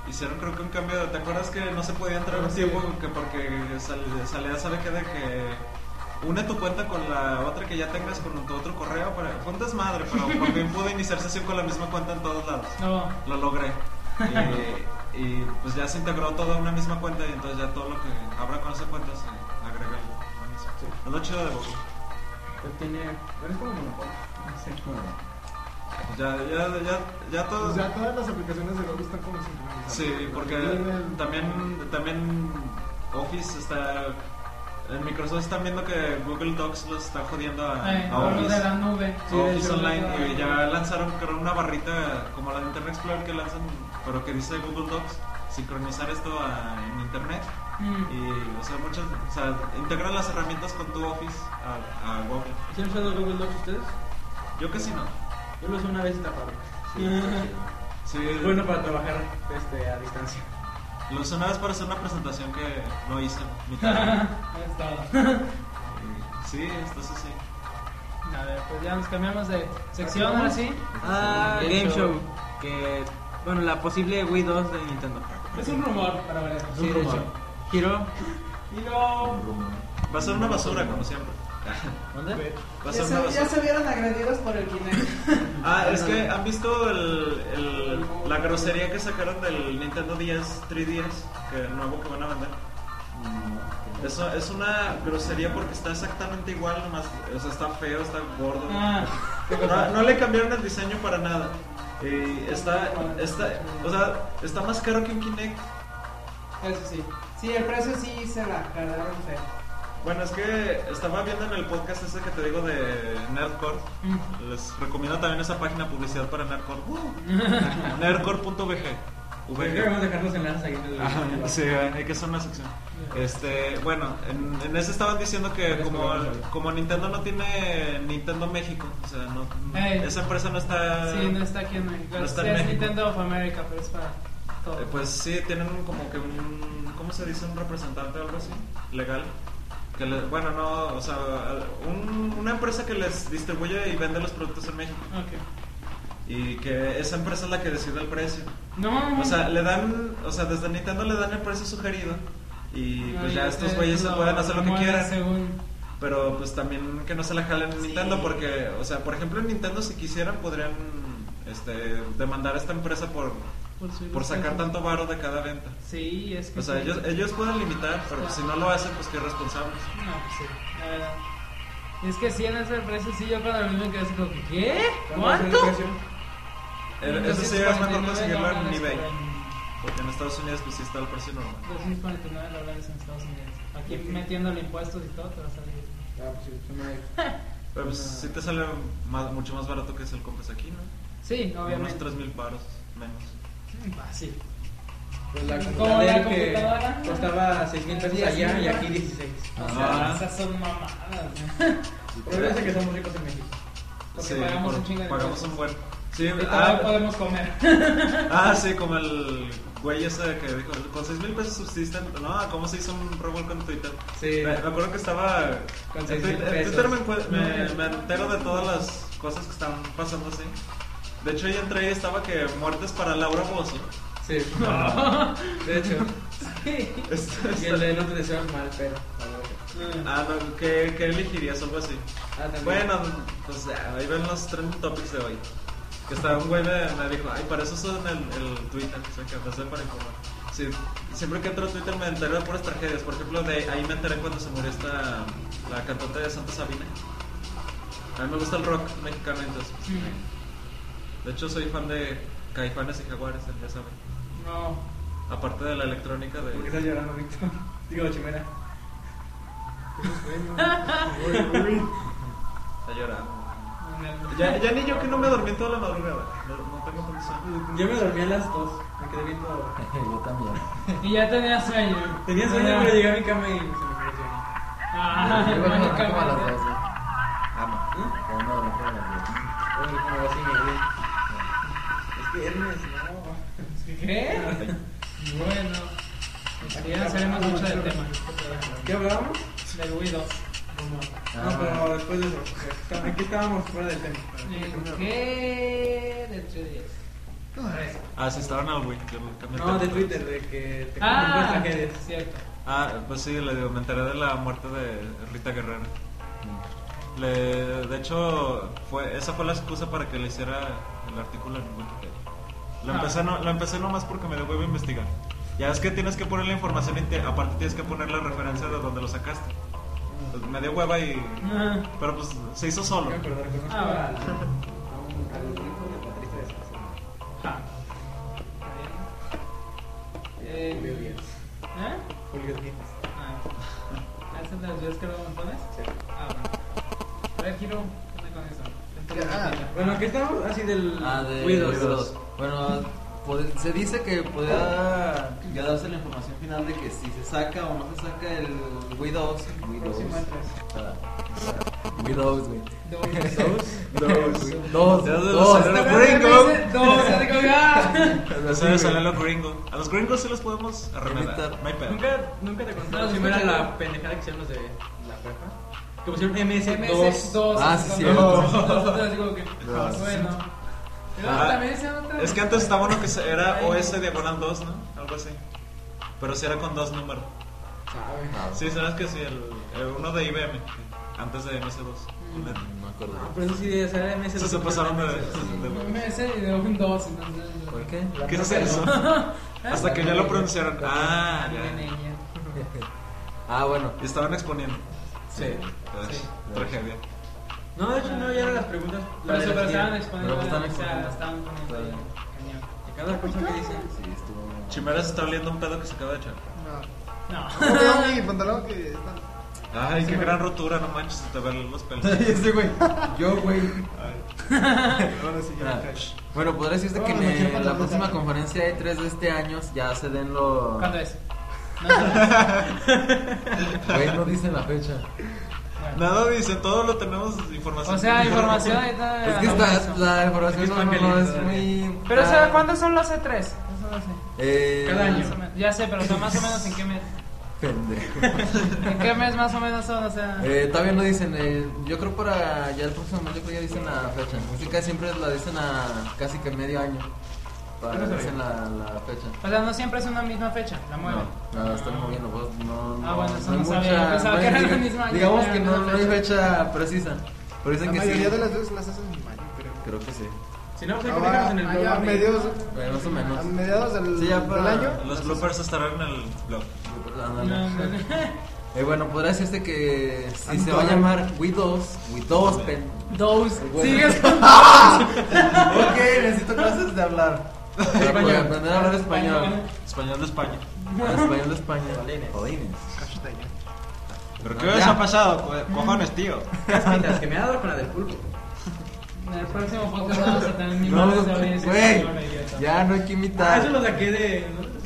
S5: hicieron creo que un cambio. de- ¿Te acuerdas que no se podía entrar un tiempo que porque sal- salía, sabe que de que une tu cuenta con la otra que ya tengas con tu otro correo? Para, fue un desmadre, pero por fin pude iniciar sesión con la misma cuenta en todos lados.
S3: No.
S5: Lo logré. Y, y, pues ya se integró todo a una misma cuenta y entonces ya todo lo que habrá con esa cuenta se agrega. a la misma. Es lo chido de Google.
S2: Pero tiene. Pero es como monopolio. No sé.
S5: Ya, ya, ya, ya todo.
S1: Pues ya todas las aplicaciones de Google están como sincronizadas.
S5: Sí, porque
S1: Tienen-
S5: también, también Office está... En Microsoft están viendo que Google Docs los está jodiendo a,
S3: Eh,
S5: a
S3: hablo de
S5: Ah, Office.
S3: la nube.
S5: a Office Online y ya lanzaron creo, una barrita como la de Internet Explorer que lanzan, pero que dice Google Docs, sincronizar esto a- en Internet.
S3: Mm.
S5: Y, o sea, muchas, o sea, integran las herramientas con tu Office a, a Google.
S2: ¿Sí han usado Google Docs ustedes?
S5: Yo que sí no.
S2: Yo lo usé una vez y tapado.
S5: Sí,
S2: Bueno, para trabajar este, a distancia.
S5: lo usé una vez para hacer una presentación que no hice. mi tarea.
S3: Es todo.
S5: Sí, entonces sí.
S3: A ver, pues ya nos cambiamos de sección ahora sí.
S2: Ah, Game Show. Que. Bueno, la posible Wii 2 de Nintendo.
S3: Es un rumor para variar.
S2: Sí, de hecho. Giro.
S3: Y no.
S5: Va a ser una basura, como siempre.
S2: ¿Dónde?
S5: Va a
S3: Ya
S5: ser una
S3: se, ya
S5: basura.
S3: se vieron agredidos por el Kinect.
S5: Ah, es que han visto el, el- la grosería que sacaron del Nintendo 10 3DS, que el nuevo que van a vender. Eso es una grosería porque está exactamente igual, nomás, o sea, está feo, está gordo.
S3: Ah,
S5: No, no le cambiaron el diseño para nada. Y está, está, o sea, está más caro que un Kinect.
S3: eso sí. Sí, el precio sí se la cargaron feo.
S5: Bueno, es que estaba viendo en el podcast ese que te digo de Nerdcore. Les recomiendo también esa página publicidad para Nerdcore. Uh, Nerdcore.bg.
S2: Creo que
S5: VG.
S2: vamos a dejar los enlaces ahí en el. Ah, pues,
S5: Ajá, Sí, hay que hacer una sección. Este, bueno, en, en ese estaban diciendo que como, como Nintendo no tiene Nintendo México, o sea, no,
S3: Ey.
S5: esa empresa no está.
S3: Sí, no está aquí en México.
S5: Ah. No está
S3: Sí,
S5: en
S3: es
S5: México.
S3: Nintendo of America, pero es para todo.
S5: Eh, Pues sí, tienen como que un. ¿Cómo se dice? Un representante o algo así, legal. Que le- bueno, no, o sea, un- una empresa que les distribuye y vende los productos en México.
S3: Ok.
S5: Y que esa empresa es la que decide el precio.
S3: No,
S5: O sea, le dan, o sea, desde Nintendo le dan el precio sugerido. Y
S3: no,
S5: pues ya
S3: yo
S5: estos
S3: sé,
S5: güeyes se
S3: lo-
S5: pueden hacer lo que
S3: mueven
S5: quieran.
S3: Según.
S5: Pero pues también que no se la jalen en Nintendo porque, o sea, por ejemplo en Nintendo si quisieran podrían este, demandar a esta empresa por,
S3: su-
S5: por sacar tanto varo de cada venta.
S3: Sí, es que.
S5: O sea,
S3: sí.
S5: ellos, ellos pueden limitar, pero pues, si no lo hacen, pues que irresponsables.
S3: No, pues sí, la verdad. Y Es que sí, en ese precio sí, yo cuando lo mismo que así como que, ¿qué? ¿Cuánto?
S5: El- Eh, Eso sí es
S3: 249
S5: mejor conseguirlo en
S3: dólares
S5: eBay,
S3: por el-
S5: porque en Estados Unidos pues sí está el precio normal.
S3: 249 dólares en Estados Unidos. Aquí metiéndole impuestos y todo te va a salir.
S5: Pero pues sí te sale más- mucho más barato que si lo compras aquí, ¿no?
S3: Sí,
S5: Unos
S3: obviamente.
S5: 3 mil paros menos.
S3: Fácil.
S2: Pues la
S3: Como la
S2: computadora que
S3: computadora.
S2: costaba 6 mil pesos allá y aquí 16.
S3: O
S5: Ah.
S3: sea, esas son mamadas. ¿no?
S2: Pero es que somos ricos en México.
S3: Porque pagamos
S5: por-
S3: un chingo de
S5: pagamos
S3: cosas.
S5: un buen. Sí,
S3: Y todavía
S5: ah,
S3: podemos comer.
S5: ah, sí, como el güey ese que dijo, con 6 mil pesos subsisten, ¿no? ¿Cómo se hizo un revuelco en Twitter?
S2: Sí.
S5: Me, me acuerdo que estaba...
S2: Con
S5: en
S2: 6,000
S5: Twitter- en
S2: pesos.
S5: Twitter me, encue- me- me entero de todas las cosas que están pasando así. De hecho, ahí entré y estaba que muertes para Laura Bozo.
S2: Sí. De hecho. Y el de no te deseamos mal, pero.
S5: Ah, no, ¿qué, ¿qué elegirías? Algo así.
S2: Ah, también.
S5: Bueno, pues ah, ahí ven los trending topics de hoy. Que estaba un güey me, me dijo, ay, para eso son el, el Twitter, o sea, que empecé para informar. Sí, siempre que entro a Twitter me entero de puras tragedias. Por ejemplo, de ahí me enteré cuando se murió esta, la cantante de Santa Sabina. A mí me gusta el rock mexicano, entonces. pues, De hecho, soy fan de Caifanes y Jaguares, ya saben.
S3: No.
S5: Aparte de la electrónica de...
S2: ¿Por qué estás llorando, Víctor? Digo, Chimera.
S5: Está llorando. Ya, ya ni yo que no me dormí en toda la madrugada. No, no te
S2: Yo me dormí a las 2, me quedé viendo.
S6: Yo también.
S3: Y ya tenía sueño.
S2: Tenía sueño,
S3: Ah.
S2: pero llegué a mi cama y se me fue el sueño.
S3: Ah,
S6: Yo duermo
S3: bueno,
S6: como a las
S3: cabrón.
S6: dos, güey. Pero no duermo como a las dos.
S2: Oye, como así me vi. Es que Hermes, no.
S3: ¿Qué? Bueno, aquí ya sabemos mucho del tema.
S2: ¿Qué hablábamos?
S3: Del ruido.
S6: Ah.
S2: No, pero después de eso. Aquí estábamos fuera del tema.
S3: ¿En qué? Del 3
S5: Ah, se estaban al güey. yo también
S2: No,
S5: te-
S2: de Twitter, de que te
S3: Ah,
S2: cuentan tragedias.
S3: cierto.
S5: Ah, pues sí, le digo, me enteré de la muerte de Rita Guerrero. Le- de hecho, fue, esa fue la excusa para que le hiciera el artículo en Wikipedia. Lo empecé, no, lo empecé nomás porque me dio huevo investigar. Ya es que tienes que poner la información y te- aparte tienes que poner la referencia de donde lo sacaste. Pues me dio hueva y... Pero pues se hizo solo.
S2: Me acuerdo, reconozco
S3: Ah,
S2: al- a un- al hijo de Patricia de Sosa.
S3: Ah. Eh,
S2: Julio Díaz.
S3: ¿Eh?
S2: Julio Díaz.
S3: Ah. ¿Hace de las veces que lo pones? Sí. Ah, bueno. A ver, quiero una con eso. Esto es una pila.
S2: Bueno, ¿qué estábamos? Así del.
S6: Ah, de
S2: Widows.
S6: Widows. Bueno, pod- se dice que podría ya darse la información final de que si se saca o no se saca el Widows. Widows.
S5: E
S6: Ah, ah, Widows, güey.
S3: Dos.
S6: Dos. Dos.
S5: Ya se lo
S6: Dos.
S5: salió.
S3: Dos, se te colgaba.
S5: Eso le salió a los gringos. A los gringos sí los podemos remedar. No hay pedo.
S2: Nunca, nunca te
S3: No,
S2: contaron
S3: sí,
S2: si era
S3: escucha.
S2: la pendejada que hicieron los de la prepa. Que pusieron MS2.
S3: MS2.
S6: Ah, sí, cierto.
S3: Entonces, como que,
S6: Dos.
S3: Bueno. Pero
S5: Ah,
S3: también se otra.
S5: Es que antes estaba uno que se- era OS diagonal 2, ¿no? Algo así. Pero si era con dos números. Sí, sabes que sí, el, el uno de IBM, antes de MS2.
S3: Mm.
S6: No me acuerdo.
S2: Pero eso sí, o sea, era MS2.
S5: Eso se pasaron de.
S3: MS y de un 2, entonces.
S6: ¿Por qué?
S5: de- ¿Qué es eso?
S3: Ah,
S5: Hasta que ya lo pronunciaron. Ah, ya.
S6: Ah, bueno.
S5: Y estaban exponiendo.
S2: Sí.
S5: Ay, Tragedia.
S2: No, de hecho, no, ya eran las preguntas.
S3: Pero
S2: de
S3: se
S2: las
S3: pasaban
S2: que-
S3: exponiendo.
S6: Pero
S3: O
S6: estaban
S3: sea,
S6: exponiendo.
S3: la estaban poniendo. ahí.
S6: Está
S3: Cañón.
S2: de Cada cosa que dicen.
S6: Sí, estuvo.
S5: Chimera se está oliendo un pedo que se acaba de echar.
S3: No.
S1: ¿Cómo quedó mi pantalón que está?
S5: Ay, qué gran rotura, no manches, se te ven los pelos.
S6: Este, güey. Yo, güey.
S1: Ahora sí ya
S6: Ah,
S1: cae.
S6: Bueno, podría decirse que en la próxima conferencia E3 de este año ya se den los.
S3: ¿Cuándo es?
S6: Güey, no dicen la fecha.
S5: Nada dice, todo lo tenemos información.
S3: O sea, información ahorita.
S6: Es que está, la información no, no, no es muy.
S3: Pero, o
S6: ah,
S3: sea, ¿cuándo son los E3? Eso no sé.
S6: Eh,
S2: Cada año.
S3: Más o menos. Ya sé, pero o sea, más o menos en qué mes.
S6: Pendejo.
S3: ¿En qué mes más o menos son? O sea.
S6: Eh, todavía no dicen, eh, yo creo para ya el próximo mes, yo creo ya dicen la fecha. Así que siempre la dicen a casi que medio año. Para que dicen la, la fecha.
S3: O sea, no siempre es una misma fecha, la mueven.
S6: No, la están moviendo, pues no. no
S3: Ah, bueno, eso
S6: hay
S3: no sabía, yo pensaba que era
S6: diga-
S3: el mismo año,
S6: Digamos
S3: pero
S6: que
S3: no
S6: no,
S3: la
S6: no hay fecha precisa. Pero dicen
S1: La
S6: que sí.
S1: mayoría de las veces las hacen en mayo, creo.
S6: Creo que sí.
S2: Si no, pues hay que
S1: Ahora,
S2: dejarnos en el blog.
S1: allá a
S2: amigo.
S1: mediados,
S6: Bueno, más o
S1: a
S6: menos.
S1: mediados del,
S6: Sí, ya
S1: del
S6: para-
S1: año.
S5: Los bloopers estarán en el blog.
S6: Ándale.
S3: No, no, no.
S6: Eh, bueno, podrá decirse que si se va a llamar Widows, Widows Pen.
S3: Dos.
S6: Bueno.
S3: Sigues con.
S6: ok, necesito clases de hablar. Para poder aprender a hablar español.
S5: Español de España.
S6: Ah, español de España. Jolines.
S5: ¿Pero
S6: qué les ha
S5: pasado, cojones, tío?
S2: Las que me ha dado con la del pulpo.
S3: En el próximo podcast vamos a tener mi
S6: No,
S3: madre de audiencia.
S6: güey,
S3: Hola, idiota.
S6: ya no hay que
S2: Ah, eso lo
S6: imitar.
S2: saqué de. ¿No lo saqué?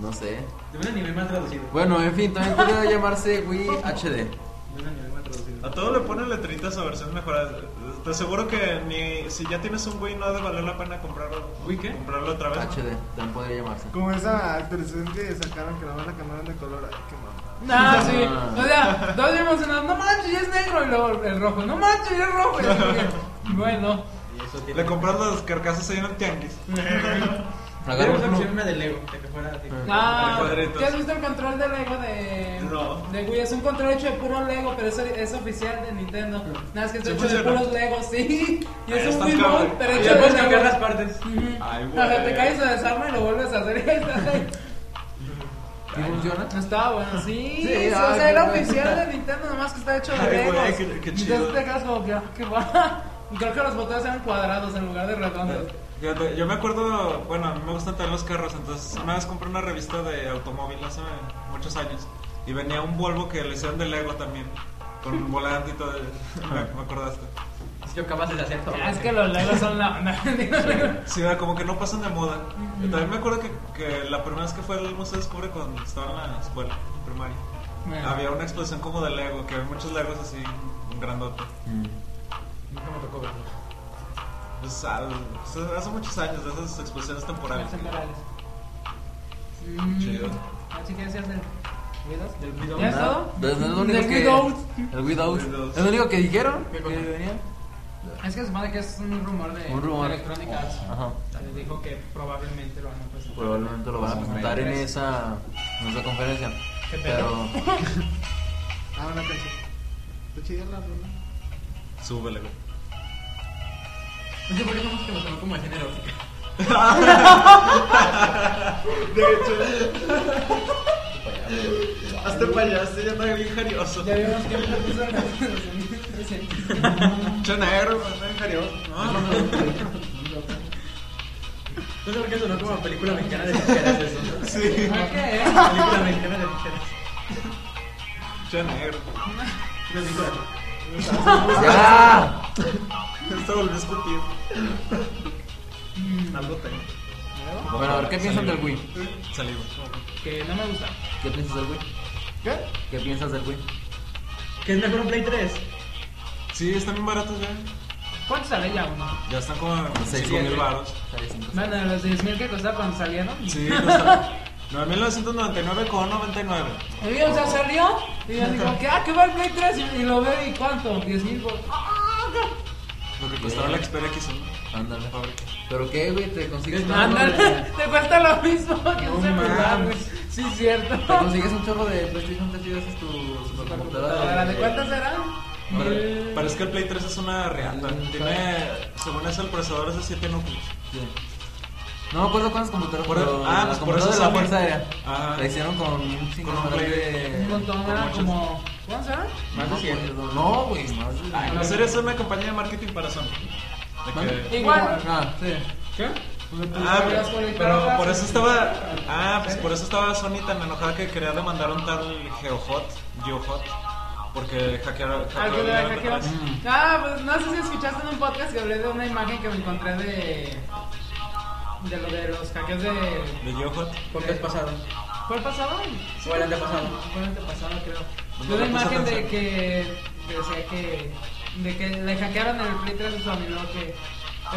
S6: No sé.
S2: De un anime mal traducido.
S6: Bueno, en fin, también podría llamarse Wii HD.
S2: De un anime mal traducido.
S5: A todo le ponen letritas a versión mejorada. Te aseguro que ni si ya tienes un Wii no ha de valer la pena comprarlo.
S2: ¿Wii qué?
S5: Comprarlo otra vez.
S6: HD, también podría llamarse.
S1: Como esa actualización que sacaron que la van a cambiar de color. Ay, qué mamá.
S3: No, sí. O sea, todos emocionados. No manches, ya es negro. Y luego el rojo. No manches, ya es rojo. Y así como que, Bueno.
S2: Y eso tiene.
S5: Le compras las carcasas ahí en el tianguis.
S2: Agarra
S6: Agarra uno.
S2: una de Lego, de que fuera así.
S3: Ah,
S5: Cuadritos.
S3: ¿ya has visto el control de Lego de,
S5: No.
S3: de Wii? Es un control hecho de puro Lego, pero eso es oficial de Nintendo. Nada más que está
S5: ¿Sí
S3: hecho de
S5: funciona?
S3: puros Lego, sí. Y
S5: Ahí
S3: es un
S5: está,
S3: Wiimote,
S5: cabrón.
S3: pero
S5: Ahí
S3: hecho
S2: Ya
S3: de
S2: puedes cambiar las
S3: Lego.
S2: partes.
S3: Ujú.
S5: Ay, güey.
S3: O sea, te caes, se desarma y lo vuelves a hacer y estás ahí.
S6: ¿Y funciona?
S3: No Ah, estaba bueno, sí.
S6: Sí,
S3: o
S6: ay,
S3: sea, era
S6: güey.
S3: oficial de Nintendo, nomás que está hecho de
S5: Ay,
S3: Lego.
S5: güey, qué- qué chido.
S3: Entonces te quedas como que, ah, qué va. Y creo que los botones eran cuadrados en lugar de redondos.
S5: Yo, te- Eh, yo me acuerdo, bueno, a mí me gustan también los carros, entonces una vez compré una revista de automóvil hace muchos años y venía un Volvo que le hicieron de Lego también, con un volante y todo, me, me acordaste.
S2: Yo capaz de hacer todo.
S3: Ah, Es que los Lelos son la onda.
S5: Sí, ¿verdad? como que no pasan de moda. Yo también me acuerdo que, que la primera vez que fue al Museo Descubre cuando estaba en la escuela primaria,
S3: Bueno.
S5: había una exposición como de Lego, que había muchos Legos así, grandote.
S2: Nunca me tocó verlo.
S5: Pues, al- pues, hace muchos años, de esas exposiciones temporales. Chido.
S3: Así que ese es el. ¿Cuidas?
S2: Del video.
S3: ¿Ya es todo?
S6: Es lo único
S3: Del
S6: que.
S3: Widows.
S6: El Widows.
S5: Widows.
S6: Es lo único que dijeron.
S2: ¿Qué
S6: Que
S2: cosa?
S6: venía.
S3: Es que se supone que es un rumor de
S6: Un rumor.
S3: de Electronic Arts.
S6: Ajá.
S3: Les dijo que probablemente lo van a presentar.
S6: Probablemente lo van a presentar en esa. En esa conferencia. Pero.
S1: Ah, una canción. Está chida la rola.
S5: Sube Lego.
S2: No sé por qué somos Pues que nos sonó como de género.
S5: De hecho, hazte payaso, ya está bien jarioso.
S3: Ya vimos que me puso la presentación.
S5: Chonero, anda bien pues, jarioso. ¿no?
S2: No sé por qué sonó como película mexicana de ficheras eso.
S5: Sí,
S3: ¿Por qué?
S2: Película mexicana de ficheras.
S5: chonero.
S6: ¡Ya!
S5: Esto volvió a escupir. Algo tengo.
S6: Bueno, a ver, ¿qué piensan del Wii?
S5: Saliva.
S3: Que no me gusta.
S6: ¿Qué piensas del Wii?
S1: ¿Qué?
S6: ¿Qué piensas del Wii?
S2: ¿Qué es mejor un Play 3?
S5: Sí, están bien baratos ya.
S3: ¿Cuánto sale ya uno?
S5: Ya están como en
S6: Seis
S5: 5 mil
S6: mil.
S5: baros.
S3: Bueno, de los 10 mil que costaba cuando salieron.
S5: Sí, no están. 9.999 con 99.
S3: Y, o sea, salió y yo digo, ¿qué? Ah, que va el Play 3 y, y lo veo y ¿cuánto? 10 mil por... ¡Ah!
S5: Lo que costaba la Xperia X1.
S6: Ándale.
S5: La fábrica.
S6: ¿Pero qué, güey? ¿Te consigues un chorro
S3: Ándale,
S6: de-
S3: te cuesta lo mismo que un
S5: No
S3: celular, güey.
S5: mames.
S3: Sí, cierto.
S6: ¿Te consigues un chorro de PlayStation 3 y haces tu
S3: Ahora,
S2: Ah,
S6: supercomputadora?
S3: ¿de cuántas serán?
S5: Pero, pero es que el Play 3 es una reata. Tiene, según eso, el procesador es de 7 núcleos.
S6: Sí. No me acuerdo cuántas computadoras,
S5: Por-
S6: pero
S5: ah,
S6: la
S5: pues por eso
S6: computadora de
S5: sale.
S6: la Fuerza Aérea
S5: Ajá.
S6: la hicieron Ah. con un chingo
S5: Con un
S6: de-
S5: play.
S3: Un montón,
S5: Con
S3: eran
S5: muchos.
S3: como... ¿Cuántas serán?
S6: No, pues, No, güey, más de...
S5: En serio, es una compañía de marketing para Sony. De que-
S3: Igual.
S6: Ah, sí.
S3: ¿Qué? Pues,
S5: Ah, pero, pero por eso estaba. Ah, pues por eso estaba Sony tan enojada que quería demandar a un tal Geohot. Geohot. Porque hackearon.
S3: Algo de
S5: hackearon-
S3: hackeos. Ah, pues no sé si escuchaste en un podcast que hablé de una imagen que me encontré de. de lo de los hackeos de.
S5: De Geohot.
S2: ¿Por qué es pasado?
S3: ¿Cuál pasaba?
S2: ¿O el antepasado?
S3: Fue el antepasado, creo.
S5: Pues
S3: De una
S5: no le puse
S3: imagen de
S5: atención.
S3: que. decía que. de que le hackearon el Play 3 a su amigo que.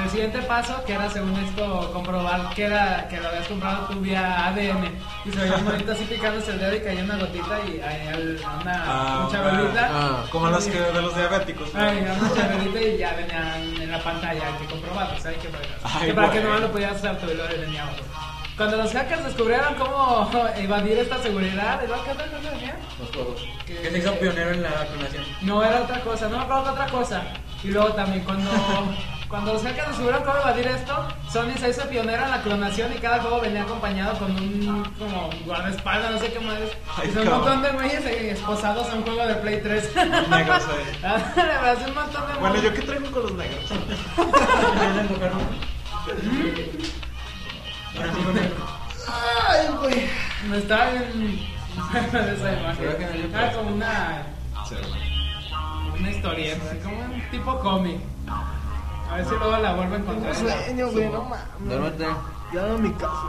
S3: El siguiente paso, que era según esto, comprobar que era que lo habías comprado tú vía ADN. Y se veía un monito así picándose el dedo y cayó una gotita y ahí al- a una
S5: Ah,
S3: un chavalita.
S6: ah,
S5: Como los que de los diabéticos. ¿no?
S3: Ay, era una charolita y ya venían en la pantalla que comprobar, ¿sabes qué para
S5: Ay,
S3: Que para
S5: güey.
S3: que nomás lo podías usar tú y luego le venía otro. Cuando los hackers descubrieron cómo evadir esta seguridad, ¿el hacker no venía?
S6: Los juegos.
S3: Que-
S2: Que se hizo pionero en la vacunación.
S3: No, era otra cosa, no me acuerdo qué otra cosa. Y luego también cuando, cuando los hackers descubrieron cómo evadir esto, Sony se hizo pionera en la clonación y cada juego venía acompañado con un como guardaespaldas, no sé qué más.
S5: Ay,
S3: y son un
S5: cabrón.
S3: montón de güeyes eh, esposados en un juego de Play 3.
S5: Negros, eh.
S3: La verdad, es un montón de
S5: Bueno,
S3: monos.
S5: ¿yo qué traigo con los negros?
S2: Ya le enfocaron. Ahora sí, con él.
S3: No estaba bien esa
S6: Creo que no
S3: imagen.
S6: hay
S3: Era como una,
S6: Ah,
S5: Sí,
S3: una historieta, así como un tipo cómic. A ver si luego la vuelvo a encontrar. en la-
S1: Sueño, Pues, güey, no mames.
S6: Duérmete.
S1: Ya no mi casa.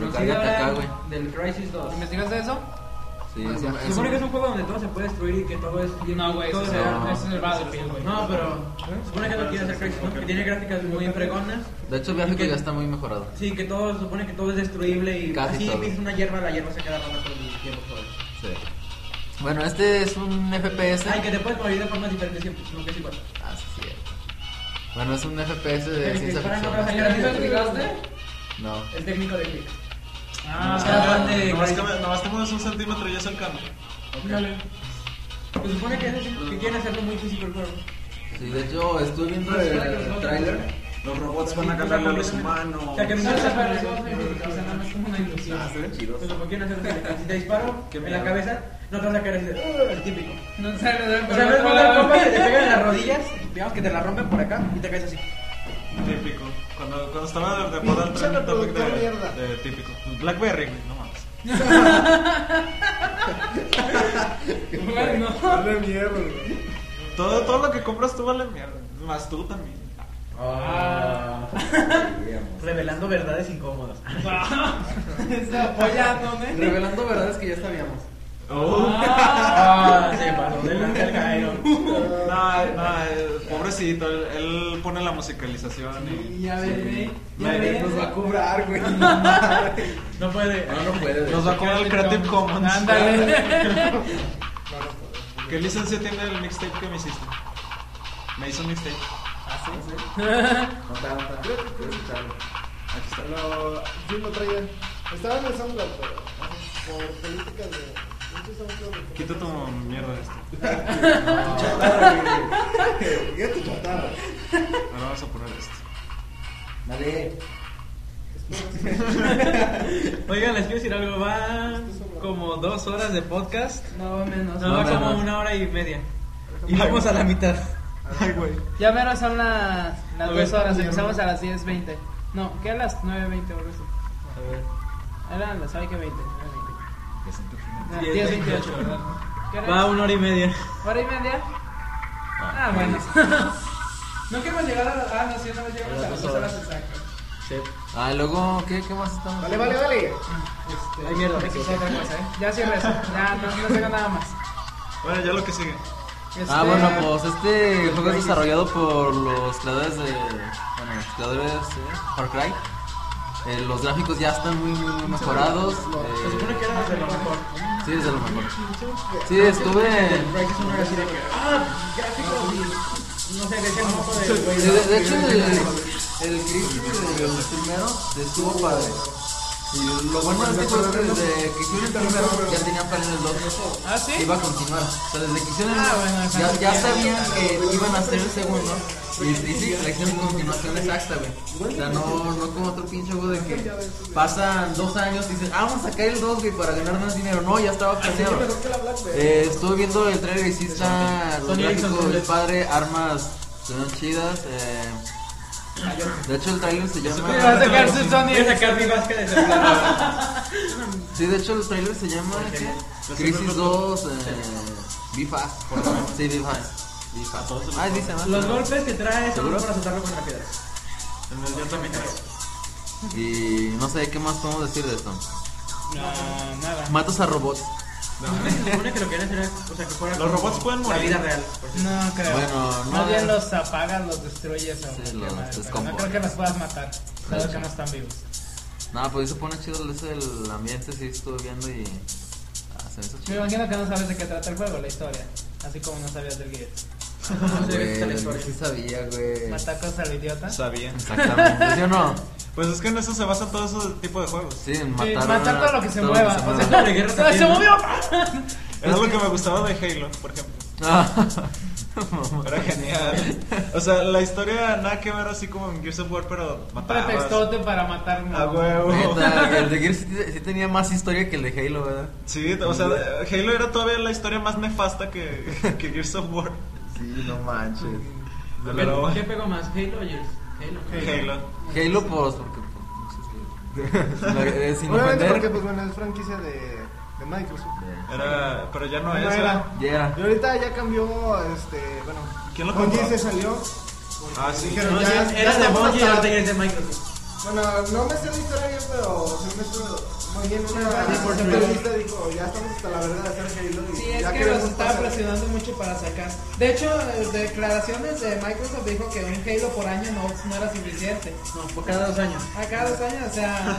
S6: Recárgate acá, güey.
S2: Del Crisis 2.
S3: ¿Investigas eso?
S6: Sí, es un-
S2: Se
S6: es
S2: supone que es
S6: un-
S2: un juego donde todo se puede destruir y que todo es.
S3: No, güey,
S2: todo
S3: eso es
S2: es-
S3: el- eso es el Battlefield, güey.
S2: No, pero. se Supone que no quiere hacer Crisis 1, que tiene gráficas muy fregonas.
S6: De hecho, el gráfico ya está muy mejorado.
S2: Sí, que todo se supone que todo es destruible y
S6: Casi
S2: así
S6: todo.
S2: pides una hierba, la hierba se queda rota todo el tiempo. todo.
S6: Sí. Bueno, este es un FPS.
S2: Ay, que te puedes morir de formas diferentes siempre, nunca es igual.
S6: Ah, sí, sí. Bueno, es un FPS de
S2: El que
S6: ciencia
S2: dispara no
S6: ficción.
S2: me
S3: ¿Ya lo investigaste?
S6: No.
S2: El técnico de Click.
S3: Ah,
S2: Ah, bastante
S5: Nomás que
S2: crazy.
S5: me- nomás te mueves un centímetro y ya es el cambio.
S2: Dale. Se supone que, es así, que quieren hacerlo muy físico el juego.
S6: Sí, de hecho, estuve viendo el tráiler.
S5: Los robots
S2: Sí, completamente. O sea, que no
S3: no se
S2: se separe,
S3: parece,
S2: no, no, no,
S3: o sea, nada más como una ilusión.
S5: Ah,
S2: Pues lo que quieren hacer es que si te disparo en la cabeza, no te vas a caer así de, "Ugh", el típico.
S3: No sé, le dan
S2: O
S3: por
S2: sea, ves
S3: otro
S2: cuando la
S3: lado.
S2: rompen, te pegan en las rodillas, digamos que te la rompen por acá y te caes así.
S5: Típico. Cuando, cuando estaba de, de moda el
S1: Pinche
S5: trending topic
S1: reproductor
S5: de,
S1: mierda.
S5: de típico. Blackberry, güey, no mames.
S3: Bueno,
S1: Dale mierda, güey.
S5: Todo, todo lo que compras tú vale mierda. Más tú también.
S2: Ah. Revelando verdades incómodas.
S3: Está apoyándome.
S2: Revelando verdades que ya sabíamos.
S5: Oh.
S3: Ah.
S2: Ah, se pasó de lanza el Jairo.
S5: No, eh, no, el pobrecito, él, él pone la musicalización.
S3: Y
S5: Y...
S3: Ya ven, ya
S5: Me-
S3: ven.
S6: Nos va a cobrar, güey.
S2: No puede.
S6: No, no puede.
S5: Nos va a cobrar el Creative Commons.
S3: Ándale.
S5: ¿Qué licencia tiene el mixtape que me hiciste? Me hizo un mixtape. Aquí está.
S12: Lo, sí lo traían. Estaba en el SoundCloud, pero ajá, por políticas de. muchos SoundCloud de-
S5: Quita tu mierda de esto.
S1: Ya te chatarra.
S5: Ahora vamos a poner esto.
S6: Dale.
S2: Oigan, les quiero decir algo. Van como dos horas de podcast.
S3: No, menos.
S2: No, va
S6: no,
S2: como
S6: no.
S2: una hora y media. Y vamos a la mitad.
S5: Ay, güey.
S3: Ya menos son las, las
S2: A
S3: dos
S2: ver,
S3: horas. Empezamos a las 10.20. No, ¿qué a las 9.20 o algo así? Eran las, ¿sabes qué? 20.
S2: Sí,
S3: 10.28.
S2: es
S3: 10.28,
S2: 28,
S3: ¿verdad? ¿Qué hora
S2: Va
S3: es?
S2: una hora y media.
S3: ¿Hora y media? Ah, bueno. no queremos llegar a las. Ah, no, sí, no llegamos a las dos horas exactas.
S6: Ah, luego, ¿qué, qué más estamos?
S1: Vale, vale, vale.
S2: Ay, mierda.
S3: Hay que hacer otra cosa, ¿eh? Ya cierro eso. Ya no, no tengo nada más.
S5: Bueno, ya lo que sigue.
S3: Este,
S6: Ah, bueno, pues este juego es desarrollado por los creadores de. Bueno, los creadores de Far Cry. Eh, los gráficos ya están muy, muy, muy mejorados.
S2: Se supone
S6: eh,
S2: que era de lo mejor.
S6: sí, es de lo mejor. Sí, estuve.
S2: No sé, decía el moco de
S6: Sí, de, de hecho, el, el Crisis del primero estuvo padre. Y lo bueno de este juego es que desde que hicieron el primero ya tenían para en el 2.
S3: ¿Ah, sí?
S6: iba a continuar. O sea, desde que hicieron
S3: Ah, bueno,
S6: ya, ya sabían que iban a hacer el segundo. Y, y sí, la hicieron continuación exacta, güey. O sea, no, no como otro pinche juego de que pasan dos años y dicen, ah, vamos a sacar el 2, güey, para ganar más dinero. No, ya estaba planeado. Eh, estuve viendo el trailer y sí está los
S2: Sony Ericsson,
S6: gráficos
S2: Sony
S6: del
S2: Ericsson.
S6: padre, armas se ven chidas. Eh. De hecho, el trailer se
S3: Va a
S6: llama.
S3: sacar su
S2: Voy a
S3: Sony.
S2: sacar mi vasca de celular.
S6: Sí, de hecho, el trailer se llama ¿qué? Crisis 2 eh, Bifaz. Sí, Bifaz. Bifaz. Ah, dice, ¿no?
S2: Los golpes que trae son
S6: ¿Seguro?
S2: para soltarlo contra piedras.
S5: Yo también creo.
S6: Y no sé qué más podemos decir de esto.
S2: No, nada.
S6: Matas a robots.
S2: Se supone que lo que era era, o sea, que fuera
S5: Los
S2: como
S5: robots pueden
S2: la
S5: morir.
S2: vida real.
S3: No creo.
S6: Bueno,
S3: Más
S6: no.
S3: bien los apagas, los destruyes o
S6: Sí,
S3: qué
S6: los
S3: madre, pero No
S6: descompone.
S3: creo que los puedas matar. Claro que no están vivos.
S6: Nada, pues se pone chido ese el ambiente, sí estuve viendo y. Ah, se me hizo
S3: Me
S6: chido.
S3: imagino que no sabes de qué trata el juego, la historia. Así como no sabías del guía.
S2: No sé, esta es la
S6: Güey,
S2: historia.
S6: sí sabía, güey.
S3: Matacos al idiota.
S5: Sabía.
S6: Exactamente. ¿Sí o no?
S5: Pues es que en eso se basan todo ese tipo de juegos.
S6: Sí, en
S3: Sí,
S6: matar,
S3: matar todo lo que se mueva.
S6: se
S3: O
S6: mueva.
S3: sea,
S2: De guerra
S3: ¡Se
S2: también,
S3: se
S2: ¿no?
S3: movió!
S5: Ah, Era lo que me gustaba de Halo, por ejemplo.
S6: Ah,
S5: Era genial. O sea, la historia nada que ver así como en Gears of War, pero matabas.
S3: Pretextote para matar.
S5: A
S2: Oh.
S5: huevo.
S6: Neta, el de Gears sí, sí tenía más historia que el de Halo, ¿verdad?
S5: Sí, o sea, Halo era todavía la historia más nefasta que, que Gears of War.
S6: Sí, no manches.
S5: Pero
S2: ¿Qué pegó más? ¿Halo o Gears? Halo.
S5: Halo.
S6: Halo, pues, porque. pues, no sé, eh, Sin
S1: Obviamente porque,
S6: ofender.
S1: pues bueno, es franquicia de, de Microsoft.
S5: Era, pero ya no
S1: No
S5: es.
S1: era.
S5: ¿verdad?
S6: Ya.
S1: Y ahorita ya cambió, este, bueno.
S5: ¿Quién lo
S1: Bungie
S5: compró?
S1: se salió.
S5: Ah, sí.
S1: Dijeron,
S2: No,
S1: ya,
S2: sí,
S1: ya
S2: era de
S1: estamos
S2: Bungie y
S1: hasta-
S2: ahora es de Microsoft.
S1: Bueno, no me sé la historia bien, pero se me estuvo muy bien. Una entrevista dijo, ya estamos hasta la verdad de hacer Halo. y
S3: Sí, es
S1: ya
S3: que
S1: queremos
S3: los estaba
S1: pasar".
S3: presionando mucho para sacar. De hecho, eh, declaraciones de Microsoft dijo que un Halo por año no, no era suficiente.
S2: No, fue cada dos años.
S3: A cada dos años, o sea,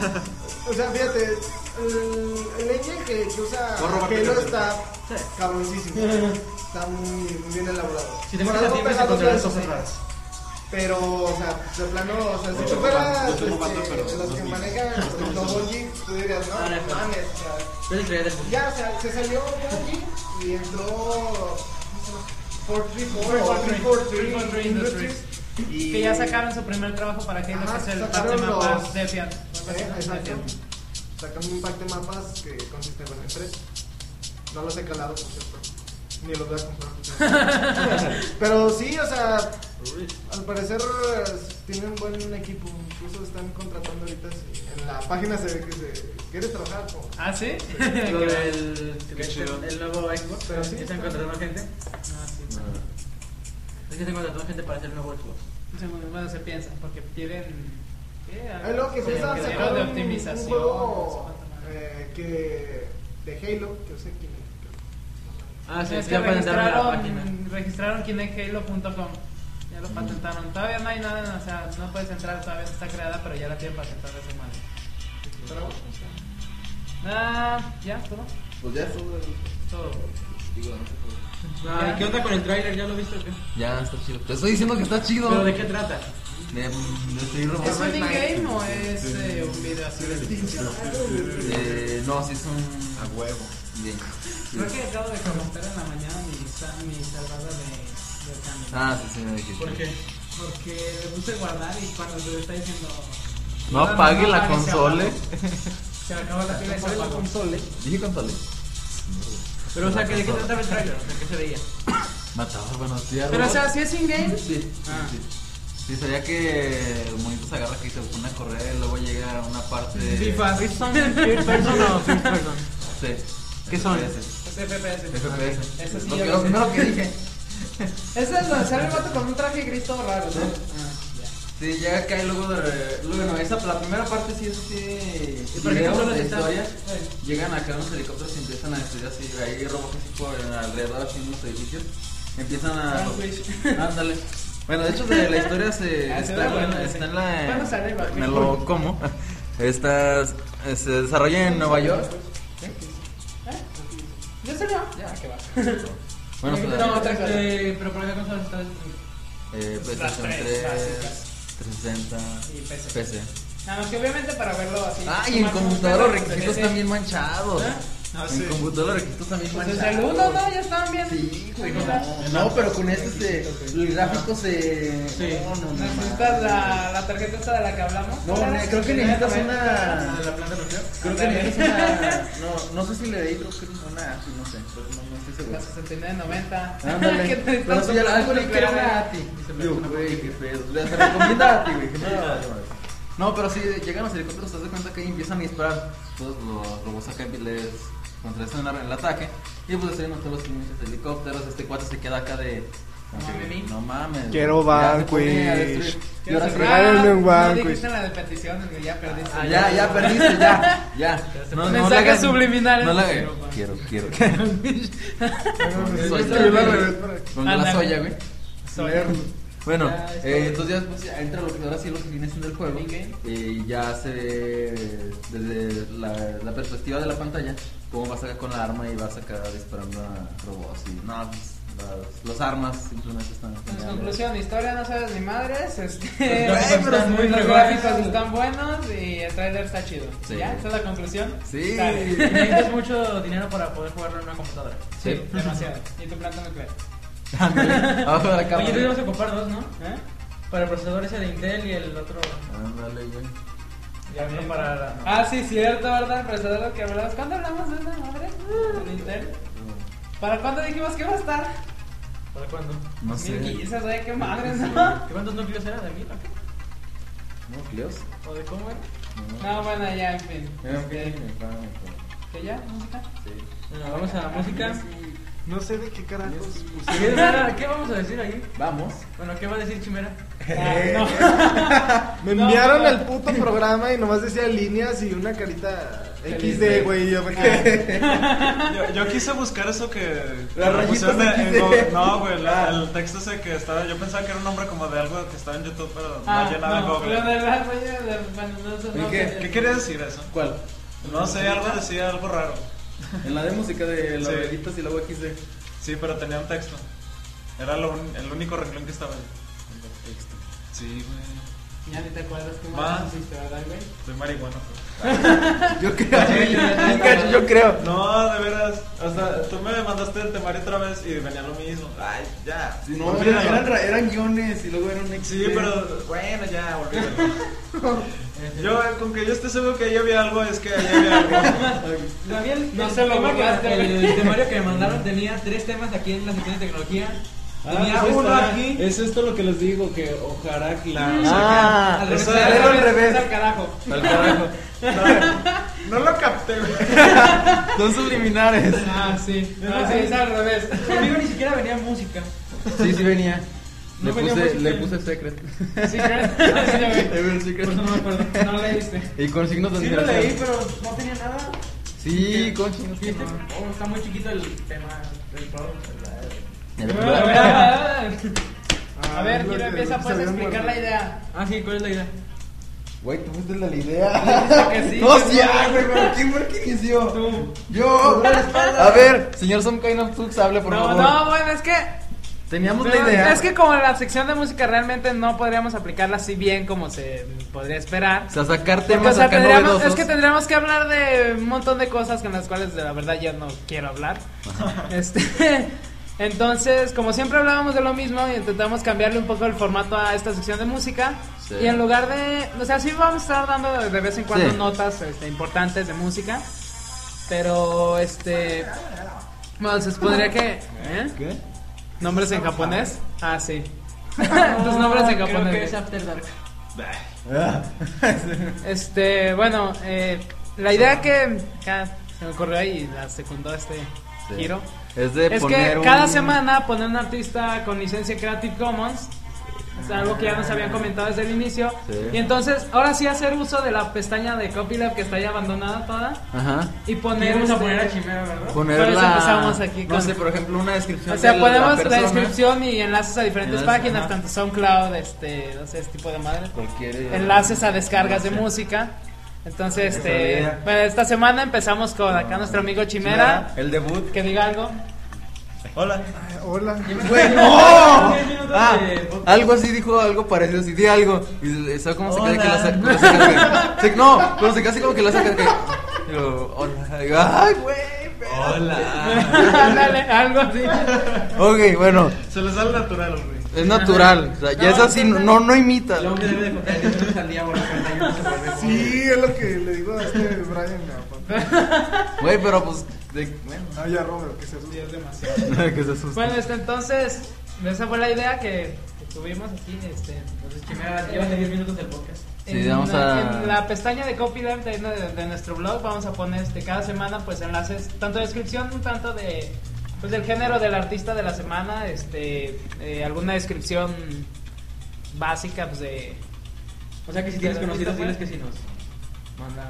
S1: O sea, fíjate, el, el engine que, que usa
S5: Voy a robarte
S1: Halo
S5: la
S1: está cabroncísimo. Está muy, muy bien elaborado.
S2: Si te
S1: Por
S2: metes a
S1: algo pegado,
S2: tiempo, se encontrarán
S1: pues,
S2: cosas
S1: sí.
S2: raras.
S1: Pero, o sea, de plano, o sea, si fuera
S5: yo tomo vato, pero
S1: los que manejan el Bungie, tú dirías, no,
S2: Ah, no,
S1: mames,
S2: no.
S1: o sea,
S2: Yo le creía del fútbol.
S1: Ya, o sea, se salió Bungie y entró 434 o 343 Industries. Y
S3: que ya sacaron su primer trabajo para Halo,
S1: Ajá,
S3: que es el
S1: sacaron
S3: parte
S1: los-
S3: mapas Defiant.
S1: Eh, exacto. Sacaron un pack de mapas que consiste bueno, en tres. No los he calado, por cierto. Ni los voy a comprar. Pero sí, o sea, al parecer eh, tienen buen equipo. Incluso están contratando ahorita. sí. En la página se ve que se. ¿Quieres trabajar con.?
S3: ¿Ah, sí?
S2: Lo
S3: Qué
S2: del
S5: Qué chido.
S2: el nuevo Xbox.
S1: Pero sí,
S2: ¿Están
S1: está-
S3: Ah,
S2: encontrando gente? Es que se contrató gente para hacer el nuevo Xbox.
S3: Sí, Bueno, se piensa, porque quieren. ¿qué?
S11: Es lo que
S3: Como
S11: empieza a
S3: que
S11: sacar
S3: de
S11: un, un
S3: optimización.
S11: juego
S3: no sé
S11: eh, que de Halo, que yo sé quién
S2: Ah,
S3: cuánto.
S2: sí,
S3: es
S2: es
S3: que
S2: ya patentaron la página.
S3: registraron, registraron kinecthalo.com. Ya lo patentaron. Todavía no hay nada, o sea, no puedes entrar, todavía no está creada, pero ya la tienen patentada esa madre. Pero bueno, o sea. Ah, ya, todo.
S6: Pues ya eso, güey.
S3: Todo.
S6: Digo, no sé, pues.
S2: Ah, ¿y ¿Qué onda con el tráiler? ¿Ya lo viste o qué?
S6: Ya, está chido. Te estoy diciendo que está chido.
S2: ¿Pero de qué trata?
S6: De, de este pues,
S3: ¿Es
S6: seguir robando.
S3: un in-game o es eh, un video así?
S6: Eh, no, sí es un.
S5: A huevo.
S6: Bien.
S3: Creo que acabo de comentar en la mañana mi, sa- mi salvada de, de cambio.
S6: Ah, sí, sí, me dijiste.
S2: ¿Por qué?
S3: Porque le puse guardar y cuando se le está diciendo.
S6: No apague la
S3: apague, se
S6: console.
S3: apaga. Se acabó la pila y se apagó.
S6: Dije console.
S2: Pero, o sea, ¿que ¿de qué trataba el tráiler? ¿De qué se veía?
S6: Matador, buenos días.
S3: Pero o
S6: Robot.
S3: sea, si es in-game.
S6: Sí, sí, sí. Sí, sabía que el monito se agarra que se pone a correr, luego llega a una parte.
S3: FIFA.
S2: ¿Qué son? ¿First person o first person?
S6: Sí.
S2: ¿Qué son?
S6: FPS.
S3: Es FPS.
S6: FPS.
S3: Eso sí
S6: Lo
S3: ya
S6: que-
S3: lo
S6: lo
S3: sé.
S6: primero que dije.
S3: Ese es donde sale el vato con un traje gris todo raro, ¿no?
S6: Sí, llega acá y luego de. Luego, no, esa, la primera parte sí es así.
S2: ¿Y por qué
S6: video
S2: solo
S6: de
S2: se está-
S6: historia. Llegan acá unos helicópteros y empiezan a destruir así. Ahí robos así por alrededor, así en los edificios. Empiezan a.
S3: Ah,
S6: Ándale. Bueno, de hecho, de la historia se.
S3: Ah, se
S6: está,
S3: ve bueno,
S6: en-
S3: sí.
S6: está en la.
S3: Bueno, sale, va.
S6: me lo como. Está, se desarrolla en Nueva York.
S3: ¿Ya salió? Ya, que va.
S6: Bueno, pues,
S2: No, este, pero ¿por qué consola está?
S6: eh, PlayStation 3, 360,
S3: Y PC.
S6: PC.
S3: Nada más que obviamente para verlo así.
S6: Ay, en
S3: tomar
S6: computadora los
S3: fotos, etc.
S6: requisitos están bien
S2: ¿Eh?
S6: manchados.
S5: Ah,
S6: En
S5: sí.
S6: computadora los requisitos también
S3: Pues el
S6: manchados.
S3: segundo, ¿no? Ya estaban bien.
S6: Sí, güey, no.
S3: Ajá.
S6: No, pero con este se- el gráfico se.
S2: Sí.
S6: Eh, No, no, no.
S3: Necesitas la, la tarjeta esta de la que hablamos.
S6: No,
S3: ¿Cuál
S6: ne-
S3: era?
S6: creo que necesitas
S5: ¿La
S6: una.
S5: de la planta nuclear?
S6: Creo que necesitas una. No, no sé si le di, creo que una ATI, no sé. pero No, no estoy
S3: La
S6: seguro.
S3: 6990.
S6: Ándale. Pero eso ya la algo le quiero una ATI. Yo, güey, qué pedo. Le se recomienda ATI, güey. que no la vale, madre. No, pero sí, llegan los helicópteros, te das cuenta que ahí empiezan a disparar. Todos los robots acá les contrastan el ataque. Y pues están todos los pinches helicópteros. Este cuate se queda acá de. No mames.
S1: Quiero
S6: güey. Ya se pone a
S1: Vanquish.
S6: destruir. Y
S1: Quiero
S6: ahora sí,
S1: sacar- Regálenme un
S3: No
S1: banco,
S3: dijiste la de peticiones, güey, ya perdiste.
S6: Ah, ya, ya perdiste, ya, ya. No,
S3: Mensajes
S6: le hagas-
S3: subliminales.
S6: No la Quiero, quiero.
S11: es.
S6: Soya, güey. Con la
S3: Ándale.
S6: soya, güey.
S11: Leerlo.
S6: Bueno,
S3: Ya, es
S6: eh,
S3: todo.
S6: entonces ya después entra lo que ahora sí lo que viene siendo el juego. eh,
S3: In-game.
S6: Y ya se ve desde la, la perspectiva de la pantalla cómo vas acá con la arma y vas acá disparando a robots. Y no, pues, las, las armas simplemente están.
S3: Pues, conclusión, historia no sabes ni madres, este,
S6: Los gráficos
S3: pero
S6: están muy
S3: los
S6: buenos.
S3: gráficos están buenos y el trailer está chido.
S6: Sí.
S3: ¿Ya? ¿Esa es la conclusión?
S6: Sí.
S3: Dale.
S2: Necesitas mucho dinero para poder jugarlo en una computadora.
S3: Sí, demasiado. Y tu planta nuclear.
S6: Abajo de Ah, la
S2: Oye, tú ibas
S6: cámara.
S2: a comprar dos, ¿no?
S3: ¿Eh?
S2: Para el procesador ese de Intel y el otro.
S6: Ándale, güey.
S2: Ya no para la.
S3: Ah, sí, cierto, ¿verdad? Pero eso es lo que hablamos. ¿Cuándo hablamos de esa madre? Ah, ¿De Intel? ¿Para cuándo dijimos que va a estar?
S2: ¿Para cuándo?
S6: No sé.
S3: 2015, güey, qué madre, ¿no?
S2: ¿Qué cuántos núcleos era? ¿De mil o qué?
S6: ¿No, Cleos?
S2: ¿O de cómo era?
S3: No, bueno, ya, en fin.
S6: Era un
S3: Este,
S6: pequeño, estaba muy joven.
S3: ¿Que ya? ¿Música?
S2: Bueno, vamos a la música.
S1: No sé de qué carajos
S2: ¿Qué, era- ¿Qué Ah, vamos a decir ahí?
S6: Vamos.
S2: Bueno, ¿qué va a decir Chimera?
S1: Me
S3: No,
S1: enviaron
S3: no.
S1: el puto programa y nomás decía líneas y una carita
S3: Feliz,
S1: XD, güey. y Yo me
S2: Ah.
S1: quedé.
S5: Yo, yo quise buscar eso que.
S6: Las
S5: que
S6: rayitas
S5: pusieron en- en
S6: XD.
S5: Google. no, güey, la- el texto ese que estaba. Yo pensaba que era un nombre como de algo que estaba en YouTube, pero
S2: Ah,
S5: no llenaba en
S3: Ah, no,
S5: Google.
S3: pero de verdad, güey, de- bueno, no sé, no
S6: qué?
S3: sé.
S5: ¿Qué quería decir eso?
S6: ¿Cuál?
S5: No sé, algo decía algo raro.
S6: En la de música de las
S5: Sí.
S6: rayitas y luego XD.
S5: Sí, pero tenía un texto. Era lo un- el único renglón que estaba ahí. Sí, güey.
S3: Ya ni te acuerdas cómo
S5: Va.
S3: lo hiciste, ¿verdad, güey?
S5: Soy marihuana. pues. güey.
S6: Yo creo. Yo creo.
S5: No, de veras. O sea, tú me mandaste el temario otra vez y venía lo mismo. Ay, ya.
S6: No,
S5: Olvídalo.
S6: eran, ra- eran guiones y luego eran XD.
S5: Sí, pero bueno, ya, olvídalo. yo, eh, con que yo esté seguro que ahí había algo, es que ahí había algo.
S2: También
S3: No se lo borraste,
S2: El,
S3: güey.
S2: temario que me mandaron tenía tres temas aquí en la sección de tecnología. Tenía uno aquí.
S5: Es esto lo que les digo, que ojalá claro.
S1: Ah,
S2: Al revés,
S5: eso
S2: al
S5: era
S2: revés,
S5: al
S1: revés.
S2: al carajo.
S6: Al carajo.
S5: No lo capté, güey.
S6: Son subliminares.
S3: Ah, sí.
S2: No,
S3: No, sí,
S2: sí.
S3: es al revés.
S2: Conmigo ni siquiera venía música.
S6: Sí, sí venía. Le
S2: venía
S6: puse,
S2: por
S6: le
S2: Secret.
S6: puse secret.
S2: Secret. Ah, sí, güey.
S6: Evil Secret.
S2: Por eso no me acuerdo. No leíste.
S6: Y con signos de
S2: Sí lo
S6: admiración.
S2: leí, pero no tenía nada.
S6: Sí, con signos de
S2: ¿Viste?
S6: admiración.
S2: Oh, está muy chiquito el tema del producto.
S3: Ah, A ver, quiero empieza pues a explicar la idea.
S2: Ah, sí, ¿cuál es la idea?
S6: Güey, tú fuiste la idea. no, sí, ah, güey, pero ¿quién fue el que inició?
S2: Tú.
S6: Yo. A ver, señor Some Kind of Tux, hable, por
S3: No,
S6: favor.
S3: no, bueno, es que
S6: Teníamos
S3: Pero
S6: la idea.
S3: Es que como la sección de música realmente no podríamos aplicarla así bien como se podría esperar.
S6: O sea, sacar
S3: Porque, o
S6: temas
S3: sea,
S6: acá
S3: tendríamos-
S6: novedosos.
S3: es que tendríamos que hablar de un montón de cosas con las cuales de la verdad yo no quiero hablar. Este, entonces, como siempre hablábamos de lo mismo y intentamos cambiarle un poco el formato a esta sección de música.
S6: Sí.
S3: Y en lugar de, o sea, sí vamos a estar dando de- de vez en cuando
S6: Sí.
S3: notas este, importantes de música, pero este, bueno, se supondría que, ¿eh?
S6: ¿Qué?
S3: ¿Nombres en japonés? Ah, sí. Tus nombres en
S2: Creo que es
S3: japonés.
S2: After Dark.
S6: Ah.
S3: Este, bueno, eh, la idea que acá se me ocurrió y la secundó este
S6: Sí.
S3: giro.
S6: Es de
S3: Es
S6: poner
S3: que
S6: un-
S3: cada semana poner un artista con licencia Creative Commons. Es algo que ya nos habían comentado desde el inicio.
S6: Sí.
S3: Y entonces, ahora sí hacer uso de la pestaña de copyleft que está ahí abandonada toda.
S6: Ajá.
S3: Y poner
S2: Vamos a
S3: este-
S2: poner a Chimera, ¿verdad?
S6: Poner
S3: Por eso
S6: la...
S3: empezamos aquí
S6: No
S3: con-
S6: sé, por ejemplo, una descripción
S3: O sea,
S6: de
S3: ponemos la
S6: persona.
S3: descripción y enlaces a diferentes
S6: Enlaces,
S3: páginas,
S6: ajá.
S3: tanto SoundCloud, este, no sé, ese tipo de madre.
S6: Cualquier... eh,
S3: enlaces a descargas de música. Entonces, este,
S6: sabía.
S3: bueno, esta semana empezamos con acá nuestro amigo Chimera.
S6: El debut.
S3: Que diga algo.
S5: Hola.
S1: Hola.
S6: ¡Güey, no!
S2: Diez minutos
S6: Ah,
S2: de podcast.
S6: algo así dijo, algo parecido así, di algo. Y ¿sabes cómo se queda que la
S2: Hola.
S6: saca? que la saca, güey? Se- no, pero se queda así como que la saca. Que, y luego, hola. Y yo, ¡Ay, güey!
S5: Hola.
S3: Ándale, algo así.
S6: Ok, bueno,
S5: Se les sale natural, güey.
S6: es natural. O sea, ya
S3: No,
S6: es así, no, no, imita.
S2: El hombre debe de contar que minutos al día, bueno, 41 se vuelve.
S1: Sí, es lo que le digo a este Brian. a-
S6: Güey, pero pues. de- bueno,
S1: No, Ah, ya Robert, que se asusta.
S6: que se asusta.
S3: Bueno, este, entonces, esa fue la idea que, que tuvimos aquí. Este,
S2: Entonces, Chimera, llevas 10 minutos del podcast.
S6: Sí, vamos
S3: la,
S6: a-
S3: en la pestaña de copyleft de, de- de nuestro blog vamos a poner este, cada semana pues enlaces, tanto de descripción, tanto de pues del género del artista de la semana, este, eh, alguna descripción básica pues de
S2: O sea que si tienes conocidos, diles
S3: pues.
S2: que si nos mandan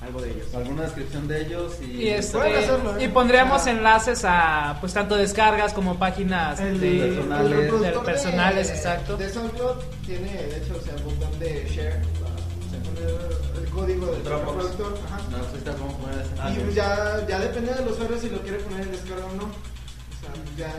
S2: algo de ellos.
S6: Alguna descripción de ellos y.
S3: Y, este,
S1: Pueden hacerlo, ¿eh?
S3: y pondríamos enlaces a pues tanto descargas como páginas
S1: El
S3: de-
S6: personal.
S1: el
S6: del
S1: reproductor de-
S3: personales, exacto.
S11: De SoundCloud tiene, de hecho, o sea, el botón de share. O sea, pone el código del
S6: Dropbox.
S11: reproductor. Ajá.
S6: No, pues ahorita vamos a poner esa.
S5: Ah,
S3: ah,
S11: y pues ya, ya depende del usuario si lo quiere poner en descarga o no. O sea, ya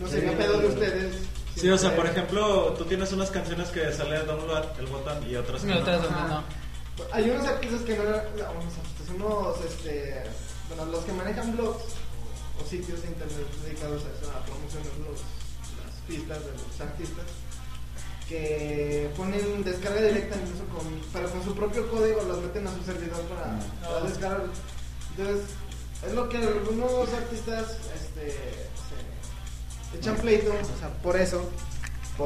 S11: no sería pedo de ustedes.
S5: Sí, o sea, por ejemplo, tú tienes unas canciones que sale download el botón y otras que
S3: Y
S5: no.
S3: otras donde
S11: Ajá.
S3: no.
S11: Hay unos artistas que no eran, no, unos artistas, unos, este, bueno, los que manejan blogs o sitios de internet dedicados a eso, a promocionar los, las pistas de los artistas, que ponen descarga directa incluso con, pero con su propio código los meten a su servidor para, para descargar. Entonces, es lo que algunos artistas, este, se echan pleito, o sea, por eso,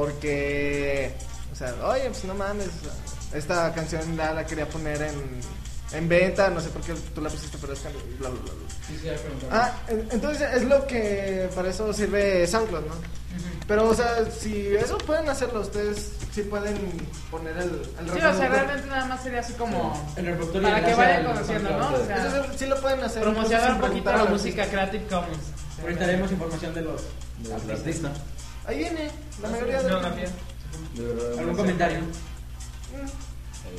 S1: Porque, o sea, oye, pues no mames, o sea, esta canción la, la quería poner en, en venta, no sé por qué tú la pusiste, pero es que bla, bla, bla, bla. Ah, en- entonces es lo que para eso sirve SoundCloud, ¿no? Pero, o sea, si eso pueden hacerlo, ustedes sí pueden poner el, el
S3: Sí, o sea,
S1: reproductor.
S3: realmente nada más sería así como
S2: El reproductor y
S3: para que
S2: enlace
S3: vayan
S2: al-
S3: conociendo, ¿no? O sea,
S1: Eso sí, sí lo pueden hacer.
S3: promocionar un
S1: incluso sin
S3: poquito
S1: preguntar
S3: la
S1: al
S3: música
S1: artista.
S3: Creative Commons.
S2: Ahorita haremos información de los
S6: Del artista.
S1: Ahí viene, la mayoría de...
S3: Biografía.
S6: De verdad,
S2: ¿Algún
S6: no sé.
S2: comentario?
S1: Mm,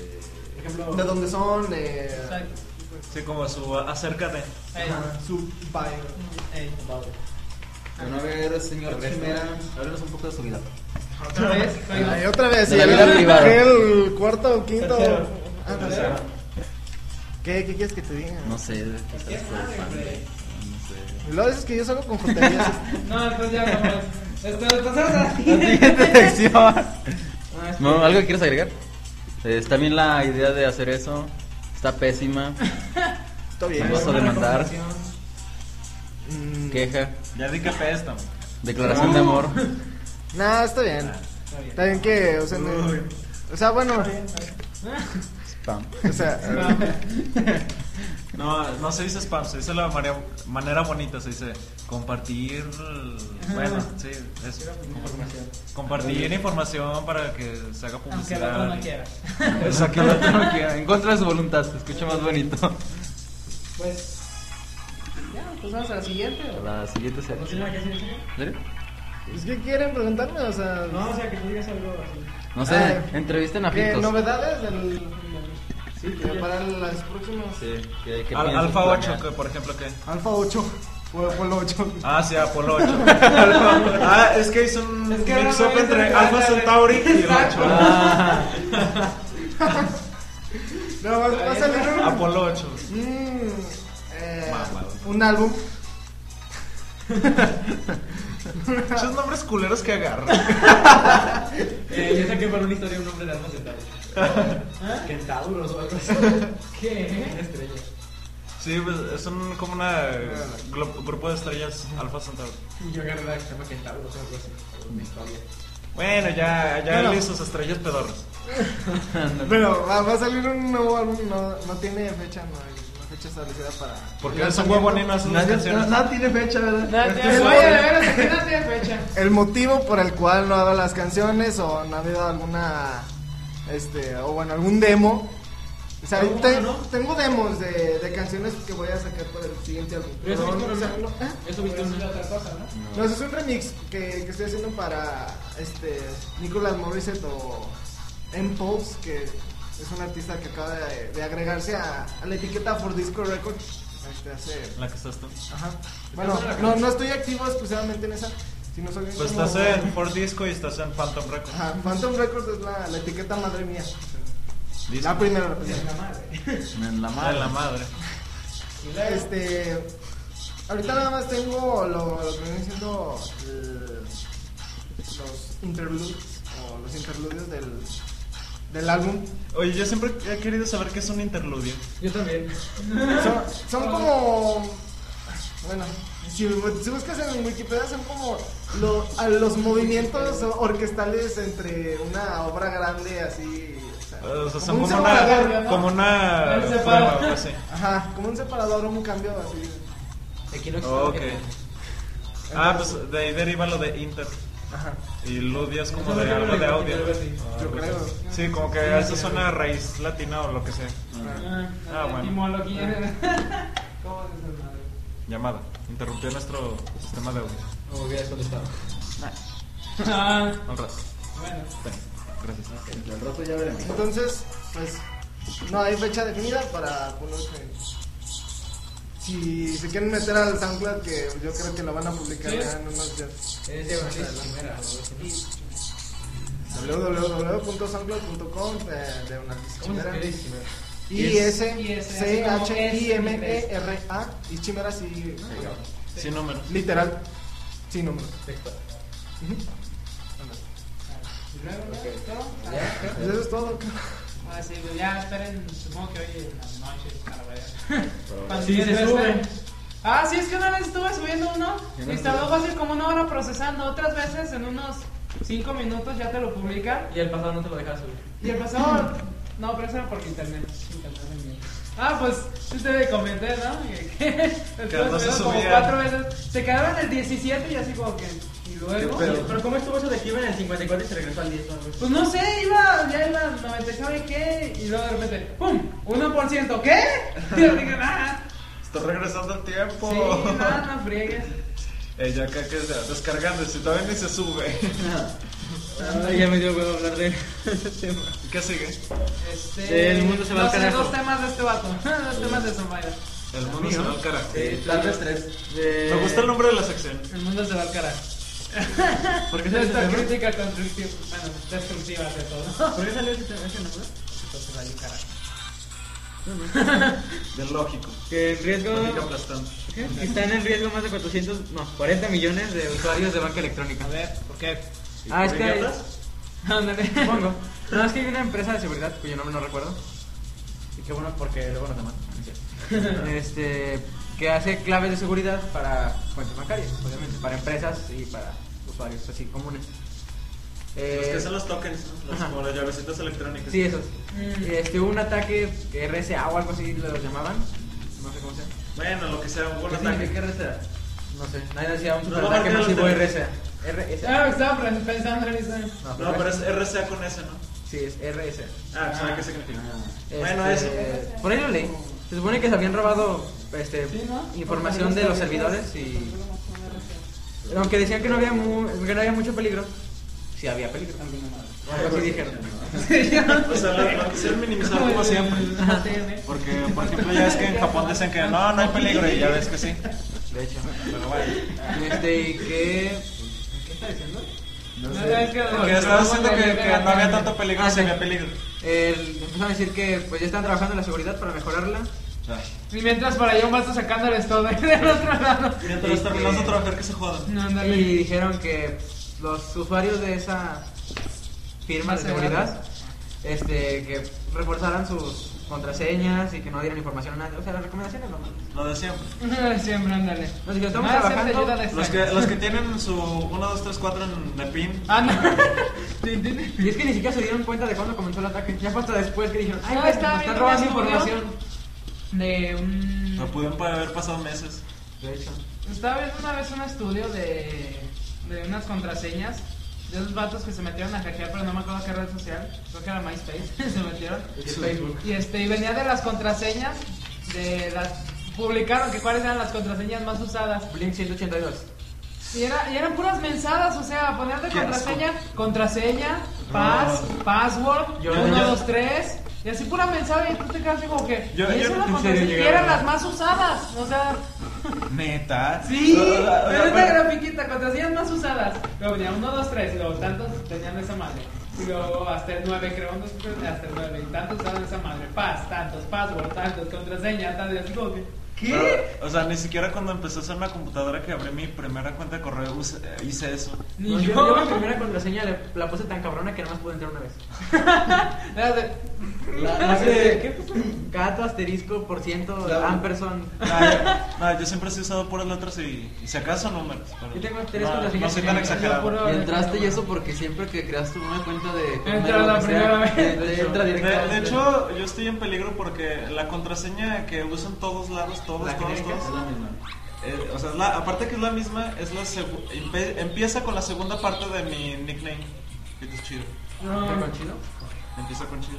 S2: Por ejemplo,
S1: De dónde son, eh,
S3: Exacto.
S5: Sí, como su acércate.
S3: Ey,
S1: ajá, su bio.
S3: ey.
S6: Bueno, a ver, señor Chimera, háblenos un poco de su vida.
S3: Otra vez, oigo.
S1: Ay, otra vez,
S6: De la
S1: ya
S6: vida
S1: vi-
S6: privada.
S1: vi El cuarto o quinto.
S5: Tercero.
S1: Ah, tercero. ¿Qué, ¿Qué quieres que te diga?
S6: No sé, quizás por el fan de- No
S1: Lo dices que yo salgo con joterías.
S3: No, entonces ya no más. Este, pasamos a la
S6: sé.
S3: siguiente.
S6: Siguiente sección. No, ¿Algo que quieras agregar? Eh, está bien la idea de hacer eso. Está pésima.
S1: Está bien.
S6: Me vas a demandar.
S1: Mm,
S6: Queja.
S5: Ya di que pesta.
S6: Declaración de amor.
S1: Nah, está bien. Está bien que, o sea, no- o sea, eh. bueno,
S6: Spam.
S1: o sea,
S5: No, no se dice spam, se dice la manera, manera bonita, se dice compartir. Bueno, sí, eso. Compartir información para que se haga
S3: Aunque
S5: publicidad.
S3: el otro no quiera.
S2: Exacto, no tengo que- en contra de su voluntad, se escucha más bonito.
S3: Pues. Ya, pues vamos a la siguiente. ¿o?
S2: La siguiente
S6: ¿No
S2: serie.
S6: tiene nada que hacer en serio?
S2: ¿En serio?
S1: Es que quieren preguntarme, o sea.
S6: No, o sea, que tú digas algo así.
S2: No sé,
S1: Ah,
S2: entrevisten a
S1: ¿Qué
S2: Fitos.
S1: novedades del.
S3: pues
S1: Sí, para las próximas.
S2: Sí, ¿qué- qué
S5: Al-
S2: piensan
S5: Alfa 8,
S2: planear?
S5: que, por ejemplo, ¿qué?
S13: Alfa 8, Polo Polo 8.
S5: Ah, sí, Apolo 8. ah, es que hizo un
S3: Es que ahora
S5: mix-up
S3: no es
S5: entre
S3: el-
S5: Alfa Centauri y el 8.
S2: Ah,
S1: No, va, va a salir un.
S5: Apolo 8.
S1: Mm, eh,
S5: Mamado.
S1: un álbum.
S5: Muchos nombres culeros que agarran.
S6: Eh, yo saqué para una historia un hombre de alma centauro. ¿Ah? Centauros o algo así.
S3: ¿Qué?
S6: Una estrella.
S5: Sí, pues es un, como un grupo de estrellas Alfa Centauri.
S6: Y yo agarré la que se llama centauros o algo así. Una historia.
S5: Bueno, ya, ya
S1: Bueno.
S5: él hizo sus estrellas pedorras.
S1: Pero va, va a salir un nuevo álbum, no, no tiene fecha, no hay una fecha establecida para.
S5: Porque es un huevón y no hace unas
S14: Nadie,
S5: canciones.
S14: nada tiene fecha, ¿verdad?
S3: No tiene- Oye, de veras, aquí no tiene fecha.
S1: El motivo por el cual no ha dado las canciones o no ha habido alguna. Este, o bueno, algún demo. O sea,
S6: ¿Alguno,
S1: te-
S6: no?
S1: tengo demos de, de canciones que voy a sacar para el siguiente álbum.
S6: Pero eso
S1: Pero
S6: viste
S1: no
S6: un
S1: sé,
S6: remix.
S1: no- ¿eh?
S6: Eso viste un
S3: otra cosa, ¿no?
S1: No, eso es un remix que, que estoy haciendo para este Nicolas Morissette o Impulse, que es un artista que acaba de, de agregarse a, a la etiqueta For Disco Records. Este, hace,
S5: La que estás tú.
S1: ajá. Bueno, no, no estoy activo exclusivamente en esa, sino soy
S5: Pues
S1: como-
S5: estás en Ford Disco y estás en Phantom Records.
S1: Ajá, Phantom Records es la, la etiqueta madre mía.
S5: Disco.
S1: La primera. pues, ya.
S2: en la
S5: Ah,
S2: madre.
S5: la madre.
S1: Este. Ahorita nada más tengo lo, lo que vienen siendo eh, los interludes o los interludios del, del álbum.
S5: Oye, yo siempre he querido saber qué es un interludio.
S6: Yo también.
S1: Son, son como. Bueno, si, si buscas en Wikipedia, son como lo- a los movimientos orquestales entre una obra grande así. o sea,
S5: O sea, son
S1: un
S5: como
S1: separador,
S5: una.
S1: ¿no?
S5: Como una.
S3: El separador.
S5: bueno, algo así.
S1: Ajá, como un separador o un cambio así.
S6: Aquí no existe.
S5: Oh, ok. Ah, pues de ahí deriva lo de Inter.
S1: Ajá,
S5: Y ludio es como
S6: Eso
S5: de
S6: es
S5: algo de
S6: algo
S5: audio.
S6: algo así.
S5: Ah,
S1: yo
S5: pues,
S1: creo.
S5: Sí, como que eso es una raíz latina o lo que sea. Ah, bueno.
S3: Etimología.
S6: Ah.
S3: ¿Cómo se dice, madre?
S5: Llamada. Interrumpió nuestro sistema de audio.
S6: Como hubieras contestado.
S3: Ah,
S5: Un rato.
S3: bueno.
S5: Ven, Gracias.
S14: Al rato ya veremos.
S1: Entonces, pues no hay fecha definida para ponerse. Si se quieren meter al SoundCloud, que yo creo que lo van a publicar
S3: Sí.
S1: ya en unos días.
S6: Es de una primera. o algo así.
S1: www.soundcloud.com eh, de una
S6: ¿Cómo se
S1: chimera.
S6: escribe? Chimera?
S1: I
S3: Y
S1: S
S3: ese,
S1: C
S3: así como
S1: H I M
S3: S,
S1: E R A y chimera sí
S5: Sin números.
S1: literal sin número.
S6: Texto.
S3: ¿Y luego, ya? ¿Todo?
S1: Pues eso es todo.
S3: Ah, sí, pues ya esperen, supongo que hoy en la noche para ver. Cuando
S6: Sí, se
S3: ustedes
S6: sube.
S3: vean. Ah, sí, es que una vez estuve subiendo uno
S2: Ya no
S3: y tardó fácil como una hora procesando. Otras veces en unos 5 minutos ya te lo publica.
S6: Y el pasado no te lo dejas subir.
S3: Y el pasado, no, pero eso era porque internet. internet me miente. Ah, pues sí te comenté, ¿no? Que- que estuve
S5: no se
S3: subiendo como
S5: subía.
S3: cuatro veces. Se quedaron en el 17 y así como que. Y luego.
S6: Pero, ¿cómo estuvo eso de que iba en el 54 y se regresó al 10? o algo así?
S3: Pues no sé, iba, ya iba 97 y qué, y luego de repente, ¡pum! 1%, ¿qué? Y yo dije, "Ah". nada,
S5: Estoy regresando al
S3: sí,
S5: tiempo.
S3: nada, no friegues.
S5: Eh, ya acá que está descargando, si todavía ni se sube.
S2: Ay, ya me dio huevo hablar de ese tema.
S5: ¿Y qué sigue?
S3: Este,
S2: El mundo se va
S3: no
S2: al
S3: sé,
S2: carajo.
S3: Dos temas de este vato, dos temas de Zombaira.
S5: El mundo se va al carajo.
S2: Sí, tal vez tres.
S5: Me gusta el nombre de la sección.
S3: El mundo se va al carajo.
S2: ¿Por qué se
S3: Esta
S2: les
S3: crítica constructiva, bueno, destructiva de todo.
S6: ¿Por qué salió ese ese nombre?
S3: Entonces, vaya carajo.
S5: De lógico.
S2: Que en
S5: Lógica
S2: riesgo.
S5: aplastante.
S2: Están en riesgo más de 400, no, 40 millones de usuarios de banca electrónica.
S3: A ver, ¿por qué?
S2: Ah, es
S5: ¿Por qué
S2: que.
S5: hablas?
S2: Ándale, supongo. No, es que hay una empresa de seguridad cuyo nombre no recuerdo.
S6: Y qué bueno porque luego nos demás.
S2: Este. Que hace claves de seguridad para cuentas bancarias, obviamente, para empresas y para usuarios así comunes.
S5: Los
S2: Eh,
S5: que son los tokens, ¿no? los,
S2: ajá.
S5: como las llavecitas electrónicas.
S2: Sí, esos.
S3: Mm.
S2: Este, hubo un ataque RSA o algo así lo llamaban.
S5: no sé cómo sea. Bueno, lo que sea, un buen
S2: ¿Qué
S5: ataque.
S2: significa RSA? No sé, nadie decía un super
S5: vamos a
S2: ataque
S5: quedar
S2: masivo
S5: los tres.
S2: RSA. RSA.
S3: Ah, estaba pre- pensando en eso.
S5: No, pero es RCA con S, ¿no?
S2: Sí, es RSA.
S5: Ah, ¿sabes qué significa? Bueno, eso.
S2: Este, Por ahí lo leí. Se supone que se habían robado este,
S3: Sí, ¿no?
S2: información de los servidores y. Aunque decían que no había, mu- que no había mucho peligro. Sí, había peligro. Algo así dijeron.
S5: O sea, lo, lo quisieron minimizar como siempre. Porque, por ejemplo, ya ves que en Japón decían que no, no hay peligro y ya ves que sí.
S2: De hecho.
S5: Pero bueno.
S2: Este, y que. ¿Qué está diciendo?
S3: No sabes que
S5: Porque estaba diciendo que, que no había tanto peligro,
S2: Ah,
S5: sí
S2: sí.
S5: había peligro.
S2: El- empezaron a decir que pues ya están trabajando en la seguridad para mejorarla.
S3: Y mientras por allá un vato sacándoles todo del otro lado.
S5: Mientras
S2: Y
S5: terminamos de
S2: que-
S5: trabajar, que se jodan.
S3: No, ándale.
S2: Y dijeron que los usuarios de esa firma de seguridad este, que reforzaran sus contraseñas y que no dieran información a nadie. O sea, las recomendaciones normales.
S5: Lo de siempre.
S3: Siempre, ándale. Ah,
S2: Nos dijeron, estamos
S3: Nada, siempre
S2: trabajando.
S3: ayuda de-
S5: Los que, los que tienen su 1, 2, 3, 4 en la PIN.
S3: Ah, no.
S2: Y es que ni siquiera se dieron cuenta de cuándo comenzó el ataque. Ya fue hasta después que dijeron, ay,
S3: No,
S2: pues,
S3: estaba
S2: nos están
S3: viendo
S2: robando
S3: que subió.
S2: información.
S3: De un.
S5: No pudieron haber pasado meses.
S2: De hecho.
S3: Estaba viendo una vez un estudio de, de unas contraseñas de esos vatos que se metieron a hackear, pero no me acuerdo qué red social, creo que era MySpace, se metieron.
S2: Y el Facebook.
S3: Y, este, y venía de las contraseñas, de las, publicaron que cuáles eran las contraseñas más usadas.
S2: Blink 182.
S3: Y, era, y eran puras mensadas, o sea, poner de
S5: Qué asco.
S3: contraseña, contraseña, pass, password,
S2: Yo-
S3: 1,
S5: yo-
S3: 2, 3, y así pura mensada, y tú te quedas así como que,
S5: Yo-
S3: y
S5: yo-
S3: esas eran
S5: en
S3: las
S5: serio
S3: contraseñas, y
S5: llegué a
S3: eran
S5: ver.
S3: las más usadas, o sea...
S5: Neta.
S3: Sí,
S5: Ah,
S3: pero esta
S5: pero-
S3: grafiquita, contraseñas más usadas. Luego venía 1, 2, 3, y luego tantos tenían esa madre. Y luego hasta el 9, creo, unos creo que hasta el 9, y tantos usaban esa madre. Paz, tantos, password, tantos, contraseña, tantos, así como que, ¿qué?
S5: Pero, o sea, ni siquiera cuando empezó a ser una computadora que abrí mi primera cuenta de correo us- eh, hice eso.
S3: Ni
S2: No,
S3: yo.
S2: yo, yo mi primera contraseña le- la puse tan cabrona que nada más pude entrar una vez.
S3: Era de-
S2: La, la de, ¿qué puso? Gato, asterisco, por ciento, ampersand.
S5: Ah, yo- No, yo siempre he usado puras letras y, y si acaso números. pero
S2: Yo tengo tres
S5: no,
S2: contraseñas
S5: No soy
S2: que
S5: tan
S2: me-
S5: exagerado.
S3: yo puro-
S6: Y entraste y eso porque siempre que creas tu nueva cuenta de...
S3: Entra la
S6: lo que sea,
S3: primera
S6: te-
S3: vez.
S6: te entra
S5: De,
S6: directamente.
S5: de hecho, yo estoy en peligro porque la contraseña que uso en todos lados, todos,
S2: La
S5: todos,
S2: genérica
S5: todos.
S2: es la
S5: eh, o sea, es la- aparte que es la misma, es la segu- empe- empieza con la segunda parte de mi nickname. Que es chido.
S2: ¿Con chino?
S5: Empieza con chido.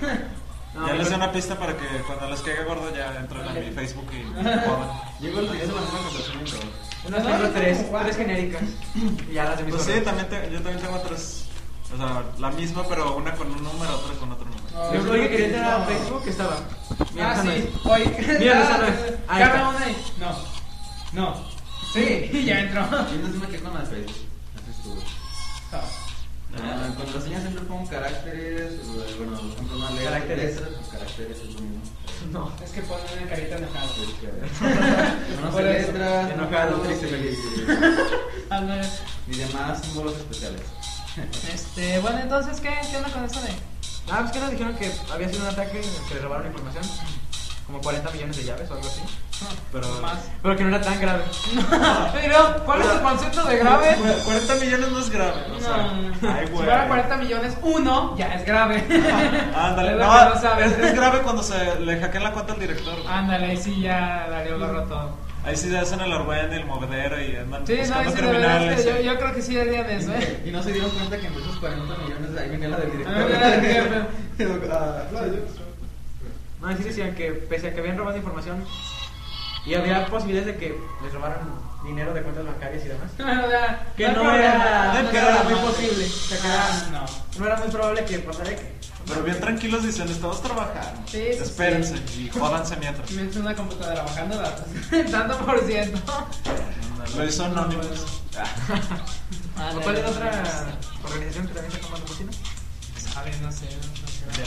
S2: No,
S5: ya
S2: mi
S5: les doy
S2: cor-
S5: una pista para que cuando les caiga gordo ya entren a mi Facebook y jodan.
S6: Llegó el- es la misma conversación en todo.
S2: Unas tengo tres, tres genéricas. Y ya las de mis
S5: Pues sí,
S2: correos.
S5: también te- yo también tengo tres. O sea, la misma, pero una con un número, otra con otro número.
S2: Yo creo que quería entrar a Facebook que estaba. Mira,
S3: Ah,
S2: esa no
S3: sí,
S2: es.
S3: hoy.
S2: Mira, esa no es. Ahí
S3: Carga
S2: está.
S3: una ahí. No, no. Sí, y ya entró.
S6: ¿Quién es más que con las Facebook? Haces tú. Ah, contraseña siempre pongo caracteres, o, eh, bueno, por ejemplo, una letra,
S2: Caracteres.
S6: letras, pues caracteres es lo mismo.
S2: No.
S3: Es que ponen una carita enojada.
S6: Es que,
S2: Por
S6: Conoce
S2: eso,
S6: letras,
S2: enojado,
S6: números
S2: triste, feliz.
S3: Ándale.
S6: y, y demás símbolos especiales.
S3: Este, bueno, entonces, ¿qué, qué onda con eso de...?
S2: Ah, pues que nos dijeron que había sido un ataque en el que le robaron información. Como 40 millones de llaves o algo así.
S5: Pero.
S3: Más.
S2: Pero que no era tan grave.
S3: Pero, ¿cuál es el concepto de grave?
S5: Cu- 40 millones no es grave. O sea,
S3: No.
S5: ay,
S3: si
S5: güey.
S3: fuera 40 millones, uno ya es grave.
S5: Ándale,
S3: Es lo
S5: no,
S3: que no sabes.
S5: es, es grave cuando se le hackean la cuenta al director. güey.
S3: Ándale, ahí sí ya valió gorro todo.
S5: Ahí sí se hacen el Orwell, el movedero y andan
S3: Sí, no,
S5: buscando
S3: ahí sí, de verdad es
S5: criminales.
S3: que yo, yo creo que sí haría de eso, ¿eh?
S6: Y no se dieron cuenta que en esos 40 millones de ahí venía la del
S3: Ah, mira, la del
S6: director.
S3: jefe.
S6: Ah, sí.
S2: No, sí decían que pese a que habían robado información y había posibilidades de que les robaran dinero de cuentas bancarias y demás.
S3: O sea,
S2: Que
S3: hay Ah.
S2: no
S3: problema,
S2: era-
S3: no
S5: no
S3: era
S5: era
S3: muy
S5: más.
S3: posible. Se quedaron, no.
S2: Ah, No era muy probable que pasara que.
S5: Pero bien tranquilos dicen, estamos trabajando.
S3: Sí, sí,
S5: Espérense y jódanse mientras.
S3: Me hizo una computadora bajando datos. Tanto por ciento.
S5: Lo hizo Anonymous.
S3: Ah,
S2: ¿O cuál era otra organización que también sacó más cocina?
S3: A ver, no sé. no sé.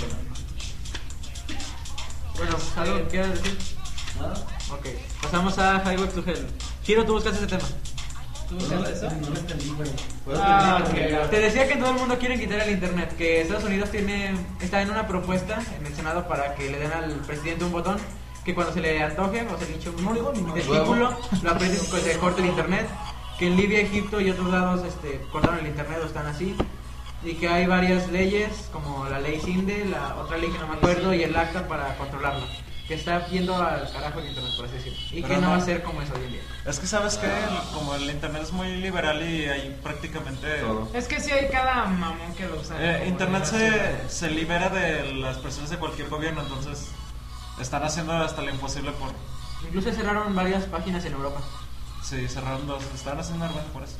S2: Bueno, algo que quieras decir.
S6: Nada.
S2: Ok, pasamos a Highway to Hell. Giro, tú buscaste ese tema.
S3: ¿Tú
S6: No, no,
S3: usas eso?
S6: no lo entendí, güey.
S3: Ah, ok.
S2: Te decía que todo el mundo quiere quitar el internet, que Estados Unidos tiene está en una propuesta en el Senado para que le den al presidente un botón que cuando se le antoje o se le hinche un testículo, lo apriete y pues, se corte el internet, que en Libia, Egipto y otros lados este, cortaron el internet o están así, y que hay varias leyes como la ley Sinde, la otra ley que no me acuerdo y el acta para controlarlo. que está yendo al carajo el internet, por así decirlo. Y
S5: Pero
S2: que no,
S5: no.
S2: va a ser como es hoy en día.
S5: Es que sabes que como el internet es muy liberal y hay prácticamente
S6: Todo.
S3: Es que sí hay cada mamón que lo usa.
S5: Eh,
S3: como
S5: Internet
S3: de-
S5: se, se libera de las presiones de cualquier gobierno, entonces están haciendo hasta lo imposible por...
S2: Incluso cerraron varias páginas en Europa.
S5: Sí, cerraron dos, están haciendo algo por eso.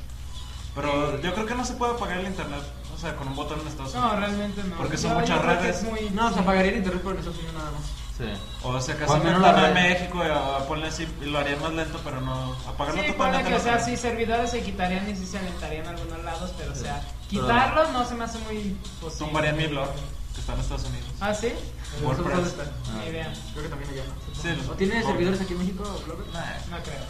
S5: Pero yo creo que no se puede apagar el Internet, o sea, con un botón en Estados Unidos.
S3: No, realmente no.
S5: Porque son
S3: Yo- yo
S5: muchas
S3: creo que
S5: redes.
S3: es muy-
S2: No, se apagaría el internet por Estados Unidos nada más.
S6: Sí.
S5: O sea,
S6: O
S5: acaso
S6: al menos
S5: meterlo
S6: la
S5: en
S6: red.
S5: México y ah, ponle así, y lo harían más lento, pero no... Apagarlo
S3: Sí, ponle
S5: totalmente.
S3: que, o
S5: no
S3: sea,
S5: creo.
S3: sí, servidores se quitarían y sí se alentarían a algunos lados, pero, o sea, quitarlos no se me hace muy posible.
S5: Tumbarían mi blog, que está en Estados Unidos.
S3: ¿Ah, sí?
S5: WordPress.
S3: Ni idea,
S2: Creo que también allá no.
S5: Sí, los-
S2: ¿O tiene
S5: Google.
S2: servidores aquí en México o Glover?
S3: no creo.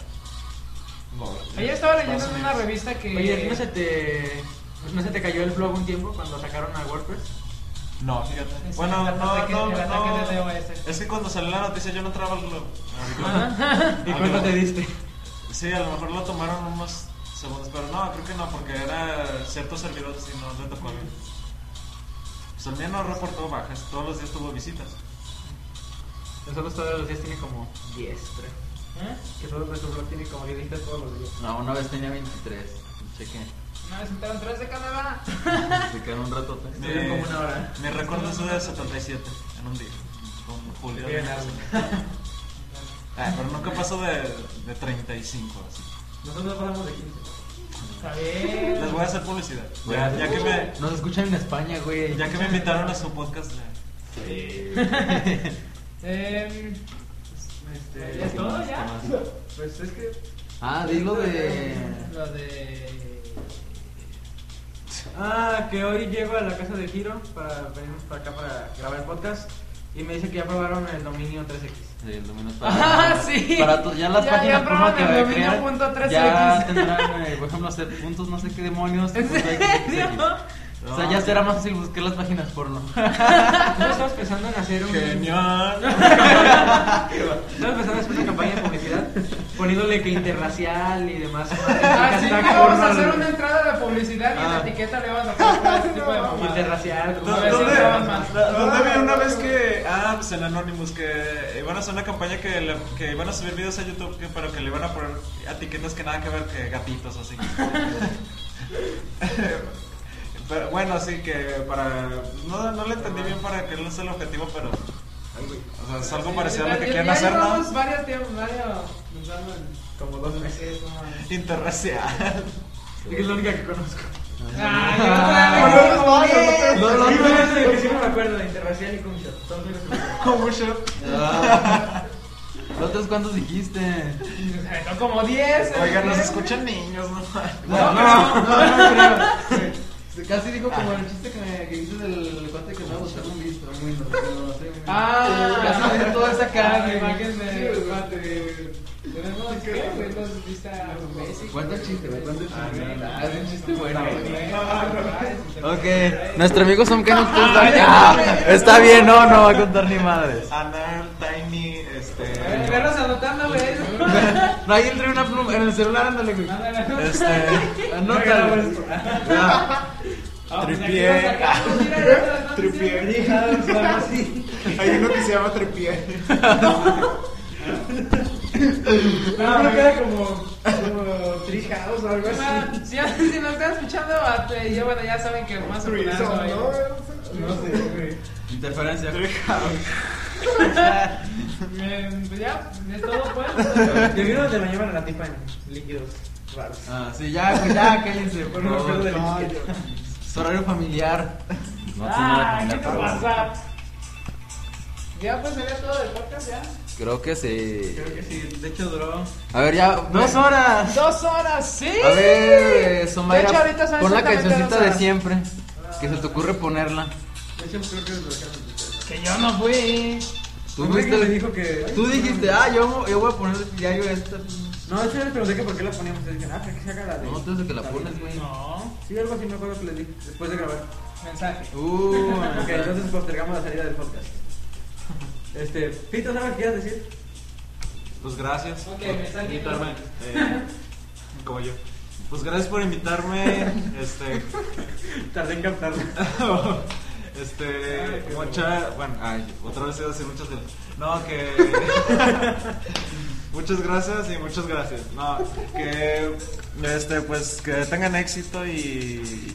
S5: Google.
S3: Ayer estaba leyendo
S5: Estados
S3: en una
S5: Unidos.
S3: revista que...
S2: Oye, ¿a ti no se te... pues, ¿No se te cayó el blog un tiempo cuando sacaron a WordPress?
S5: No, fíjate.
S3: Sí,
S5: Bueno,
S3: el
S5: no,
S3: ataque-
S5: no,
S3: el ataque de
S5: no.
S3: DOS.
S5: Es que cuando salió la noticia yo no entraba al club.
S2: ¿Y
S5: Ah,
S2: cuánto
S5: no.
S2: te diste?
S5: Sí, a lo mejor lo tomaron unos segundos, pero no, creo que no, porque era ciertos servidores y no le tocó a mí. Pues el mío no reportó bajas, todos los días tuvo visitas.
S2: Nosotros todos los días tiene como 10, creo.
S3: ¿Eh?
S2: Que todo nuestro blog tiene como 10 visitas todos los días.
S6: No, una vez tenía 23. Cheque.
S3: Una vez entraron tres de Canadá.
S6: Se quedaron un pues. ratote.
S5: Mi,
S2: Estuvieron como una hora. ¿eh?
S5: mi récord es de 77 en un día, con Julio.
S2: Bien,
S5: Ah, pero nunca pasó de, de 35, así.
S2: Nosotros pasamos de 15.
S3: Está bien.
S5: Les voy a hacer publicidad. Ya, ya que, me,
S6: pues, Nos escuchan en España, güey.
S5: ya que me invitaron a su podcast, ya.
S3: Eh,
S2: Este,
S3: ¿Ya es todo ya?
S2: Pues es que.
S6: Ah, dilo de.
S3: Lo de...
S2: Ah, que hoy llego a la casa de Giro para venirnos para acá para grabar el podcast. Y me dice que ya probaron el dominio 3X.
S6: Sí, el dominio está-
S3: Ah, sí.
S6: Para tu- ya las
S3: Ya-
S6: páginas
S3: ya
S6: porno
S3: proban
S6: que
S3: el
S6: voy a crear,
S3: dominio .3x.
S6: Ya tendrán, eh, por ejemplo, hacer puntos, no sé qué demonios.
S3: ¿En
S6: punto X, X, X.
S3: serio?
S6: O sea, ya será más fácil buscar las páginas porno.
S2: Yo estaba pensando en hacer un.
S5: Genial.
S2: Estaba pensando en hacer una campaña de publicidad poniéndole que interracial y demás.
S3: Así que
S2: Hashtag
S3: vamos
S2: porno
S3: a hacer
S2: al-
S3: una entrada de publicidad y en la
S5: Ah.
S3: etiqueta le vamos a poner este tipo de mamadas.
S2: Interracial. como-
S3: A ver si
S5: ¿Dónde,
S3: graban más.
S5: dónde vi una vez que. Ah, pues en Anonymous, que iban a hacer una campaña que, le- que iban a subir videos a YouTube, que, pero que le iban a poner etiquetas que nada que ver que gatitos, así. pero bueno, así que para. No, no le entendí bien para qué es el objetivo, pero. O sea, es algo parecido a lo
S3: Ya-
S5: que quieren
S3: ya
S5: hacer, ¿no?
S3: llevamos varios tiempos, varios- nos damos el-
S2: Como dos meses.
S5: Interracial.
S2: Es la única que conozco.
S3: Ay,
S5: Ah. no,
S3: yo-
S5: no, no, no,
S2: Sí,
S5: no, no.
S2: bueno, que sí me acuerdo de interracial y con shot. Todos los que me acuerdo.
S5: Como yo.
S6: Ah. ¿Los otros cuántos dijiste?
S3: Son como ¿eh? 10.
S5: Oigan, nos escuchan niños, no
S6: No, no, no, creo. Sí, Casi digo como el chiste que me que dices del cuate que me va a buscar un visto. Muy no, no, no, sí, muy no.
S3: Ah,
S6: Casi digo toda esa cara,
S3: La
S6: güey.
S3: imagen de-
S6: Sí, güey.
S3: Tenemos que güey, los vista basic.
S6: ¿Cuánto chiste, güey? ¿Cuánto chiste? Ah, es un chiste bueno, güey.
S7: Ok, nuestro amigo Sam que nos cuenta. Ah, está bien, no, no va a contar ni madres.
S5: Anal, Tiny, este.
S3: Eh, Verlos anotando, güey.
S7: No, ahí entré una pluma en el celular, ándale, güey.
S5: Este.
S7: Anótalo.
S1: Tripié. Tripié. Hay uno que se llama Tripié.
S3: No,
S8: era como, como Tree House o algo así.
S3: Si, si nos están escuchando, este, ya, bueno, ya saben que más o menos.
S1: Threesome, ¿no?
S8: No sé, güey.
S6: Interferencia.
S3: Eh, pues ya, es todo, pues.
S2: Te vieron donde lo llevan a la tipa en líquidos raros.
S6: Ah, sí, ya, güey, ya, cállense.
S2: Por
S6: Por
S2: un pedo de
S6: favor.
S2: la izquierda.
S6: Es horario familiar.
S3: Ah, ¿qué te pasa? Ya, pues sería todo del podcast, ya.
S7: Creo que sí.
S2: Creo que sí. De hecho, duró.
S7: A ver, ya.
S6: Dos horas.
S3: Dos horas, sí.
S7: A ver, eh, Somaira,
S3: De hecho, ahorita son
S7: pon la
S3: exactamente
S7: cancioncita
S3: dos
S7: de
S3: horas.
S7: siempre. Que se te ocurre ponerla.
S2: De hecho, creo que lo
S3: Que yo no fui.
S7: Tú
S2: que le
S7: viste,
S2: dijo que.
S7: tú dijiste, ah, yo, yo voy a poner diario esta.
S2: No, de hecho, les pregunté que por qué la poníamos. Les dije, ah, que se haga la de.
S7: No, tú desde que la pones, güey.
S3: No.
S2: Sí, algo así me acuerdo que les dije después de grabar.
S3: Mensaje.
S7: Uh,
S2: Ok, entonces postergamos la salida del podcast. Este, Pito, ¿sabes qué quieres decir?
S5: Pues gracias
S3: Ok,
S5: por
S3: me salí.
S5: invitarme. eh, como yo. Pues gracias por invitarme. este.
S2: Tardé en captarlo.
S5: Este, mucha, bueno, ay, otra vez he ido a decir muchas veces. No, que Muchas gracias y muchas gracias. No, que este pues que tengan éxito y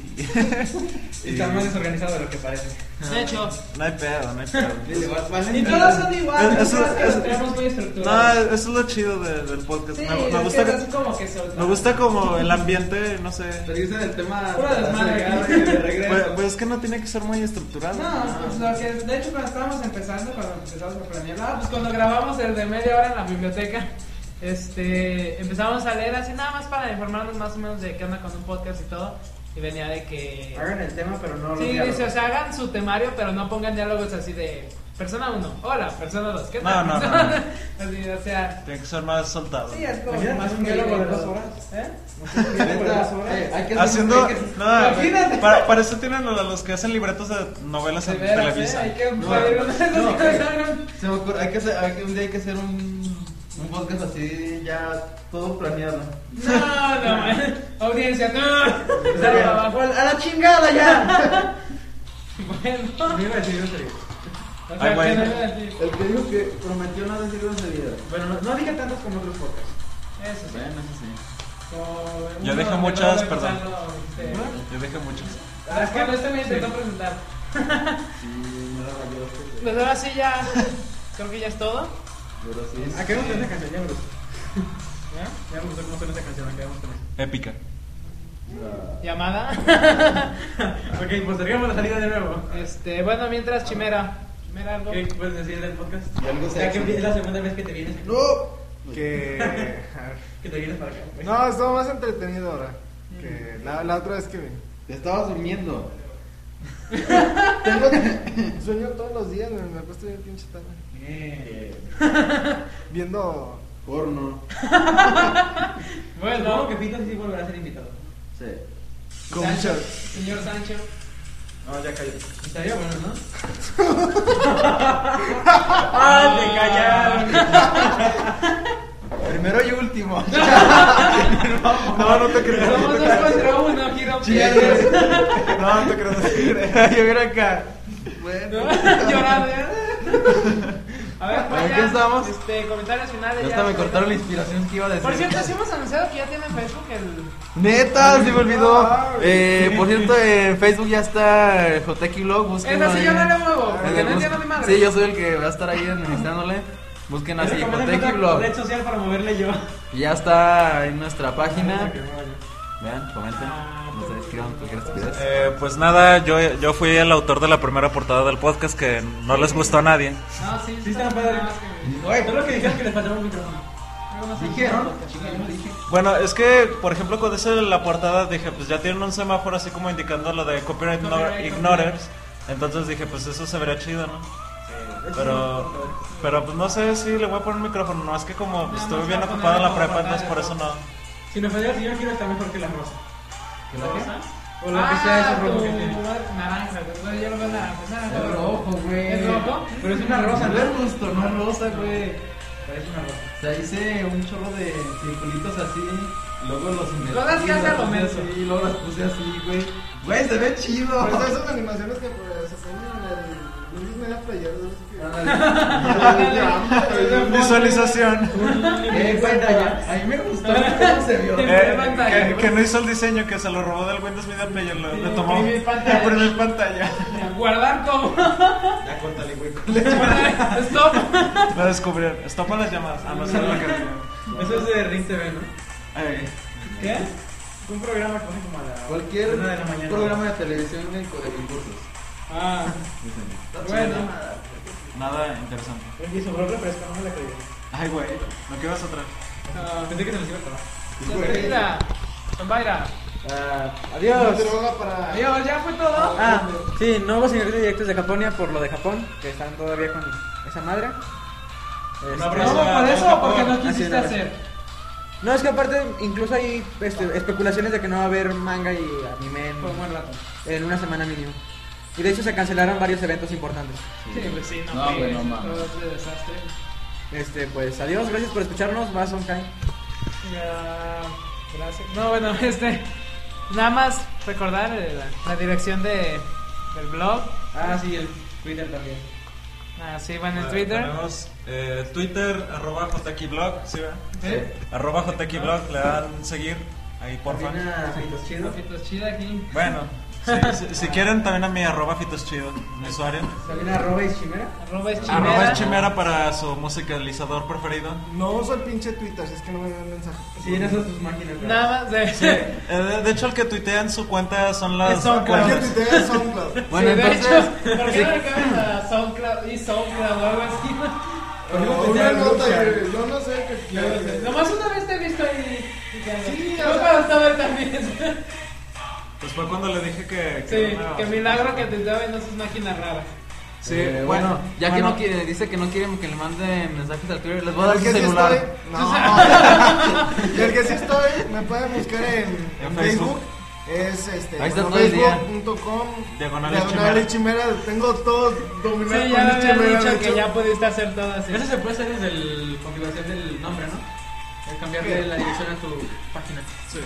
S5: y,
S7: Está más desorganizado de lo que parece.
S3: De hecho,
S5: no hay pedo, no hay pedo.
S3: y todos son iguales.
S5: Es- es-
S3: todos que
S5: es-
S3: los tenemos muy
S5: No,
S3: estructurados.
S5: eso es lo chido de- del podcast.
S3: Sí,
S5: me, me
S3: es que
S5: gusta
S3: es
S5: que-
S3: como que soltar.
S5: me gusta como el ambiente, no sé.
S6: Regresa del tema.
S3: Pura desmadre.
S6: Ya, ya, de regreso.
S5: Pues, pues es que no tiene que ser muy estructurado.
S3: No, pues lo que, de hecho cuando estábamos empezando, cuando empezamos a planear, ah, pues cuando grabamos el de media hora en la biblioteca, este, empezamos a leer así nada más para informarnos más o menos de qué onda con un podcast y todo, y venía de que...
S2: Hagan el tema, pero no
S3: Sí,
S2: diálogos.
S3: dice, o sea, hagan su temario, pero no pongan diálogos así de... Persona 1, hola, persona 2, ¿qué tal?
S5: No, no, no, no.
S3: así, o sea...
S5: Tiene que ser más soltado.
S3: Sí, es como
S2: Imagínate
S3: más
S2: un diálogo de
S3: fluido.
S2: dos horas.
S3: ¿Eh?
S6: Neta, eh, hay que
S5: Haciendo.
S6: hay que-
S5: No,
S3: Imagínate.
S5: para, para eso tienen a los que hacen libretos de novelas
S3: De
S5: en
S3: veras, ¿eh?
S5: Televisa.
S3: Hay que...
S6: No,
S3: pedir una de esas
S6: no,
S3: que
S6: eh.
S3: hagan.
S6: Se me ocurre, hay que hacer, hay que- un día hay que hacer un, un podcast así ya todo planeado.
S3: No, no, man. audiencia, no. Dale para abajo.
S6: ¡A la chingada ya!
S3: Bueno.
S2: Yo iba a decir grosería.
S3: O sea,
S5: Ay, güey.
S3: ¿qué le voy a decir?
S6: El que dijo que prometió no decir groserías.
S2: Bueno, no, no dije tantos como otros podcasts.
S3: Eso sí.
S6: Bueno, eso
S3: Como
S5: Yo
S3: uno
S5: dejo
S3: que
S5: muchas,
S3: no
S5: perdón.
S3: pensarlo, este,
S5: Yo dejé muchos.
S3: Ah, Es que no este me intentó presentar.
S6: sí. Sí, me la rayaste.
S3: Pues ahora sí ya. Creo que ya es todo.
S6: Pero sí.
S2: ¿A Ah, qué nos suena esa canción? Ya me gustó. Ya me gustó cómo suena esa canción, ¿a qué vamos con eso?
S5: Épica.
S3: Llamada.
S2: Ok, postergamos la salida de nuevo.
S3: Este, bueno, mientras Chimera. Chimera algo.
S2: ¿Qué puedes decir del podcast?
S6: Y algo se
S2: Ya
S6: hace.
S2: que es la segunda vez que te vienes,
S6: ¡No!
S1: Que.
S2: que te vienes para acá. güey.
S1: No, estuvo más entretenido ahora. Que la, la otra vez que vine.
S6: Te estabas durmiendo.
S1: Tengo sueño todos los días, me, me acuesto bien pinche tarde.
S2: Bien.
S1: Viendo.
S6: Porno.
S2: Supongo
S3: Bueno,
S2: que Pito sí volverá a ser invitado.
S6: Sí.
S1: Con muchas.
S3: señor Sancho.
S5: No, ya cayó.
S2: Estaría bueno, ¿no? ¡Ah, te callaron!
S6: Primero y último.
S5: No, no te creo.
S3: Somos dos contra uno, Giro.
S5: No, no te creo.
S2: Yo creo acá.
S6: Bueno.
S3: Llorando. ¿eh? A ver,
S6: Bueno,
S3: Juan,
S6: ¿qué
S3: ya,
S6: estamos?
S3: Este, comentarios finales.
S6: Ya
S3: ya,
S6: hasta me
S3: pues,
S6: cortaron la
S3: ya.
S6: inspiración que iba a decir.
S3: Por cierto, sí hemos anunciado que ya tiene Facebook el.
S6: Neta, se me olvidó. Eh, por cierto, en Facebook ya está Joteki Blog. Busquen
S3: Esa sí yo no le muevo, porque no entiendo mi madre.
S6: Sí, yo soy el que va a estar ahí administrándole. Busquen así Joteki Blog.
S2: red social para moverle yo.
S6: Ya está en nuestra página. Vean, comenten. No se escriban cualquier estupidez.
S5: Eh, pues nada, yo, yo fui el autor de la primera portada del podcast que no les gustó a nadie.
S3: No, sí,
S2: Sí, está padre.
S3: Ah,
S2: Solo que dijeron que les faltaba un micrófono.
S6: Dijeron. chinga, yo no dije.
S5: Bueno, es que, por ejemplo, cuando hice la portada dije, pues ya tienen un semáforo así como indicando lo de copyright, no-
S3: Copyright,
S5: ignorers. Entonces dije, pues eso se vería chido, ¿no? Pero, pero pues no sé si le voy a poner un micrófono, no es que como pues,
S3: Nada
S5: estuve
S3: más
S5: bien
S3: va a
S5: ocupado en la
S3: ponerle
S5: prepa,
S3: como
S5: entonces por eso no.
S2: Si nos falló el señor Giro, está mejor que la rosa.
S6: ¿Que la qué?
S2: O lo que sea ese rojo
S3: rojo
S2: que tiene.
S3: Ah, Naranja, güey, yo lo veo naranja. es naranja,
S6: Es rojo, güey.
S3: ¿Es rojo?
S2: Pero es una rosa,
S6: No
S2: ¿no?
S6: es gusto, no es rosa, güey.
S2: Parece una rosa.
S6: O sea, hice un chorro de circulitos así. Luego los invertí.
S3: Lo das que hace
S6: los
S3: lo
S6: puse
S3: menso.
S6: así, luego las puse así, güey. Güey, se ve chido.
S1: Pues esas animaciones que pues, se ponen en el. Luis Media Player, no sé qué.
S5: Visualización.
S6: Eh, güey, ya. A mí me gustó cómo se vio.
S5: Eh,
S3: pantalla,
S5: que, que no hizo el diseño, que se lo robó del Windows Media Player, lo, lo tomó.
S3: imprimir pantalla.
S5: Imprimir pantalla.
S3: Guardar como.
S6: Ya cortale, güey.
S3: Stop.
S5: Lo descubrieron. Estopa las llamadas. Ah, no, eso es lo que decía.
S2: Eso es de Ring TV, ¿no?
S6: Eh,
S2: ¿Qué? Un programa que pone como a la.
S6: Cualquier
S2: una de la mañana.
S6: programa de televisión de, de concursos.
S2: Ah, bueno.
S5: Nada interesante.
S2: Oye, sobró refresco, no me la creí.
S5: Ay, güey. ¿No quieres otra?
S3: Ah,
S2: Pensé que se nos iba a acabar.
S3: Despedida. Zombaira.
S2: Ah, Adiós.
S1: Droga para.
S3: Adiós, ya fue todo.
S2: Ah, sí, nuevos señores directos de Japonia por lo de Japón, que están todavía con esa madre. Este,
S5: abrazo.
S3: No, por eso o porque no
S2: Así
S3: quisiste
S2: una vez.
S3: hacer.
S2: No, es que aparte incluso hay este, especulaciones de que no va a haber manga y anime en,
S3: Por un buen rato.
S2: en una semana mínimo. Y de hecho se cancelaron varios eventos importantes.
S3: Sí, pues sí, no.
S6: No,
S3: güey,
S6: güey, no mames.
S3: Todo es de desastre.
S2: Este, pues adiós, gracias por escucharnos, más on Kai.
S3: Ya, Gracias. No, bueno, este. Nada más recordar eh, la, la dirección de El blog.
S2: Ah, sí, el Twitter también.
S3: Ah, sí, van en Twitter.
S5: Tenemos eh, Twitter, arroba JTKblog, ¿sí, verdad?
S2: Sí.
S5: Arroba JTKblog, le dan seguir ahí, porfa.
S2: También a Fitos Chido.
S3: Fotitos chidas aquí.
S5: Bueno, sí, si, si quieren también a mi arroba Fitos Chido, mi usuario.
S2: También a Arroba y Chimera.
S3: Arroba es chimera.
S5: Arroba es chimera para su musicalizador preferido.
S1: No uso el pinche Twitter, es que no me dan mensaje.
S2: Sí, en esas tus máquinas. ¿verdad?
S3: Nada más de.
S5: Sí, eh, de, de hecho el que tuitea en su cuenta son las...
S3: Es SoundCloud.
S5: las-
S1: Cualquier tuiteo es SoundCloud.
S7: Bueno,
S3: Sí, de
S7: entonces.
S3: hecho, ¿por qué no le cambias a SoundCloud y SoundCloud o algo así?
S1: Pero Una nota, yo- yo no sé qué
S3: Yo no sé. Nomás una vez te he visto y. y te hablo.
S1: Sí,
S3: Fue
S1: o sea-
S3: cuando estaba él también.
S5: Pues fue cuando le dije que...
S3: Sí,
S5: no-
S3: que milagro que te estaba viendo sus máquinas raras.
S5: Sí,
S7: eh, bueno,
S5: bueno.
S7: ya que
S5: bueno.
S7: no quiere, dice que no quieren que le mande mensajes al Twitter, les voy a dar
S1: El
S7: su
S1: que sí estoy.
S7: celular.
S1: No. El que sí estoy, me pueden buscar en, Facebook.
S5: En Facebook.
S1: Es este.
S7: Ahí está
S1: bueno,
S7: todo el día.
S1: Facebook.com.
S5: Diagonales
S1: Diagonales Chimera. Tengo todo dominado con
S3: Sí, ya me
S1: Chimera,
S3: habían
S1: de
S3: dicho que
S1: hecho.
S3: ya pudiste hacer todo así.
S2: Eso se puede hacer desde la configuración del nombre, ¿no? El cambiarle la dirección a tu página.
S7: Sí.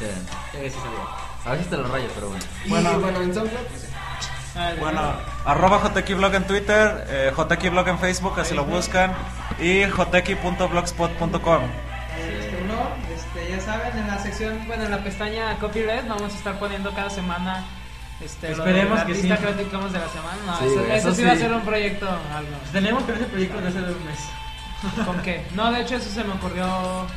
S2: Eh, sí, sabía.
S7: A veces te lo rayo, pero bueno.
S1: Y
S5: Bueno.
S1: bueno, en SoundCloud. pues,
S3: Ah, ya.
S5: Bueno, arroba JTKblog en Twitter, eh, JTKblog en Facebook, así lo buscan, y jtk.blogspot.com.
S3: Este, uno, este, ya saben, en la sección, bueno, en la pestaña copyright vamos a estar poniendo cada semana. Este, lo
S2: Esperemos
S3: del
S2: que
S3: artista
S2: sí.
S3: que platicamos de la semana. No,
S7: Sí,
S3: eso,
S7: güey,
S3: eso
S7: eso
S3: sí va a
S7: sí.
S3: ser un proyecto algo.
S2: Tenemos pero ese proyecto desde hace un mes.
S3: ¿Con qué? No, de hecho eso se me ocurrió.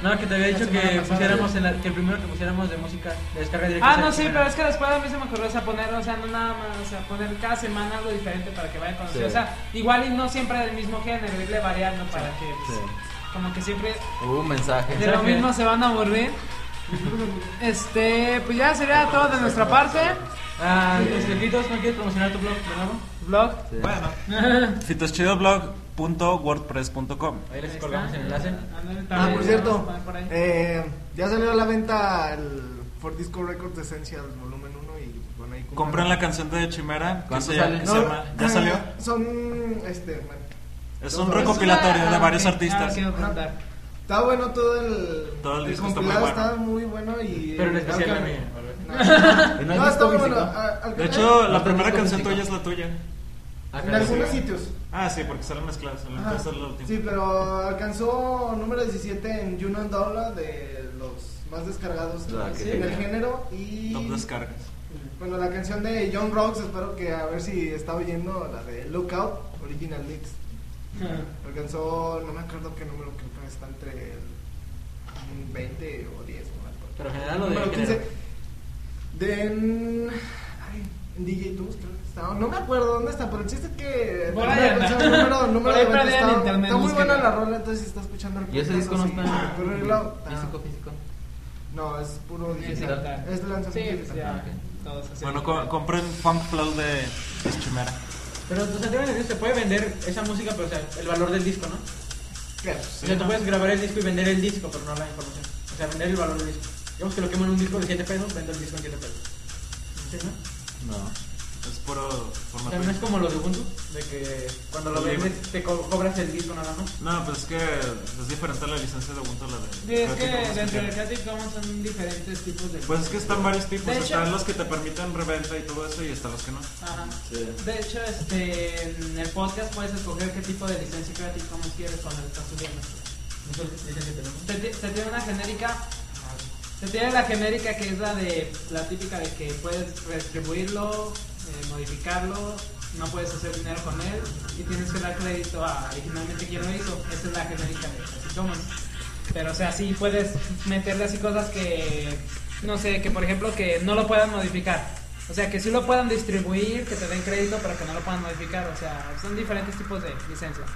S2: No, que te
S3: La
S2: había dicho
S3: semana
S2: que
S3: pasada.
S2: pusiéramos en la- que el primero que pusiéramos de música de descarga directa.
S3: Ah,
S2: sea
S3: no,
S2: el
S3: sí,
S2: primero.
S3: pero es que después a mí se me ocurrió o sea, poner, o sea, no nada más, o sea, poner cada semana algo diferente para que vayan
S7: Sí.
S3: conociendo. O sea, igual y no siempre del mismo género, irle variando para que, pues,
S7: Sí.
S3: como que siempre
S7: Hubo un
S3: De
S7: mensaje.
S3: lo mismo se van a aburrir. Este, pues ya sería todo de nuestra parte. pues,
S2: Ah, los lejitos, ¿no quieres promocionar tu blog de nuevo?
S3: Blog.
S7: Sí.
S5: Fitoschidoblog.wordpress.com.
S2: Ahí les colgamos el enlace.
S3: Ándale,
S1: Ah,
S3: también,
S1: por cierto,
S3: vamos a poner por ahí.
S1: eh, ya salió a la venta el Ford Disco Records Essential Volumen 1 y bueno, ahí
S5: Compren la canción de Chimera, que
S7: ¿Cuánto
S5: se, llama-
S7: sale?
S5: se
S1: No,
S5: llama- ¿Ya
S1: eh,
S5: salió?
S1: Son, este, bueno,
S5: Es un
S1: no, es
S5: recopilatorio
S3: una-
S5: de varios
S3: ah, ok,
S5: artistas.
S3: ahora quiero preguntar.
S1: está bueno todo el,
S5: Todo el disco está muy
S1: compilado
S5: bueno.
S1: está muy bueno y
S2: Pero en especial la
S1: Alcan-
S2: mía.
S1: No,
S7: ¿No
S1: no,
S7: es
S1: está
S7: disco
S1: muy bueno.
S7: físico?
S1: a- al-
S5: De hecho,
S7: Ah,
S5: la primera
S7: disco
S5: canción
S7: físico.
S5: tuya es la tuya.
S7: Ah,
S1: en
S7: claro,
S1: algunos
S7: sí.
S1: sitios.
S5: Ah, sí, porque salen mezcladas. en la
S1: Ajá.
S5: casa es la última.
S1: Sí, pero alcanzó número 17 en Juno and Daula de los más descargados
S7: Ah,
S1: en
S7: qué
S1: el- en el
S7: genial.
S1: género y
S5: Top descargas.
S1: Bueno, la canción de John Rocks, espero que a ver si está oyendo la de Lookout, Original Mix.
S5: Ah.
S1: Alcanzó, no me acuerdo qué número, creo que está entre el 20 o 10, no me acuerdo.
S2: Pero en general lo de.
S1: Número
S2: género.
S1: 15. De en, ay, en DJ Tools, creo que estaba. No me acuerdo dónde está, pero el chiste es que.
S3: Por
S1: la
S3: ahí anda.
S1: canción, número, número
S3: Por ahí
S1: 20
S3: perdida en
S1: está,
S3: internet,
S1: está muy
S3: búsquenla.
S1: buena la rola, entonces si está escuchando el
S7: Y ese disco no
S1: podcast,
S7: está.
S1: sí, pero el lado- ah,
S7: Físico, físico.
S1: No, es puro digital.
S3: Digital.
S1: Es lanzamiento
S3: Sí, pues
S1: digital.
S3: ya. Todos así.
S5: Bueno, co- compren Funk Flow de de Chimera.
S2: Pero, o sea, te van a decir, se puede vender esa música, pero, o sea, el valor del disco, ¿no?
S1: Claro.
S2: o sea, tú puedes grabar el disco y vender el disco, pero no la información. O sea, vender el valor del disco. Digamos que lo quemo en un disco de 7 pesos, vendo el disco en 7 pesos. ¿Sí, no?
S7: No.
S5: Es puro
S2: O
S5: formato.
S2: sea, no es como lo de Ubuntu, de que cuando lo vendes te co- cobras el disco nada más.
S5: No, pues es que es diferente la licencia de Ubuntu a la de.
S3: Sí, es que
S5: Creative Commons en
S3: dentro de
S5: general.
S3: Creative Commons son diferentes tipos de.
S5: Pues es que están varios tipos,
S3: De hecho-
S5: están los que te permiten reventa y todo eso y están los que no.
S3: Ajá. De hecho, este, en el podcast puedes escoger qué tipo de licencia Creative Commons quieres cuando lo estás subiendo.
S2: Entonces, dicen que tenemos.
S3: Te, ti- te tiene una genérica. Te tiene la genérica que es la de la típica de que puedes redistribuirlo, eh, modificarlo, no puedes hacer dinero con él y tienes que dar crédito a originalmente quien lo hizo. Esa es la genérica de Creative Commons. Pero o sea, sí puedes meterle así cosas que no sé, que por ejemplo que no lo puedan modificar. O sea, que sí lo puedan distribuir, que te den crédito, pero que no lo puedan modificar. O sea, son diferentes tipos de licencias.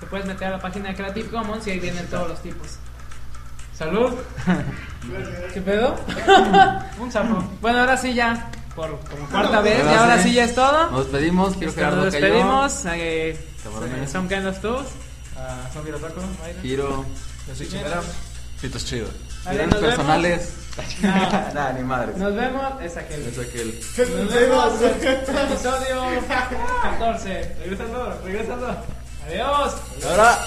S3: Te puedes meter a la página de Creative Commons y ahí vienen todos los tipos. Salud. ¿Qué pedo? Un sapo. Bueno, ahora sí ya, por como cuarta vez,
S7: Ahora
S3: y ahora
S7: sí.
S3: sí ya es todo.
S7: Nos despedimos, quiero
S3: Este,
S7: que Gerardo
S3: Nos
S7: Cayó,
S3: despedimos. eh,
S7: Cabrón,
S3: eh,
S7: eh.
S3: Son kind of tools.
S2: Ah, son Virotaco.
S7: Giro,
S1: Yo soy Chimera.
S5: Fitos chido.
S3: Ahí
S7: giros
S3: nos vemos.
S7: personales.
S3: Ah,
S7: Nah, ni madres.
S3: Nos vemos. Es aquel.
S7: Es aquel.
S3: Nos vemos. Episodio 14. Regresando, regresando. Adiós.
S7: Ahora.